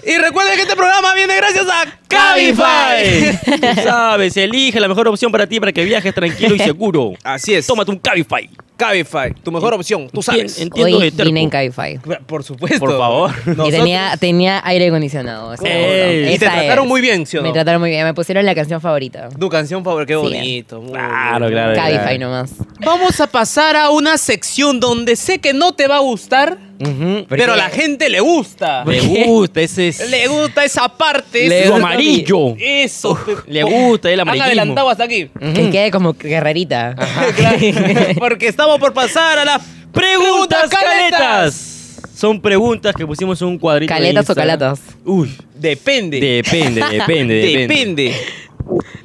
Speaker 1: Y recuerden que este programa viene gracias a
Speaker 3: ¡Cabify! Tú sabes, elige la mejor opción para ti para que viajes tranquilo y seguro.
Speaker 1: Así es.
Speaker 3: Tómate un Cabify.
Speaker 1: Cabify, tu mejor opción, tú sabes.
Speaker 3: Entiendo
Speaker 2: Hoy
Speaker 3: de terco.
Speaker 2: vine en Cabify.
Speaker 1: *laughs* Por supuesto.
Speaker 3: Por favor.
Speaker 2: Y
Speaker 1: Nosotros-
Speaker 2: tenía, tenía aire acondicionado. o sea,
Speaker 3: Ey.
Speaker 2: bueno,
Speaker 1: Y te
Speaker 2: esa
Speaker 1: trataron
Speaker 2: es.
Speaker 1: muy bien, ¿sí o
Speaker 2: Me
Speaker 1: no?
Speaker 2: trataron muy bien. Me pusieron la canción favorita.
Speaker 1: Tu canción favorita, qué
Speaker 2: Sí.
Speaker 1: bonito. muy
Speaker 3: Claro,
Speaker 1: bonito.
Speaker 3: claro.
Speaker 2: Cabify nomás.
Speaker 1: Vamos a pasar a una sección donde sé que no te va a gustar,
Speaker 2: Ujú,
Speaker 1: Pero
Speaker 2: porque-
Speaker 1: a la gente le gusta.
Speaker 3: Le gusta, ese es.
Speaker 1: Le gusta esa parte.
Speaker 3: Le
Speaker 1: eso.
Speaker 3: gusta amarillo.
Speaker 1: Eso. pe-
Speaker 3: Le gusta el
Speaker 1: Han
Speaker 3: amarillismo. Ah.
Speaker 1: adelantado hasta aquí.
Speaker 2: Que quede como guerrerita.
Speaker 1: *laughs*
Speaker 2: *laughs*
Speaker 3: *laughs*
Speaker 1: Claro, Porque estamos por pasar a las
Speaker 3: Preguntas
Speaker 1: preguntas caletas.
Speaker 3: caletas. Son preguntas que pusimos en un cuadrito. de
Speaker 2: ¿Caletas o
Speaker 3: Instagram.
Speaker 2: calatas?
Speaker 3: Uy.
Speaker 1: Depende.
Speaker 3: Depende, depende, depende.
Speaker 1: Depende.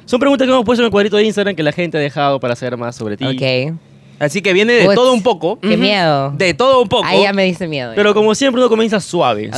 Speaker 3: Son preguntas que hemos puesto en el cuadrito de Instagram que la gente ha dejado para saber más sobre ti.
Speaker 2: Ok.
Speaker 1: Así que viene de
Speaker 2: Uts,
Speaker 1: todo un poco.
Speaker 2: Qué miedo.
Speaker 1: De todo un poco.
Speaker 2: Mm. Ahí ya me dice miedo.
Speaker 3: Pero como siempre, uno comienza suave.
Speaker 2: Ok.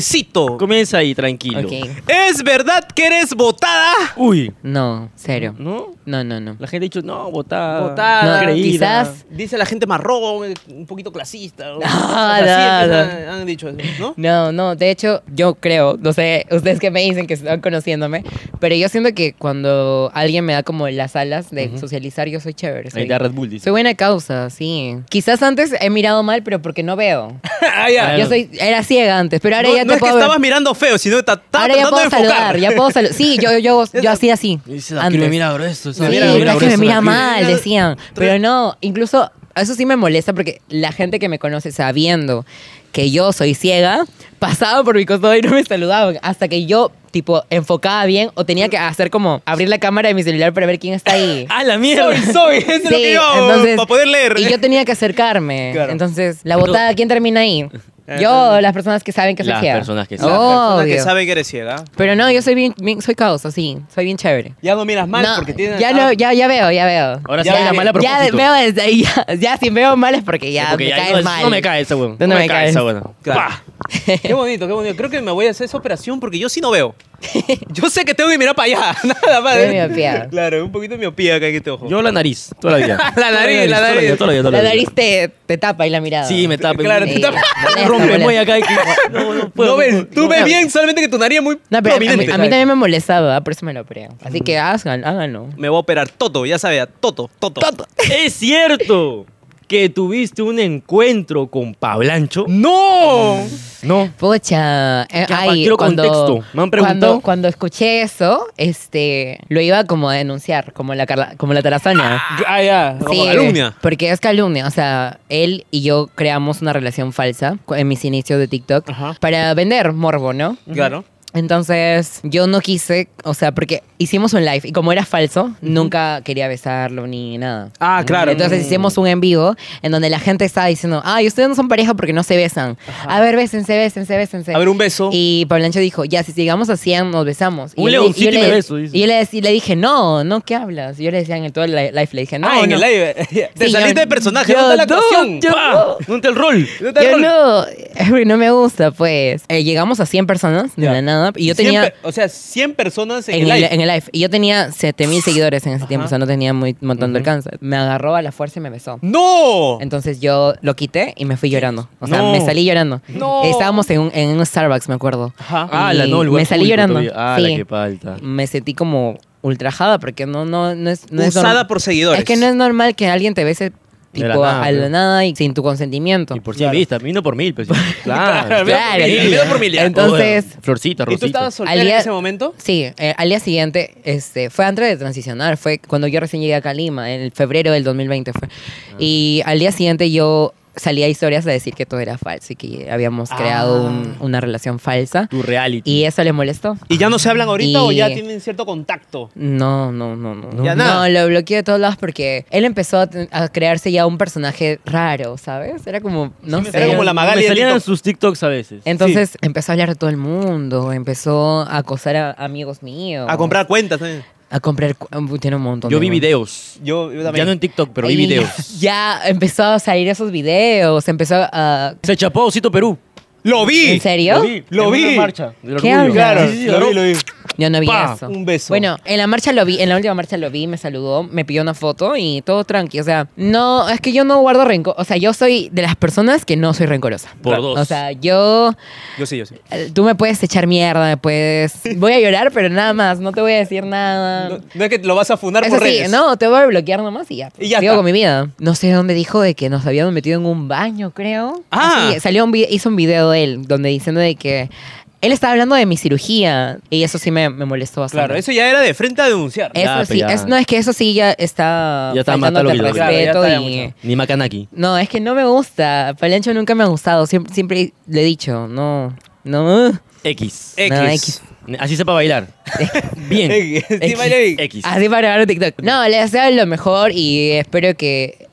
Speaker 1: Suavecito.
Speaker 3: Comienza ahí, tranquilo.
Speaker 2: Ok.
Speaker 1: ¿Es verdad que eres votada?
Speaker 3: Uy.
Speaker 2: No, cero.
Speaker 3: ¿No?
Speaker 2: No, no, no.
Speaker 3: La gente ha dicho, no, votada.
Speaker 1: Votada.
Speaker 2: No,
Speaker 3: creída.
Speaker 2: quizás-
Speaker 1: Dice la gente marrón, eh, un poquito clasista. o-
Speaker 2: *laughs* Ah,
Speaker 1: o sea,
Speaker 2: da,
Speaker 1: siempre
Speaker 2: da.
Speaker 1: han- han dicho eso,
Speaker 2: *laughs*
Speaker 1: ¿no?
Speaker 2: No, no, de hecho, yo creo, no sé, ustedes que me dicen que están conociéndome, pero yo siento que cuando alguien me da como las alas de socializar, yo soy chévere. Soy,
Speaker 3: Ahí está Red Bull, dice.
Speaker 2: soy buena causa, sí. Quizás antes he mirado mal, pero porque no veo.
Speaker 1: Ah, ya.
Speaker 3: Claro.
Speaker 2: Yo soy, era ciega antes, pero ahora
Speaker 1: no,
Speaker 2: ya te
Speaker 1: no es que
Speaker 2: puedo ver.
Speaker 1: estabas mirando feo, sino que ta- estaba
Speaker 2: Ahora ya
Speaker 1: tratando de
Speaker 2: puedo saludar,
Speaker 1: enfocar. *laughs*
Speaker 2: ya puedo saludar. Sí, yo, yo, yo,
Speaker 1: Esa-
Speaker 2: yo hacía así.
Speaker 3: Dice,
Speaker 2: antes.
Speaker 3: me mira grueso.
Speaker 2: Sí,
Speaker 3: me
Speaker 1: mira,
Speaker 2: pero
Speaker 1: mira,
Speaker 2: es que me
Speaker 1: grueso, mira.
Speaker 2: mira mal,
Speaker 1: Mira,
Speaker 2: decían. Pero no, incluso eso sí me molesta porque la gente que me conoce sabiendo que yo soy ciega, pasaba por mi costado y no me saludaban. Hasta que yo, tipo, enfocaba bien o tenía que hacer como abrir la cámara de mi celular para ver quién está ahí.
Speaker 3: *laughs* ¡Ah, la mierda!
Speaker 1: Soy, soy, eso es lo que
Speaker 2: Sí,
Speaker 1: yo hago,
Speaker 2: entonces-
Speaker 1: para poder leer.
Speaker 2: Y yo tenía que acercarme.
Speaker 1: Claro.
Speaker 2: Entonces, la botada, ¿quién termina
Speaker 3: *laughs*
Speaker 2: ahí? Yo, las personas que saben que soy
Speaker 3: Las
Speaker 2: ciega.
Speaker 3: personas que
Speaker 2: Obvio.
Speaker 3: saben.
Speaker 1: *laughs* La persona que sabe que eres ciega.
Speaker 2: Pero no, yo soy bien, bien- soy causa, sí. Soy bien chévere.
Speaker 1: Ya no miras mal
Speaker 2: No,
Speaker 1: porque tienes.
Speaker 2: ya,
Speaker 1: ah,
Speaker 2: no, ya, ya veo, ya veo.
Speaker 3: Ahora sí
Speaker 2: ya,
Speaker 3: habla mal
Speaker 2: Ya
Speaker 3: a propósito.
Speaker 2: veo desde ahí, ya, *laughs* ya si veo mal es porque ya
Speaker 3: Porque
Speaker 2: me
Speaker 3: ya
Speaker 2: caes
Speaker 3: no,
Speaker 2: mal.
Speaker 3: no me cae esa weón.
Speaker 2: ¿Dónde
Speaker 3: no
Speaker 2: me
Speaker 3: me cae
Speaker 2: caes?
Speaker 3: esa weón.
Speaker 1: Claro.
Speaker 3: Pa.
Speaker 1: *laughs* Qué bonito, qué bonito. Creo que me voy a hacer esa operación porque yo sí no
Speaker 2: *laughs*
Speaker 1: veo. Yo sé que tengo que mirar para allá. *laughs* Nada más. ¿eh?
Speaker 2: Soy miopía.
Speaker 1: Claro, un poquito de miopía acá en este ojo.
Speaker 3: Yo la nariz, toda *laughs* la vida.
Speaker 1: La nariz, la nariz.
Speaker 3: Toda vida, toda
Speaker 2: La
Speaker 3: vida.
Speaker 2: nariz te, te tapa y la mirada.
Speaker 3: Sí, me tapa.
Speaker 1: Claro, te
Speaker 2: Sí,
Speaker 1: tapa.
Speaker 2: molesta,
Speaker 3: Rompe
Speaker 2: molesta.
Speaker 3: muy acá. y que- No, no
Speaker 1: *laughs*
Speaker 3: puedo.
Speaker 1: no ves, tú
Speaker 3: no,
Speaker 1: ves
Speaker 3: no.
Speaker 1: bien, solamente que tu nariz es muy
Speaker 2: No, pero a mí, a mí
Speaker 1: prominente.
Speaker 2: también me molestaba, ah, por eso me lo
Speaker 3: Mm.
Speaker 2: operé. Así que háganlo, háganlo.
Speaker 1: Me voy a operar Toto, ya sabes, a Toto, Toto.
Speaker 3: Es cierto que tuviste un encuentro con Pablancho.
Speaker 1: ¡No!
Speaker 3: No.
Speaker 2: Pocha, eh,
Speaker 3: Ya, pa,
Speaker 2: ay,
Speaker 3: quiero
Speaker 2: cuando,
Speaker 3: contexto. Me han preguntado.
Speaker 2: Cuando, cuando escuché eso, este, lo iba como a denunciar, como la, Carla- como la tarazana.
Speaker 3: Ah, ya.
Speaker 1: Como calumnia.
Speaker 2: Porque es calumnia. O sea, él y yo creamos una relación falsa cu- en mis inicios de TikTok
Speaker 3: Ajá.
Speaker 2: para vender morbo, ¿no?
Speaker 1: Claro.
Speaker 2: Entonces, yo no quise, o sea, porque hicimos un live y como era falso, nunca quería besarlo ni nada.
Speaker 1: Ah, claro.
Speaker 2: Entonces
Speaker 1: Mm.
Speaker 2: hicimos un en vivo en donde la gente estaba diciendo, ay, ustedes no son pareja porque no se besan. A ver, bésense, bésense, bésense.
Speaker 1: A ver, un beso.
Speaker 2: Y Pablancho dijo, ya, si llegamos a 100, nos besamos. yo
Speaker 3: Un
Speaker 2: le- yo
Speaker 3: leoncito y me
Speaker 2: le-
Speaker 3: beso, dice.
Speaker 2: Y yo le, dec- y le dije, no, no, ¿qué hablas? Y yo le decía en el todo el li- live, le dije, no,
Speaker 1: ah, en
Speaker 2: no.
Speaker 1: el live. *laughs* Te
Speaker 2: Sí,
Speaker 1: saliste
Speaker 2: yo-
Speaker 1: de personaje,
Speaker 2: yo
Speaker 1: ¿dónde está la
Speaker 2: no,
Speaker 1: actuación?
Speaker 2: yo
Speaker 1: Pa.
Speaker 2: no.
Speaker 3: ¿Dónde el rol?
Speaker 1: ¿Dónde está el
Speaker 2: Yo
Speaker 1: rol?
Speaker 2: no, *laughs* es que no me gusta, pues. Eh, llegamos a 100 personas, de
Speaker 1: Ya.
Speaker 2: la nada. Y yo
Speaker 1: Cien
Speaker 2: tenía...
Speaker 1: per- o sea, 100 personas en,
Speaker 2: En,
Speaker 1: el
Speaker 2: el,
Speaker 1: live.
Speaker 2: en el live. Y yo tenía
Speaker 3: *sighs*
Speaker 2: 7000 seguidores en ese tiempo, o sea, no tenía muy montón de alcance. Me agarró a la fuerza y me besó.
Speaker 1: ¡No!
Speaker 2: Entonces yo lo quité y me fui llorando. O sea,
Speaker 3: No.
Speaker 2: me salí llorando.
Speaker 1: No.
Speaker 2: Estábamos en un, en un Starbucks, me acuerdo.
Speaker 1: Ajá.
Speaker 3: Ah, la
Speaker 2: Y
Speaker 3: no, el lugar
Speaker 2: Me salí
Speaker 3: público
Speaker 2: llorando.
Speaker 3: todavía. Ah, la
Speaker 2: sí.
Speaker 3: que falta.
Speaker 2: Me sentí como ultrajada porque no, no, no es. No es
Speaker 1: Usada
Speaker 2: norm-
Speaker 1: por seguidores.
Speaker 2: Es que no es normal que alguien te bese
Speaker 3: De la
Speaker 2: tipo
Speaker 3: nada,
Speaker 2: a la
Speaker 3: ¿no?
Speaker 2: nada y sin tu consentimiento.
Speaker 3: Y por 100 vistas, vino por mil.
Speaker 1: *laughs*
Speaker 3: Pues.
Speaker 1: Claro, vino por mil, vino por mil, ya.
Speaker 2: Entonces,
Speaker 3: Oye, Florcita,
Speaker 1: ¿Y tú
Speaker 3: Rosita.
Speaker 1: estabas soltera
Speaker 2: Al día-
Speaker 1: en ese momento?
Speaker 2: Sí, eh, al día siguiente, este, fue antes de transicionar, fue cuando yo recién llegué acá a Lima, en el febrero del 2020 fue. Y al día siguiente yo salía a historias a decir que todo era falso y que habíamos creado un- una relación falsa.
Speaker 3: Tu reality.
Speaker 2: Y eso le molestó.
Speaker 1: ¿Y ya no se hablan ahorita
Speaker 2: Y-
Speaker 1: o ya tienen cierto contacto?
Speaker 2: No, no, no, no.
Speaker 1: Ya
Speaker 2: no,
Speaker 1: nada.
Speaker 2: lo bloqueé de todos lados porque él empezó a, ten- a crearse ya un personaje raro, ¿sabes? Era como, no sé.
Speaker 1: Era como la Magali
Speaker 3: Me
Speaker 1: de
Speaker 3: salían
Speaker 1: TikTok.
Speaker 3: sus TikToks a veces.
Speaker 2: Entonces empezó a hablar de todo el mundo, empezó a acosar a amigos míos.
Speaker 1: A comprar cuentas también.
Speaker 2: A comprar. cu- um, Tiene un montón.
Speaker 3: Yo
Speaker 2: de
Speaker 3: vi
Speaker 2: mon-
Speaker 3: videos.
Speaker 1: Yo, yo también.
Speaker 3: Ya no en TikTok, pero vi
Speaker 2: Y
Speaker 3: videos.
Speaker 1: *laughs*
Speaker 2: Ya empezó a salir esos videos, empezó a.
Speaker 3: Se chapó a Osito Perú.
Speaker 1: ¡Lo vi!
Speaker 2: ¿En serio?
Speaker 1: Lo
Speaker 3: En
Speaker 1: vi.
Speaker 3: una marcha. del
Speaker 2: ¿Qué
Speaker 3: orgullo.
Speaker 2: hablas?
Speaker 1: Claro,
Speaker 3: Sí, sí,
Speaker 1: lo vi, lo vi.
Speaker 2: Yo no vi
Speaker 3: Pa,
Speaker 2: eso.
Speaker 1: un beso.
Speaker 2: Bueno, en la marcha lo vi, en la última marcha lo vi, me saludó, me pidió una foto y todo tranqui. O sea, no, es que yo no guardo rencor. O sea, yo soy de las personas que no soy rencorosa.
Speaker 3: Por dos.
Speaker 2: O sea, yo.
Speaker 1: Yo sí, yo sí.
Speaker 2: eh, Tú me puedes echar mierda, me puedes. Voy a llorar, pero nada más, no te voy a decir nada.
Speaker 1: No, no es que lo vas a funar
Speaker 2: Eso
Speaker 1: por
Speaker 2: sí,
Speaker 1: redes.
Speaker 2: no, te voy a bloquear nomás y ya.
Speaker 1: Y ya
Speaker 2: Sigo
Speaker 1: está.
Speaker 2: con mi vida. No sé dónde dijo de que nos habíamos metido en un baño, creo.
Speaker 1: Ah.
Speaker 2: Así, salió un vi- hizo un video de él donde diciendo de que Él estaba hablando de mi cirugía y eso sí me, me molestó bastante.
Speaker 1: Claro, eso ya era de frente a denunciar.
Speaker 2: Eso
Speaker 3: Ya,
Speaker 2: sí,
Speaker 3: ya.
Speaker 2: es- no, es que eso sí ya está
Speaker 3: Ya está
Speaker 2: faltándote
Speaker 3: matando lo
Speaker 2: al
Speaker 3: que yo-
Speaker 2: respeto
Speaker 1: Claro, ya está,
Speaker 2: y...
Speaker 1: ya mucho.
Speaker 3: Ni Macanaki.
Speaker 2: No, es que no me gusta. Palencho nunca me ha gustado. Siempre, siempre le he dicho, no, no. uh,
Speaker 3: X.
Speaker 1: X.
Speaker 2: No, X.
Speaker 3: Así
Speaker 1: *laughs*
Speaker 3: sepa bailar. Bien.
Speaker 1: Sí, baila ahí.
Speaker 3: X.
Speaker 2: Así para grabar un TikTok. No, le deseo lo mejor y espero que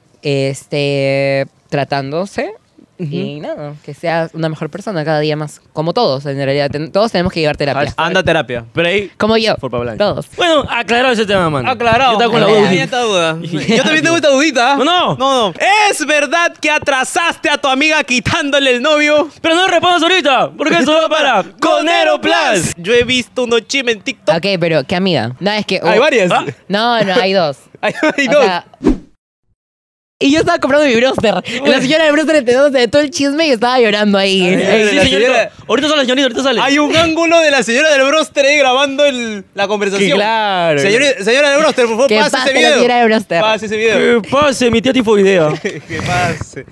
Speaker 2: esté tratándose. Y nada, que seas una mejor persona cada día más. Como todos, en realidad. Ten- todos tenemos que llevar terapia.
Speaker 1: Anda a terapia. Pero ahí.
Speaker 2: Como yo.
Speaker 3: Por Pablo Ancho.
Speaker 2: Todos.
Speaker 3: Bueno, aclarado ese tema, mano.
Speaker 1: Aclarado.
Speaker 3: Yo estaba con la
Speaker 1: Ah,
Speaker 3: duda.
Speaker 1: ya está duda. *laughs* Yo también tengo esta dudita. ¿ah?
Speaker 3: No, no.
Speaker 1: No, no. ¿Es verdad que atrasaste a tu amiga quitándole el novio?
Speaker 3: Pero no respondas ahorita, porque eso
Speaker 1: *laughs*
Speaker 3: va para *laughs* Conero Plus.
Speaker 1: Yo he visto unos chimes en TikTok.
Speaker 2: Ok, pero ¿qué amiga? No, es que... uh,
Speaker 1: Hay varias.
Speaker 3: Ah.
Speaker 2: No, no, hay dos.
Speaker 1: *laughs* Hay, *laughs* hay
Speaker 2: O
Speaker 1: dos.
Speaker 2: sea, y yo estaba comprando mi broster. La señora del broster enterándose de todo el chisme y estaba llorando ahí.
Speaker 1: Ay,
Speaker 3: Eh, Sí,
Speaker 1: Eh, la
Speaker 3: señorita.
Speaker 1: señora-
Speaker 3: Ahorita sale, señorita, ahorita sale.
Speaker 1: Hay un ángulo de la señora del broster ahí grabando el- la conversación.
Speaker 3: Que claro.
Speaker 1: Señora, señora del broster, por favor,
Speaker 2: Que
Speaker 1: pase
Speaker 2: pase
Speaker 1: ese
Speaker 2: la
Speaker 1: video.
Speaker 2: señora del broster.
Speaker 1: Pase ese video.
Speaker 3: Que pase, mi tía tifoidea.
Speaker 1: *laughs* que pase.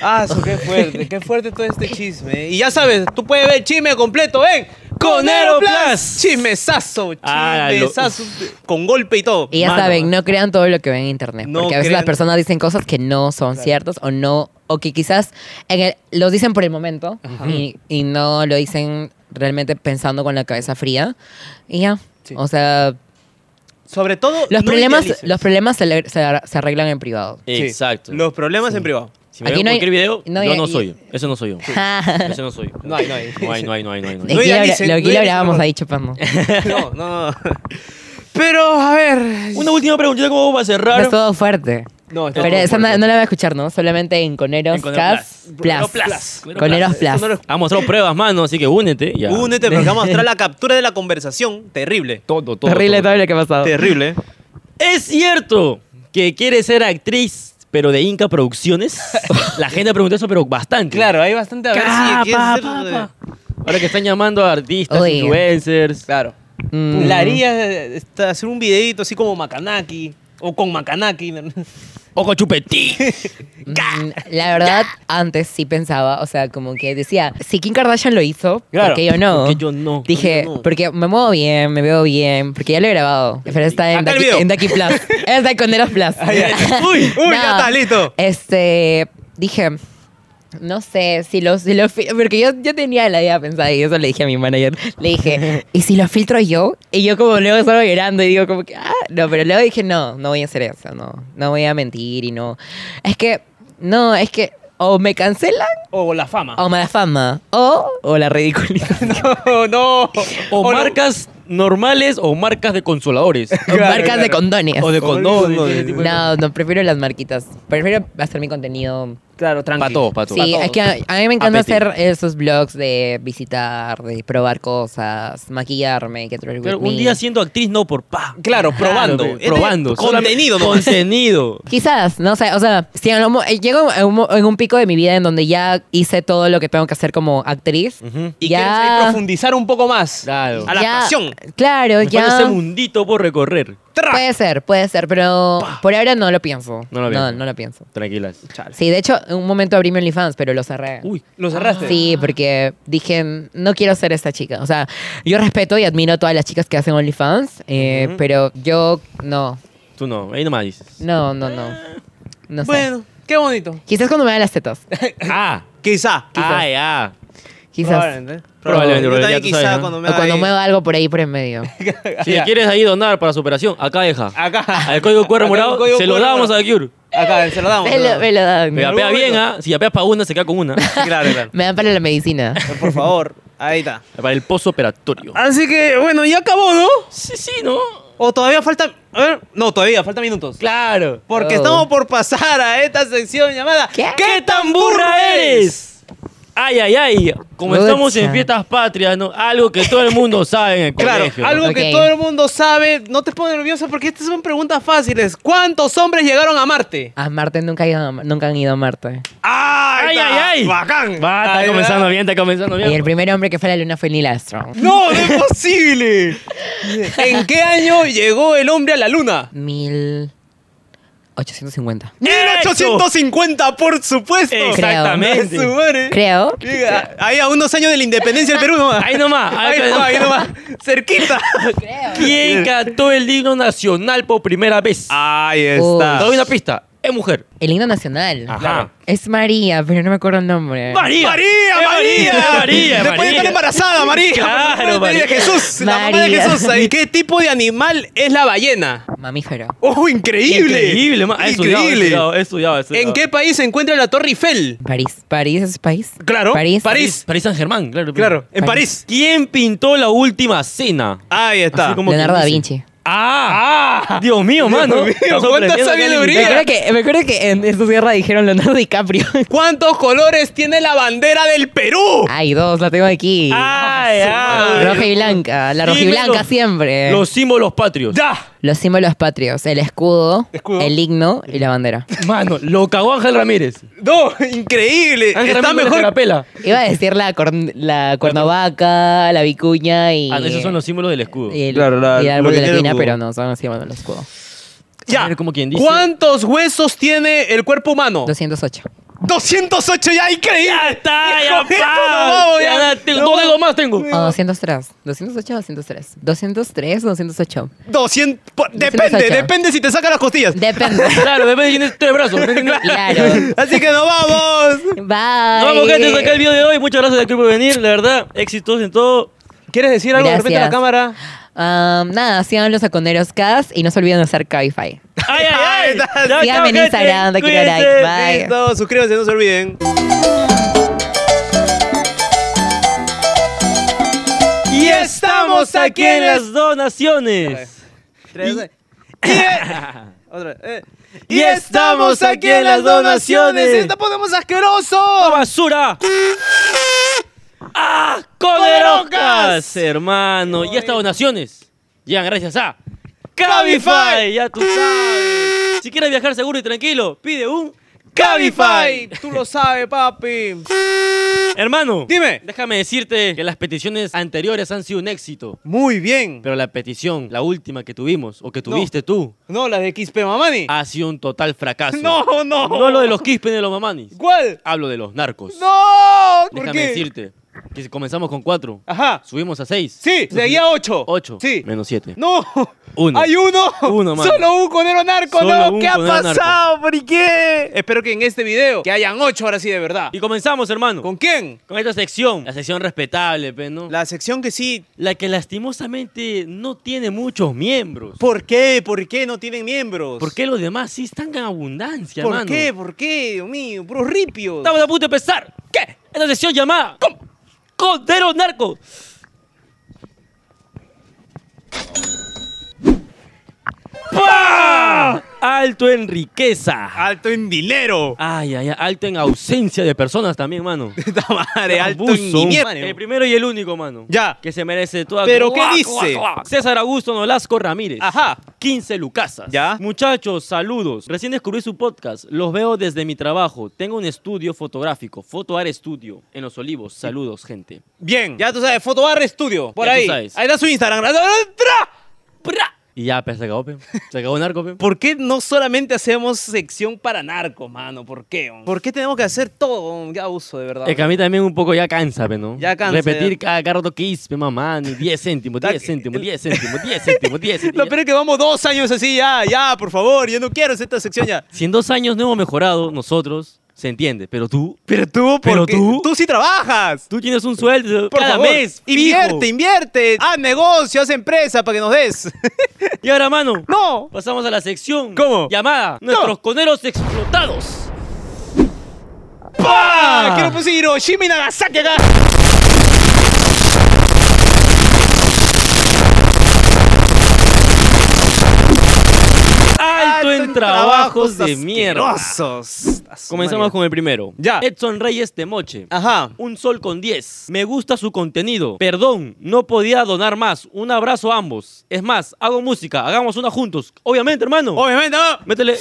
Speaker 1: Ah, su, qué fuerte, qué fuerte todo este chisme. Y ya sabes, tú puedes ver el chisme completo, ven. Con Aeroplus.
Speaker 3: Plus.
Speaker 1: Chismesazo,
Speaker 3: Ah, lo-
Speaker 1: chismesazo. Con golpe y todo.
Speaker 2: Y ya
Speaker 3: Mano.
Speaker 2: saben, no crean todo lo que ven en internet.
Speaker 1: No
Speaker 2: porque a veces
Speaker 1: crean-
Speaker 2: las personas dicen cosas que no son ciertas o no, o que quizás en el- los dicen por el momento y, y no lo dicen realmente pensando con la cabeza fría. Y ya. O sea,
Speaker 1: Sobre todo,
Speaker 2: los
Speaker 1: no
Speaker 2: problemas,
Speaker 1: idealices.
Speaker 2: los problemas se, le- se ar- se arreglan en privado.
Speaker 1: Sí,
Speaker 3: Exacto.
Speaker 1: Los problemas en privado.
Speaker 3: Si me
Speaker 2: Aquí
Speaker 3: ven
Speaker 2: no hay-
Speaker 3: cualquier video,
Speaker 2: no hay- Ah.
Speaker 3: yo no
Speaker 2: y-
Speaker 3: soy. Ese no soy yo.
Speaker 2: *laughs*
Speaker 3: Ese no soy yo.
Speaker 1: No hay, no hay.
Speaker 3: No hay, no hay, no hay, no hay. no hay.
Speaker 2: Aquí lo-
Speaker 1: idealicen,
Speaker 2: lo-
Speaker 1: no
Speaker 2: aquí lo
Speaker 1: idealicen,
Speaker 2: grabamos
Speaker 1: por
Speaker 2: ahí chupando.
Speaker 1: *laughs* No, no, no. Pero, a ver.
Speaker 3: Una última preguntita como para
Speaker 2: No
Speaker 3: cerrar.
Speaker 2: es todo fuerte.
Speaker 1: No, está
Speaker 2: Pero
Speaker 1: todo
Speaker 2: esa no,
Speaker 1: fuerte.
Speaker 2: no la voy a escuchar, ¿no? Solamente en Coneros
Speaker 3: En Conero
Speaker 2: Cas
Speaker 3: Plus.
Speaker 2: Plus.
Speaker 3: Conero Plus.
Speaker 2: Coneros
Speaker 3: Eso
Speaker 2: Plus.
Speaker 3: Ha mostrado pruebas, mano, así que únete. ya.
Speaker 1: Únete porque vamos a mostrar
Speaker 2: *laughs*
Speaker 1: la captura de la conversación. Terrible.
Speaker 3: Todo, todo.
Speaker 2: Terrible
Speaker 3: todo.
Speaker 2: todo lo que ha pasado.
Speaker 1: Terrible.
Speaker 3: ¿Es cierto que quiere ser actriz, pero de Inca *laughs* Producciones? La gente ha preguntado eso, pero bastante.
Speaker 1: Claro, hay bastante a ver
Speaker 3: Ca-
Speaker 2: Ah,
Speaker 1: si quieres
Speaker 3: pa,
Speaker 1: hacer-
Speaker 3: pa, pa. Ahora que están llamando a artistas,
Speaker 2: Oye.
Speaker 3: influencers.
Speaker 1: Claro.
Speaker 2: Mm.
Speaker 1: La harías eh, esta- hacer un videito así como Makanaki. O con Makanaki. *laughs*
Speaker 3: O con chupetí.
Speaker 2: Mm, La verdad, antes sí pensaba, o sea, como que decía, si Kim Kardashian lo hizo,
Speaker 1: Claro,
Speaker 2: ¿por qué yo no?
Speaker 3: porque yo no.
Speaker 2: Dije,
Speaker 1: Yo no.
Speaker 2: porque me muevo bien, me veo bien, porque ya lo he grabado. Pero está en
Speaker 1: Acá el
Speaker 2: Daki,
Speaker 1: video.
Speaker 2: en Daki Plus.
Speaker 1: *laughs*
Speaker 2: está en Conderos Plus. *laughs*
Speaker 1: Uy, uy,
Speaker 2: No,
Speaker 1: ya está, listo.
Speaker 2: Este, dije, no sé, si los, si lo fil- porque yo, yo tenía la idea pensada y eso le dije a mi manager,
Speaker 1: *laughs*
Speaker 2: le dije, ¿y si lo filtro yo? Y yo como luego estaba llorando y digo como que, ah, no, pero luego dije, no, no voy a hacer eso, no, no voy a mentir y no, es que, no, es que o me cancelan
Speaker 1: O la fama.
Speaker 2: o me da fama, o, o la ridiculiza.
Speaker 1: *laughs* No, Oh, no.
Speaker 3: O
Speaker 1: no.
Speaker 3: marcas normales o marcas
Speaker 2: *laughs*
Speaker 3: de consoladores.
Speaker 2: O
Speaker 1: Claro,
Speaker 2: marcas de
Speaker 1: claro.
Speaker 2: condones.
Speaker 3: o de condones.
Speaker 1: no,
Speaker 3: ese tipo de-
Speaker 2: no, no, prefiero las marquitas. Prefiero hacer mi contenido
Speaker 1: Claro, tranquilo.
Speaker 3: Pa' todos, pa' todos.
Speaker 2: Sí,
Speaker 1: Para
Speaker 2: es que a, a mí me encanta
Speaker 3: Apetito.
Speaker 2: hacer esos vlogs de visitar, de probar cosas, maquillarme, que traer
Speaker 3: Pero
Speaker 2: with
Speaker 3: un
Speaker 2: me.
Speaker 3: día siendo actriz, no por pa.
Speaker 1: Claro, probando. este,
Speaker 3: pe, probando. solamente
Speaker 1: Contenido, ¿no?
Speaker 3: Contenido.
Speaker 2: Quizás, no sé, o sea, si en algún mo- eh, llego en un, mo- en un pico de mi vida en donde ya hice todo lo que tengo que hacer como actriz,
Speaker 1: Y quieres ahí
Speaker 2: ya,
Speaker 1: profundizar un poco más.
Speaker 3: Claro.
Speaker 1: A la
Speaker 2: ya-
Speaker 1: pasión.
Speaker 2: Claro,
Speaker 3: Me falta
Speaker 2: ya.
Speaker 3: ese mundito por recorrer.
Speaker 1: Tra.
Speaker 2: Puede ser, puede ser, pero por ahora no lo pienso.
Speaker 3: No lo pienso.
Speaker 2: No, lo pienso.
Speaker 3: Tranquilas.
Speaker 2: Sí, de hecho, en un momento abrí mi OnlyFans, pero lo cerré.
Speaker 3: Uy.
Speaker 1: Lo cerraste.
Speaker 2: Sí, porque dije, no quiero ser esta chica. O sea, yo respeto y admiro a todas las chicas que hacen OnlyFans, eh, pero yo no,
Speaker 3: Tú no. Ahí
Speaker 1: *laughs*
Speaker 3: nomás dices.
Speaker 2: no, no, no. No sé.
Speaker 1: Bueno, qué bonito.
Speaker 2: Quizás cuando me dan las tetas.
Speaker 3: Ah.
Speaker 1: Quizá.
Speaker 3: Ah, ya.
Speaker 2: Quizás.
Speaker 3: Probablemente,
Speaker 1: Yo
Speaker 3: probablemente,
Speaker 1: también
Speaker 3: ya tú sabes,
Speaker 1: quizá
Speaker 3: ¿no?
Speaker 1: cuando me
Speaker 2: O cuando
Speaker 1: haga-
Speaker 2: mueva algo por ahí por
Speaker 1: *laughs*
Speaker 2: en medio.
Speaker 3: Si quieres ahí donar para su operación, acá deja.
Speaker 1: Acá.
Speaker 3: Al código QR
Speaker 1: Acá,
Speaker 3: morado,
Speaker 1: el código
Speaker 3: se lo
Speaker 1: QR
Speaker 3: damos
Speaker 1: morado.
Speaker 3: a Cure.
Speaker 1: Acá, se lo damos.
Speaker 2: Me
Speaker 1: se
Speaker 2: lo, me
Speaker 1: damos.
Speaker 2: lo dan.
Speaker 3: Me apea
Speaker 1: Muy
Speaker 3: bien,
Speaker 1: bueno.
Speaker 3: ¿ah? Si apeas para una, se queda
Speaker 1: *laughs*
Speaker 3: con una.
Speaker 1: Claro,
Speaker 2: *laughs*
Speaker 1: claro.
Speaker 2: Me dan para la medicina.
Speaker 1: Por favor, ahí está.
Speaker 3: Para el postoperatorio.
Speaker 1: Así que, bueno, ya acabó, Ah, ¿no?
Speaker 3: Sí, sí, ¿no?
Speaker 1: O todavía falta. A ver, no, todavía falta minutos.
Speaker 3: Claro.
Speaker 1: Porque
Speaker 2: Oh.
Speaker 1: estamos por pasar a esta sección llamada
Speaker 2: ¿Qué?
Speaker 1: tan
Speaker 3: ¡Burra eres! Ay, ay, ay. Como
Speaker 2: Pucha.
Speaker 3: estamos en fiestas patrias, ¿no? algo que todo el mundo sabe en el
Speaker 1: Claro,
Speaker 3: colegio.
Speaker 1: algo
Speaker 2: Ok.
Speaker 1: que todo el mundo sabe, no te pongas nerviosa porque estas son preguntas fáciles. ¿Cuántos hombres llegaron a Marte?
Speaker 2: A Marte nunca, ha ido a Mar- nunca han ido a Marte.
Speaker 1: ¡Ay,
Speaker 3: ¡Ay, ay, ay!
Speaker 1: ¡Bacán!
Speaker 3: Va, está
Speaker 1: Ahí va.
Speaker 3: comenzando bien, está comenzando
Speaker 2: Y el
Speaker 3: bien.
Speaker 2: primer hombre que fue a la luna fue Neil Armstrong.
Speaker 1: ¡No, no es
Speaker 3: *laughs*
Speaker 1: posible! ¿En qué año llegó el hombre a la luna?
Speaker 2: Mil. 850.
Speaker 1: ¡1850, por supuesto!
Speaker 3: Exactamente.
Speaker 1: *laughs* Su madre.
Speaker 2: Creo.
Speaker 1: Llega, ahí a unos años de la independencia del Perú nomás.
Speaker 3: Ahí nomás,
Speaker 1: *laughs*
Speaker 3: ahí
Speaker 1: Ahí nomás, ahí
Speaker 3: nomás.
Speaker 1: nomás. Cerquita.
Speaker 3: ¿Quién cantó el himno nacional por primera vez?
Speaker 1: Ah. Ahí
Speaker 2: está.
Speaker 3: Te doy una pista. Es mujer.
Speaker 2: El himno nacional.
Speaker 3: Ajá.
Speaker 2: Es María, pero no me acuerdo el nombre.
Speaker 3: María.
Speaker 1: María, María,
Speaker 3: María,
Speaker 1: Después de
Speaker 3: María.
Speaker 1: estar embarazada, María.
Speaker 3: Claro,
Speaker 1: Después de
Speaker 3: María.
Speaker 1: Jesús, la mamá de
Speaker 2: María.
Speaker 1: Jesús. ¿Y qué tipo de animal es la ballena?
Speaker 2: Mamífero.
Speaker 1: ¡Oh, increíble!
Speaker 3: Increíble, ma- he estudiado, he estudiado, he estudiado, he estudiado.
Speaker 1: ¿En qué país se encuentra la Torre Eiffel?
Speaker 2: París. París es país.
Speaker 1: Claro,
Speaker 2: París.
Speaker 1: París.
Speaker 3: París San Germán, claro.
Speaker 1: Claro, en París.
Speaker 2: París.
Speaker 3: ¿Quién pintó la última cena?
Speaker 1: Ahí está.
Speaker 3: Así como
Speaker 2: Leonardo
Speaker 3: que
Speaker 2: da
Speaker 3: dice.
Speaker 2: Vinci.
Speaker 3: ¡Ah! Dios mío, mano.
Speaker 1: mío,
Speaker 3: Está
Speaker 1: cuánta
Speaker 3: sorprendiendo acá el
Speaker 1: sabiduría.
Speaker 2: Me
Speaker 3: invitado.
Speaker 2: acuerdo que, me acuerdo que en esta guerra dijeron Leonardo DiCaprio.
Speaker 1: ¿Cuántos colores tiene la bandera del Perú?
Speaker 2: Ay, dos, la tengo aquí.
Speaker 3: Oh. ¡Ay, ay!
Speaker 2: roja y blanca. La roja y
Speaker 3: Dime
Speaker 2: blanca
Speaker 3: los-
Speaker 2: siempre.
Speaker 3: Los símbolos patrios.
Speaker 1: ¡Ya!
Speaker 2: Los símbolos patrios. El escudo,
Speaker 1: Escudo.
Speaker 2: el himno y la bandera.
Speaker 3: Mano, lo cagó Ángel Ramírez.
Speaker 1: ¡No! ¡Increíble!
Speaker 3: Ángel
Speaker 1: está
Speaker 3: Ramírez con la
Speaker 1: mejor.
Speaker 3: pela.
Speaker 2: Iba a decir la, corn- la cuernavaca, la vicuña y...
Speaker 3: Ah, no, esos son los símbolos del escudo.
Speaker 2: Y el,
Speaker 1: Claro, la-
Speaker 2: y el árbol
Speaker 1: lo
Speaker 2: de
Speaker 1: que
Speaker 2: la
Speaker 1: tiene el
Speaker 2: esquina,
Speaker 1: escudo.
Speaker 2: pero no, son los símbolos del escudo.
Speaker 3: A
Speaker 1: Ya.
Speaker 3: ver, como quien dice.
Speaker 1: ¿Cuántos huesos tiene el cuerpo
Speaker 3: Oh.
Speaker 1: humano?
Speaker 2: 208.
Speaker 1: 208 ya, increíble.
Speaker 3: Ya está,
Speaker 1: Hijo
Speaker 3: ya
Speaker 1: de
Speaker 3: pa.
Speaker 1: puta, vamos, ya.
Speaker 3: Ya, ya, tengo-
Speaker 1: No,
Speaker 3: dos
Speaker 1: vamos.
Speaker 3: dedos más tengo.
Speaker 2: O 203. 208 o 203. 203 o 208.
Speaker 1: 200. po- Depende,
Speaker 2: 208.
Speaker 1: depende si te saca las costillas.
Speaker 3: *laughs*
Speaker 2: Depende.
Speaker 3: Claro, depende de quién tiene
Speaker 1: *laughs*
Speaker 3: tres brazos.
Speaker 2: claro.
Speaker 1: Así que nos vamos.
Speaker 2: Bye.
Speaker 3: Nos vamos, gente, hasta acá el video de hoy. Muchas gracias de por venir. La verdad, éxitos en todo.
Speaker 1: ¿Quieres decir algo de repente a la
Speaker 2: Gracias.
Speaker 1: cámara?
Speaker 2: Ah, nada, sigan los saconeros CAS y no se olviden de usar Cabify.
Speaker 3: ¡Ay,
Speaker 1: *laughs*
Speaker 3: ay, ay! Ya,
Speaker 2: Síganme en
Speaker 3: chao,
Speaker 2: Instagram,
Speaker 3: gente.
Speaker 2: Daquira Like.
Speaker 3: Cuídense.
Speaker 2: Bye.
Speaker 1: Listo, suscríbanse, no se olviden.
Speaker 3: Y estamos aquí en las donaciones.
Speaker 1: eh. *laughs* Otra vez, eh.
Speaker 3: Y estamos aquí en las donaciones.
Speaker 1: ¡Esta podemos
Speaker 3: ¡Oh,
Speaker 1: asqueroso!
Speaker 3: basura! ¡Ah! ¡Coderocas! Hermano, y estas donaciones llegan gracias a Cabify. Ya tú sabes. Si quieres viajar seguro y tranquilo, pide un Cabify.
Speaker 1: Tú lo sabes, papi.
Speaker 3: Hermano,
Speaker 1: Dime.
Speaker 3: Déjame decirte que las peticiones anteriores han sido un éxito.
Speaker 1: Muy bien.
Speaker 3: Pero la petición, la última que tuvimos, o que tuviste tú,
Speaker 1: No, las de Quispe Mamani. *laughs*
Speaker 3: ha sido un total fracaso.
Speaker 1: No, no.
Speaker 3: Ah, No lo de los quispen de los mamanis.
Speaker 1: ¿Cuál?
Speaker 3: Hablo de los narcos.
Speaker 1: ¡No! ¿Por
Speaker 3: Déjame
Speaker 1: qué?
Speaker 3: decirte que si comenzamos con cuatro,
Speaker 1: Ajá.
Speaker 3: subimos a seis.
Speaker 1: Sí, seguía 8.
Speaker 3: Ocho.
Speaker 1: Sí.
Speaker 3: Menos siete.
Speaker 1: No.
Speaker 3: Uno.
Speaker 1: Hay uno.
Speaker 3: Uno, mano.
Speaker 1: Solo un conero narco.
Speaker 3: Solo
Speaker 1: no,
Speaker 3: un
Speaker 1: ¿qué ha
Speaker 3: conero narco.
Speaker 1: pasado? ¿Por qué? Espero que en este video que hayan 8 ahora sí de verdad.
Speaker 3: Y comenzamos, hermano.
Speaker 1: ¿Con
Speaker 3: Con,
Speaker 1: quién?
Speaker 3: esta sección. La sección respetable, pe, ¿no? La...
Speaker 1: La sección que sí.
Speaker 3: que lastimosamente no tiene muchos miembros.
Speaker 1: ¿Por qué? ¿Por qué no tienen miembros?
Speaker 3: ¿Por qué los demás sí están en abundancia,
Speaker 1: ¿Por
Speaker 3: hermano?
Speaker 1: qué? ¿Por qué? Dios mío, puros ripios.
Speaker 3: Estamos a punto de empezar. ¿Qué? Esta sección llamada. con Codero Narco. ¡Pah! Alto en riqueza.
Speaker 1: Alto en *laughs* dinero.
Speaker 3: Ay, ay, ay. Alto en ausencia de personas
Speaker 1: *laughs*
Speaker 3: también, mano.
Speaker 1: Esta madre, alto en
Speaker 3: Abuso.
Speaker 1: dinero.
Speaker 3: El primero y el único, mano.
Speaker 1: Ya.
Speaker 3: Que se merece toda.
Speaker 1: Pero, ¿qué
Speaker 3: ¡Guau,
Speaker 1: dice?
Speaker 3: guau, guau! César Augusto Nolasco Ramírez.
Speaker 1: Ajá.
Speaker 3: 15 lucasas.
Speaker 1: Ya.
Speaker 3: Muchachos, saludos. Recién descubrí su podcast. Los veo desde mi trabajo. Tengo un estudio fotográfico, Fotoar Studio, en Los Olivos. Saludos, gente.
Speaker 1: Bien. Ya tú sabes, Fotobar Studio. Por
Speaker 3: Ya tú
Speaker 1: ahí.
Speaker 3: sabes.
Speaker 1: Ahí está su Instagram. ¡Tra!
Speaker 3: ¡Pra! Y ya, pues, se acabó, pe. Se acabó narco,
Speaker 1: *laughs*
Speaker 3: pe.
Speaker 1: ¿Por qué no solamente hacemos sección para narcos, mano? ¿Por qué? hom? ¿Por qué tenemos que hacer todo? hom? Ya uso, de verdad.
Speaker 3: Es que a mí también un poco ya cansa, pe, ¿no?
Speaker 1: Ya cansa,
Speaker 3: Repetir
Speaker 1: ya.
Speaker 3: cada carro que hice, pe, mamá, ni
Speaker 1: *laughs*
Speaker 3: 10 céntimos, 10 céntimos, 10 céntimos, 10 céntimos, 10
Speaker 1: Lo
Speaker 3: céntimos.
Speaker 1: peor es que vamos dos años así, ya, ya, por favor. Yo no quiero hacer esta sección ya.
Speaker 3: Si en dos años no hemos mejorado, nosotros, se entiende, pero tú,
Speaker 1: Pero tú,
Speaker 3: Pero
Speaker 1: porque
Speaker 3: tú-
Speaker 1: Tú sí trabajas.
Speaker 3: tú tienes un sueldo
Speaker 1: Por
Speaker 3: cada
Speaker 1: favor,
Speaker 3: mes, fijo.
Speaker 1: Invierte, invierte. Haz negocio, haz empresa para que nos des. *laughs*
Speaker 3: Y ahora, mano,
Speaker 1: ¡No!
Speaker 3: pasamos a la sección
Speaker 1: ¿Cómo?
Speaker 3: llamada Nuestros Coneros Explotados.
Speaker 1: ¡Pah! Ah, Quiero poner Hiroshima y Nagasaki acá.
Speaker 3: Alto en trabajos de mierda.
Speaker 1: asquerosos.
Speaker 3: Comenzamos con el primero.
Speaker 1: Ya.
Speaker 3: Edson Reyes Temoche.
Speaker 1: Ajá.
Speaker 3: Un sol con 10. Me gusta su contenido. Perdón, no podía donar más. Un abrazo a ambos. Es más, hago música. Hagamos una juntos. Obviamente, hermano.
Speaker 1: Obviamente, no.
Speaker 3: Métele.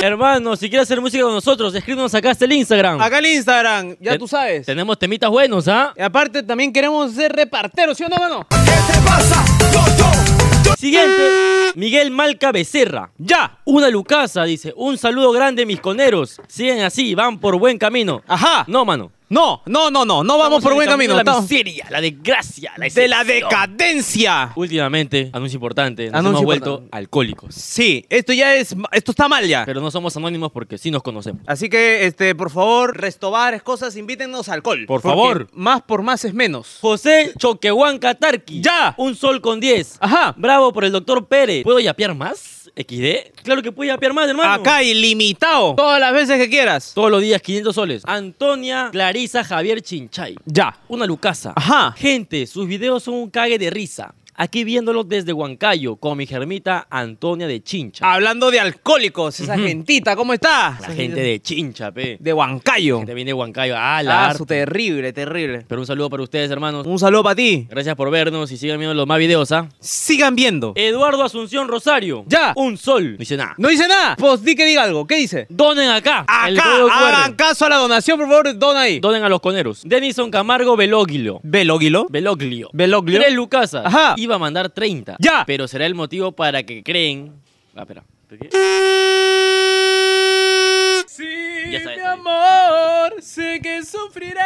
Speaker 3: Hermano, si quieres hacer música con nosotros, escríbenos acá hasta el Instagram.
Speaker 1: Acá el Instagram, ya
Speaker 3: Te-
Speaker 1: tú sabes.
Speaker 3: Tenemos temitas buenos, ¿ah?
Speaker 1: Y aparte también queremos ser reparteros, ¿sí o no, mano?
Speaker 6: ¿Qué te pasa? Yo, yo,
Speaker 3: Siguiente, Miguel Malca Becerra.
Speaker 1: ¡Ya!
Speaker 3: Una Lucasa dice, un saludo grande mis coneros. Siguen así, van por buen camino.
Speaker 1: Ajá.
Speaker 3: No, mano.
Speaker 1: No, no, no, no, no Ah. vamos
Speaker 3: Estamos
Speaker 1: por
Speaker 3: en
Speaker 1: buen
Speaker 3: el
Speaker 1: camino.
Speaker 3: de La
Speaker 1: estamos-
Speaker 3: miseria, la desgracia, la
Speaker 1: de la
Speaker 3: excepción.
Speaker 1: decadencia.
Speaker 3: Últimamente, anuncio importante, nos
Speaker 1: Anuncio
Speaker 3: hemos vuelto
Speaker 1: importante.
Speaker 3: alcohólicos.
Speaker 1: Sí, esto ya es, esto está mal ya.
Speaker 3: Pero no somos anónimos porque sí nos conocemos.
Speaker 1: Así que, este, por favor, restobares, cosas, invítennos alcohol.
Speaker 3: Por
Speaker 1: Porque
Speaker 3: favor.
Speaker 1: Más por más es menos.
Speaker 3: José Choquehuanca Tarqui.
Speaker 1: ¡Ya!
Speaker 3: Un sol con 10.
Speaker 1: Ajá.
Speaker 3: Bravo por el doctor Pérez. ¿Puedo yapear más? ¿XD? Claro que puedo yapear más, hermano.
Speaker 1: Acá ilimitado. Todas las veces que quieras.
Speaker 3: Todos los días 500 soles. Antonia Clarisa Javier Chinchay.
Speaker 1: Ya.
Speaker 3: Una lucasa.
Speaker 1: Ajá.
Speaker 3: Gente, sus videos son un cague de risa. Aquí viéndolo desde Huancayo con mi germita Antonia de Chincha.
Speaker 1: Hablando de alcohólicos, esa gentita, ¿cómo está?
Speaker 3: La gente de Chincha, pe.
Speaker 1: de Huancayo.
Speaker 3: Gente viene de Huancayo. Ah, la
Speaker 1: Ah,
Speaker 3: harta.
Speaker 1: su terrible, terrible.
Speaker 3: Pero un saludo para ustedes, hermanos.
Speaker 1: Un saludo para ti.
Speaker 3: Gracias por vernos y sigan viendo los más videos, ¿ah?
Speaker 1: Sigan viendo.
Speaker 3: Eduardo Asunción Rosario.
Speaker 1: Ya.
Speaker 3: Un sol. No dice nada.
Speaker 1: No dice nada. Pues di que diga algo. ¿Qué dice?
Speaker 3: Donen acá. El
Speaker 1: Acá,
Speaker 3: código QR.
Speaker 1: hagan caso a la donación, por favor, dona ahí.
Speaker 3: Donen a los coneros. Denison Camargo Belóguilo.
Speaker 1: Belóguilo.
Speaker 3: Beloglio.
Speaker 1: Beloglio.
Speaker 3: Tres lucasas.
Speaker 1: Ajá.
Speaker 3: Iba a mandar 30.
Speaker 1: Ya.
Speaker 3: Pero será el motivo para que creen. Ah, espera. ¿Qué?
Speaker 1: Sí,
Speaker 3: Ya está, ya
Speaker 1: mi
Speaker 3: está.
Speaker 1: amor, sé que sufriré.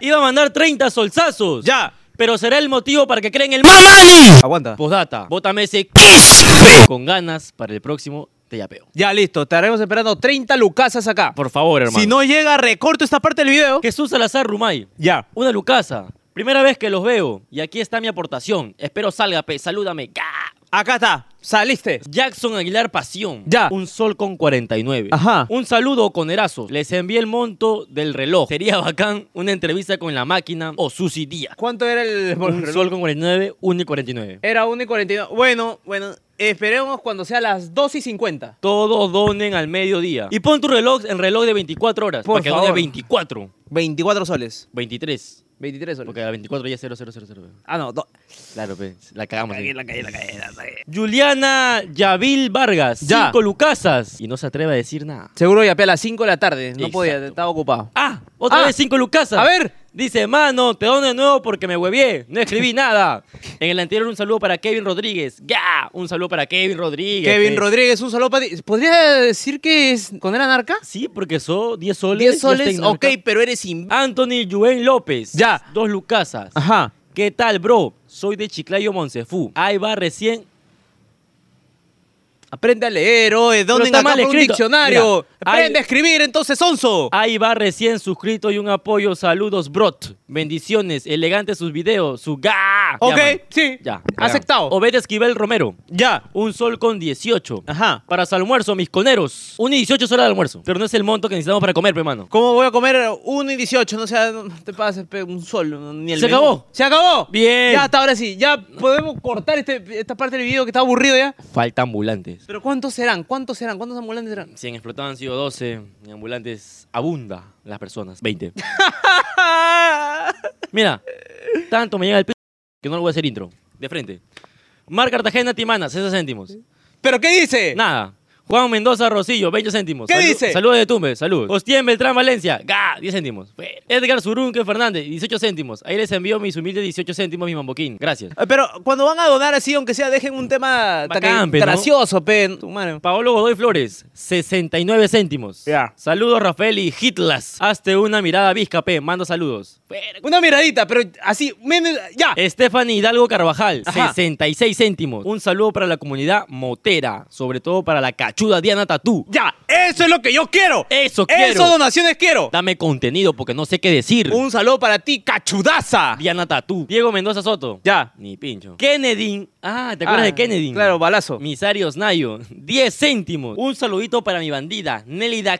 Speaker 3: Iba a mandar 30 solsazos.
Speaker 1: Ya.
Speaker 3: Pero será el motivo para que creen el Miami.
Speaker 1: Aguanta.
Speaker 3: Postdata. Bótame ese c- con ganas para el próximo te yapeo.
Speaker 1: Ya, listo. Estaremos esperando 30 lucasas acá.
Speaker 3: Por favor, hermano.
Speaker 1: si no llega, recorto esta parte del video.
Speaker 3: Jesús Salazar Rumay.
Speaker 1: Ya.
Speaker 3: Una Lucasa. Primera vez que los veo. Y aquí está mi aportación. Espero salga, pe. Salúdame. Ga.
Speaker 1: Acá está. Saliste.
Speaker 3: Jackson Aguilar Pasión.
Speaker 1: Ya.
Speaker 3: Un sol con 49.
Speaker 1: Ajá.
Speaker 3: Un saludo con Erazo. Les envié el monto del reloj. Sería bacán una entrevista con la máquina o Susi Díaz.
Speaker 1: ¿Cuánto era el
Speaker 3: Un
Speaker 1: reloj?
Speaker 3: sol con 49, 1 y 49.
Speaker 1: Era 1 y 49. Bueno, bueno. Esperemos cuando sea las 2 y 50.
Speaker 3: Todos donen al mediodía. Y pon tu reloj en reloj de 24 horas.
Speaker 1: Por
Speaker 3: para que done
Speaker 1: favor.
Speaker 3: 24.
Speaker 1: 24 soles.
Speaker 3: 23.
Speaker 1: 23 soles.
Speaker 3: Porque a 24 ya 0000.
Speaker 1: Ah, no. do-
Speaker 3: Claro, pe, la cagamos. ahí. Juliana Yavil Vargas.
Speaker 1: Ya.
Speaker 3: Cinco lucasas. Y no se atreve a decir nada.
Speaker 1: Seguro ya a las 5 de la tarde. No
Speaker 3: Exacto.
Speaker 1: podía, estaba ocupado.
Speaker 3: Ah, otra
Speaker 1: Ah.
Speaker 3: vez cinco lucasas.
Speaker 1: A ver.
Speaker 3: Dice, mano, te doy de nuevo porque me huevié. No escribí nada. En el anterior, un saludo para Kevin Rodríguez. ¡Ya! Un saludo para Kevin Rodríguez.
Speaker 1: Kevin
Speaker 3: pe.
Speaker 1: Rodríguez, un saludo para ti. ¿Podría decir que es con era narca?
Speaker 3: Sí, porque son 10 soles.
Speaker 1: 10
Speaker 3: ya está
Speaker 1: soles,
Speaker 3: en el
Speaker 1: ok,
Speaker 3: mercado.
Speaker 1: pero eres in...
Speaker 3: Ah. Anthony Juven López.
Speaker 1: Ya.
Speaker 3: Dos lucasas.
Speaker 1: Ajá.
Speaker 3: ¿Qué tal, bro? Soy de Chiclayo, Monsefú. Ahí va recién.
Speaker 1: Aprende a leer, oe,
Speaker 3: Pero
Speaker 1: ¿dónde
Speaker 3: está mal
Speaker 1: encontrar un
Speaker 3: escrito.
Speaker 1: diccionario?
Speaker 3: Mira,
Speaker 1: Aprende
Speaker 3: hay- Ah,
Speaker 1: a escribir, entonces, Onzo.
Speaker 3: Ahí va recién suscrito y un apoyo. Saludos, brot. Bendiciones. Elegantes sus videos. Su ga.
Speaker 1: ok,
Speaker 3: Ya, man.
Speaker 1: sí.
Speaker 3: Ya.
Speaker 1: Aceptado.
Speaker 3: Obed Esquivel Romero.
Speaker 1: Ya.
Speaker 3: Un sol con 18.
Speaker 1: Ajá.
Speaker 3: Para su almuerzo, mis coneros. Un y 18 es hora de almuerzo. Pero no es el monto que necesitamos para comer, pe, mano.
Speaker 1: ¿Cómo voy a comer 1 y 18? No sea, no te pases pe, un sol, no, ni el
Speaker 3: Se
Speaker 1: menú.
Speaker 3: acabó.
Speaker 1: Se acabó.
Speaker 3: Bien.
Speaker 1: Ya, hasta ahora sí. Ya podemos cortar este, esta parte del video que está aburrido ya.
Speaker 3: Falta ambulantes.
Speaker 1: Pero ¿cuántos serán? ¿Cuántos serán? ¿Cuántos ambulantes serán?
Speaker 3: 100 explotados han sido 12. En ambulantes abunda las personas. *laughs* 20. *laughs*
Speaker 1: *laughs*
Speaker 3: Mira, tanto me llega el p que no lo voy a hacer intro. De frente. Mar Cartagena Timana, 60 céntimos.
Speaker 1: ¿Pero qué dice?
Speaker 3: Nada. Juan Mendoza Rosillo, 20 céntimos.
Speaker 1: ¿Qué dice?
Speaker 3: Saludos de Tumbe, salud. Hostien Beltrán Valencia, ga, 10 céntimos. Edgar Surunque Fernández, 18 céntimos. Ahí les envío mis humildes 18 céntimos, mi mamboquín. Gracias.
Speaker 1: Eh, Pero cuando van a donar así, aunque sea, dejen un tema
Speaker 3: Bacán,
Speaker 1: tan-
Speaker 3: pe, ¿no?
Speaker 1: gracioso, pe. Tu madre.
Speaker 3: Paolo Godoy Flores, 69 céntimos.
Speaker 1: Ya.
Speaker 3: Saludos, Rafael y Hitlas. Hazte una mirada visca, P. Manda saludos.
Speaker 1: Una miradita, pero así, menos- ya.
Speaker 3: Stephanie Hidalgo Carvajal,
Speaker 1: Ah. Ajá.
Speaker 3: 66 céntimos. Un saludo para la comunidad motera, sobre todo para la cachuda Diana Tatú.
Speaker 1: Ya, eso es lo que yo quiero.
Speaker 3: Eso
Speaker 1: Eso
Speaker 3: quiero.
Speaker 1: donaciones quiero.
Speaker 3: Dame contenido porque no sé qué decir.
Speaker 1: Un saludo para ti, cachudaza.
Speaker 3: Diana Tatú. Diego Mendoza Soto.
Speaker 1: Ya.
Speaker 3: Ni pincho. Kennedy. Ah, ¿te acuerdas
Speaker 1: Ah,
Speaker 3: de Kennedy?
Speaker 1: Claro, balazo.
Speaker 3: Misarios Nayo, 10 céntimos. Un saludito para mi bandida, Nélida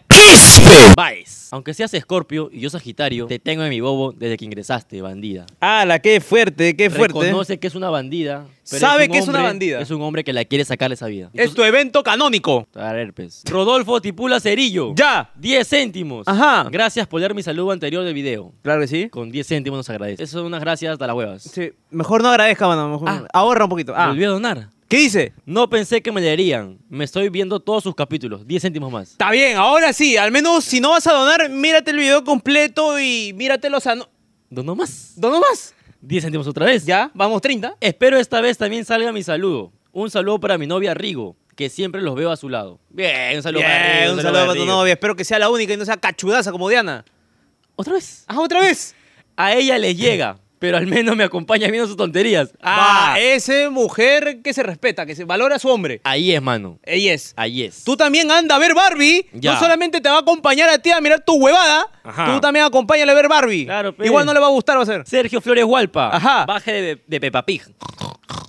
Speaker 3: Baez. Aunque seas Escorpio y yo Sagitario, te tengo en mi bobo desde que ingresaste, bandida.
Speaker 1: la qué fuerte, qué
Speaker 3: Reconoce que es una bandida. pero
Speaker 1: Sabe
Speaker 3: un
Speaker 1: que es una
Speaker 3: hombre-
Speaker 1: bandida.
Speaker 3: Es un hombre que la quiere sacar de esa vida.
Speaker 1: Es tu evento canónico.
Speaker 3: Te va a dar herpes. Rodolfo Tipula Cerillo.
Speaker 1: Ya.
Speaker 3: 10 céntimos.
Speaker 1: Ajá.
Speaker 3: Gracias por leer mi saludo anterior del video.
Speaker 1: Claro que sí.
Speaker 3: Con 10 céntimos nos agradece. Eso son unas gracias hasta las huevas.
Speaker 1: Sí, mejor no agradezca, mano. mejor-
Speaker 3: Ah.
Speaker 1: Ahorra un poquito. Ah.
Speaker 3: Volví a donar.
Speaker 1: ¿Qué dice?
Speaker 3: No pensé que me leerían. Me estoy viendo todos sus capítulos. 10 céntimos más.
Speaker 1: Está bien, ahora sí. Al menos si no vas a donar, mírate el video completo y mírate los... ano-
Speaker 3: ¿Donó más?
Speaker 1: ¿Donó más?
Speaker 3: 10 céntimos otra vez.
Speaker 1: Ya, vamos 30.
Speaker 3: Espero esta vez también salga mi saludo. Un saludo para mi novia Rigo, que siempre los veo a su lado. Bien, un saludo para
Speaker 1: Bien,
Speaker 3: Rigo.
Speaker 1: un saludo para tu
Speaker 3: Rigo.
Speaker 1: novia. Espero que sea la única y no sea cachudaza como Diana.
Speaker 3: ¿Otra vez?
Speaker 1: Ah, otra vez.
Speaker 3: A ella
Speaker 1: *laughs*
Speaker 3: le llega, pero al menos me acompaña viendo sus tonterías.
Speaker 1: Ah,
Speaker 3: Va. eh.
Speaker 1: ese mujer que se respeta, que se valora a su hombre.
Speaker 3: Ahí es, mano.
Speaker 1: Ella es.
Speaker 3: Ahí es.
Speaker 1: Tú también anda a ver Barbie.
Speaker 3: Ya.
Speaker 1: No solamente te va a acompañar a ti a mirar tu huevada,
Speaker 3: Ajá.
Speaker 1: tú también acompáñale a ver Barbie.
Speaker 3: Claro, pe.
Speaker 1: Igual no le va a gustar, va a ser.
Speaker 3: Sergio Flores Hualpa.
Speaker 1: Ajá.
Speaker 3: Baje de, de Peppa Pig.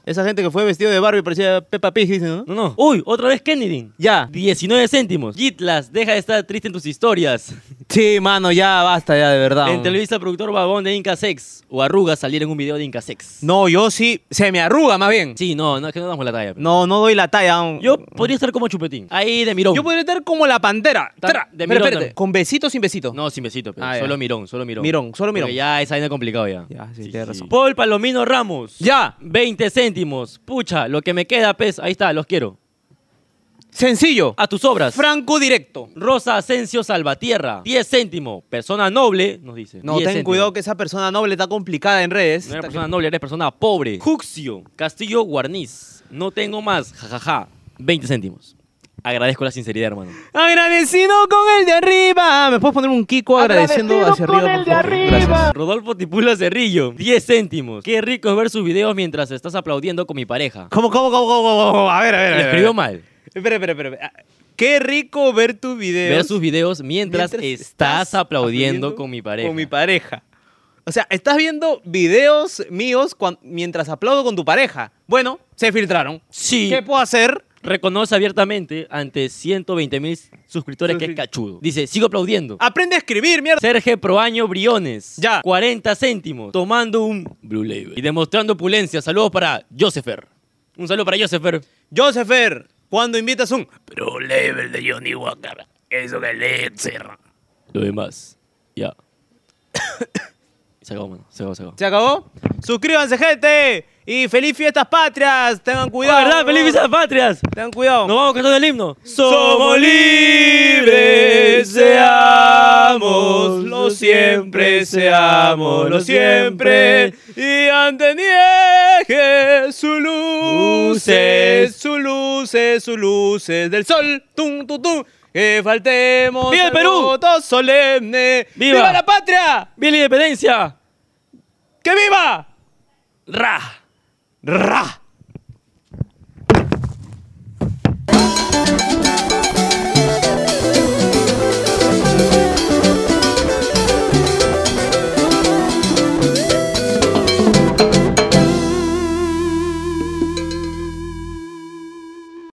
Speaker 1: Esa gente que fue vestido de Barbie parecía Peppa Pig, dicen, ¿no?
Speaker 3: No, no. Uy, otra vez Kennedy.
Speaker 1: Ya.
Speaker 3: 19 céntimos. Gitlas, deja de estar triste en tus historias.
Speaker 1: Sí, mano, ya basta, ya, de verdad.
Speaker 3: En Televisa, el productor babón de Inca Sex. O arruga salir en un video de Inca Sex.
Speaker 1: No, yo sí. Se me arruga, más bien.
Speaker 3: Sí, no, no, es que no damos la talla. pe.
Speaker 1: No, no doy la talla aún.
Speaker 3: Yo podría estar como chupetín. Ahí de mirón.
Speaker 1: Yo podría estar como la pantera.
Speaker 3: Ta-
Speaker 1: Tra,
Speaker 3: de
Speaker 1: espera,
Speaker 3: mirón
Speaker 1: espérate.
Speaker 3: también.
Speaker 1: Con besito o sin besito.
Speaker 3: No, sin besito, pero
Speaker 1: Ah, ya.
Speaker 3: solo mirón, solo mirón.
Speaker 1: Mirón, solo mirón.
Speaker 3: Porque ya esa vaina es complicado ya.
Speaker 1: Ya, sí, tienes razón.
Speaker 3: Paul Palomino Ramos.
Speaker 1: Ya.
Speaker 3: 20 céntimos. Pucha, lo que me queda, pez. Ahí está, los quiero.
Speaker 1: Sencillo.
Speaker 3: A tus obras.
Speaker 1: Franco directo.
Speaker 3: Rosa Asensio Salvatierra. 10 céntimos. Persona noble, nos dice.
Speaker 1: No,
Speaker 3: 10
Speaker 1: ten
Speaker 3: céntimos.
Speaker 1: cuidado que esa persona noble está complicada en redes.
Speaker 3: No eres
Speaker 1: Está
Speaker 3: persona
Speaker 1: que-
Speaker 3: noble, eres persona pobre. Juxio Castillo Guarniz. No tengo más. Jajaja. 20 céntimos. Agradezco la sinceridad, hermano.
Speaker 1: Agradecido con el de arriba. ¿Me puedes poner un Kiko agradeciendo hacia arriba? por favor? Gracias.
Speaker 3: Rodolfo Tipula Cerrillo. 10 céntimos. Qué rico es ver sus videos mientras estás aplaudiendo con mi pareja.
Speaker 1: ¿Cómo, cómo, cómo, cómo, cómo, cómo? A ver, a ver. a
Speaker 3: Lo
Speaker 1: ver, a
Speaker 3: escribió
Speaker 1: ver.
Speaker 3: mal.
Speaker 1: Espera, espera, espera. Ah, Qué rico ver tu video.
Speaker 3: Ver sus videos mientras, estás aplaudiendo, con mi pareja.
Speaker 1: Con mi pareja. O sea, estás viendo videos míos cuan- mientras aplaudo con tu pareja. Bueno, se filtraron.
Speaker 3: Sí.
Speaker 1: ¿Qué puedo hacer?
Speaker 3: Reconoce abiertamente ante 120 mil suscriptores que es
Speaker 1: Suscri-
Speaker 3: cachudo. Dice, sigo aplaudiendo.
Speaker 1: Aprende a escribir, mierda.
Speaker 3: Sergio Proaño Briones.
Speaker 1: Ya.
Speaker 3: 40 céntimos. Tomando un Blue Label. Y demostrando opulencia. Saludos para Josefer. Un saludo para Josefer.
Speaker 1: Josefer, cuando invitas un...
Speaker 3: Blue Label de Johnny Walker. Eso que le Lo demás. Ya. *coughs* se acabó, mano. Se acabó, se acabó.
Speaker 1: ¿Se acabó? Suscríbanse, gente. Y feliz fiestas patrias. Tengan cuidado.
Speaker 3: Oh, ¿Verdad? ¡Feliz Fiestas Patrias!
Speaker 1: Tengan cuidado.
Speaker 3: Nos vamos cantando el himno.
Speaker 1: Somos libres, seamos, lo siempre seamos, lo siempre. Y ante niegue su luces, su luces, su luces del sol, tum, tum, tum, que faltemos
Speaker 3: ¡Viva el
Speaker 1: al
Speaker 3: Perú!
Speaker 1: voto solemne.
Speaker 3: ¡Viva!
Speaker 1: la patria!
Speaker 3: ¡Viva la independencia!
Speaker 1: ¡Que viva!
Speaker 3: ¡Ra!
Speaker 1: ¡Ra!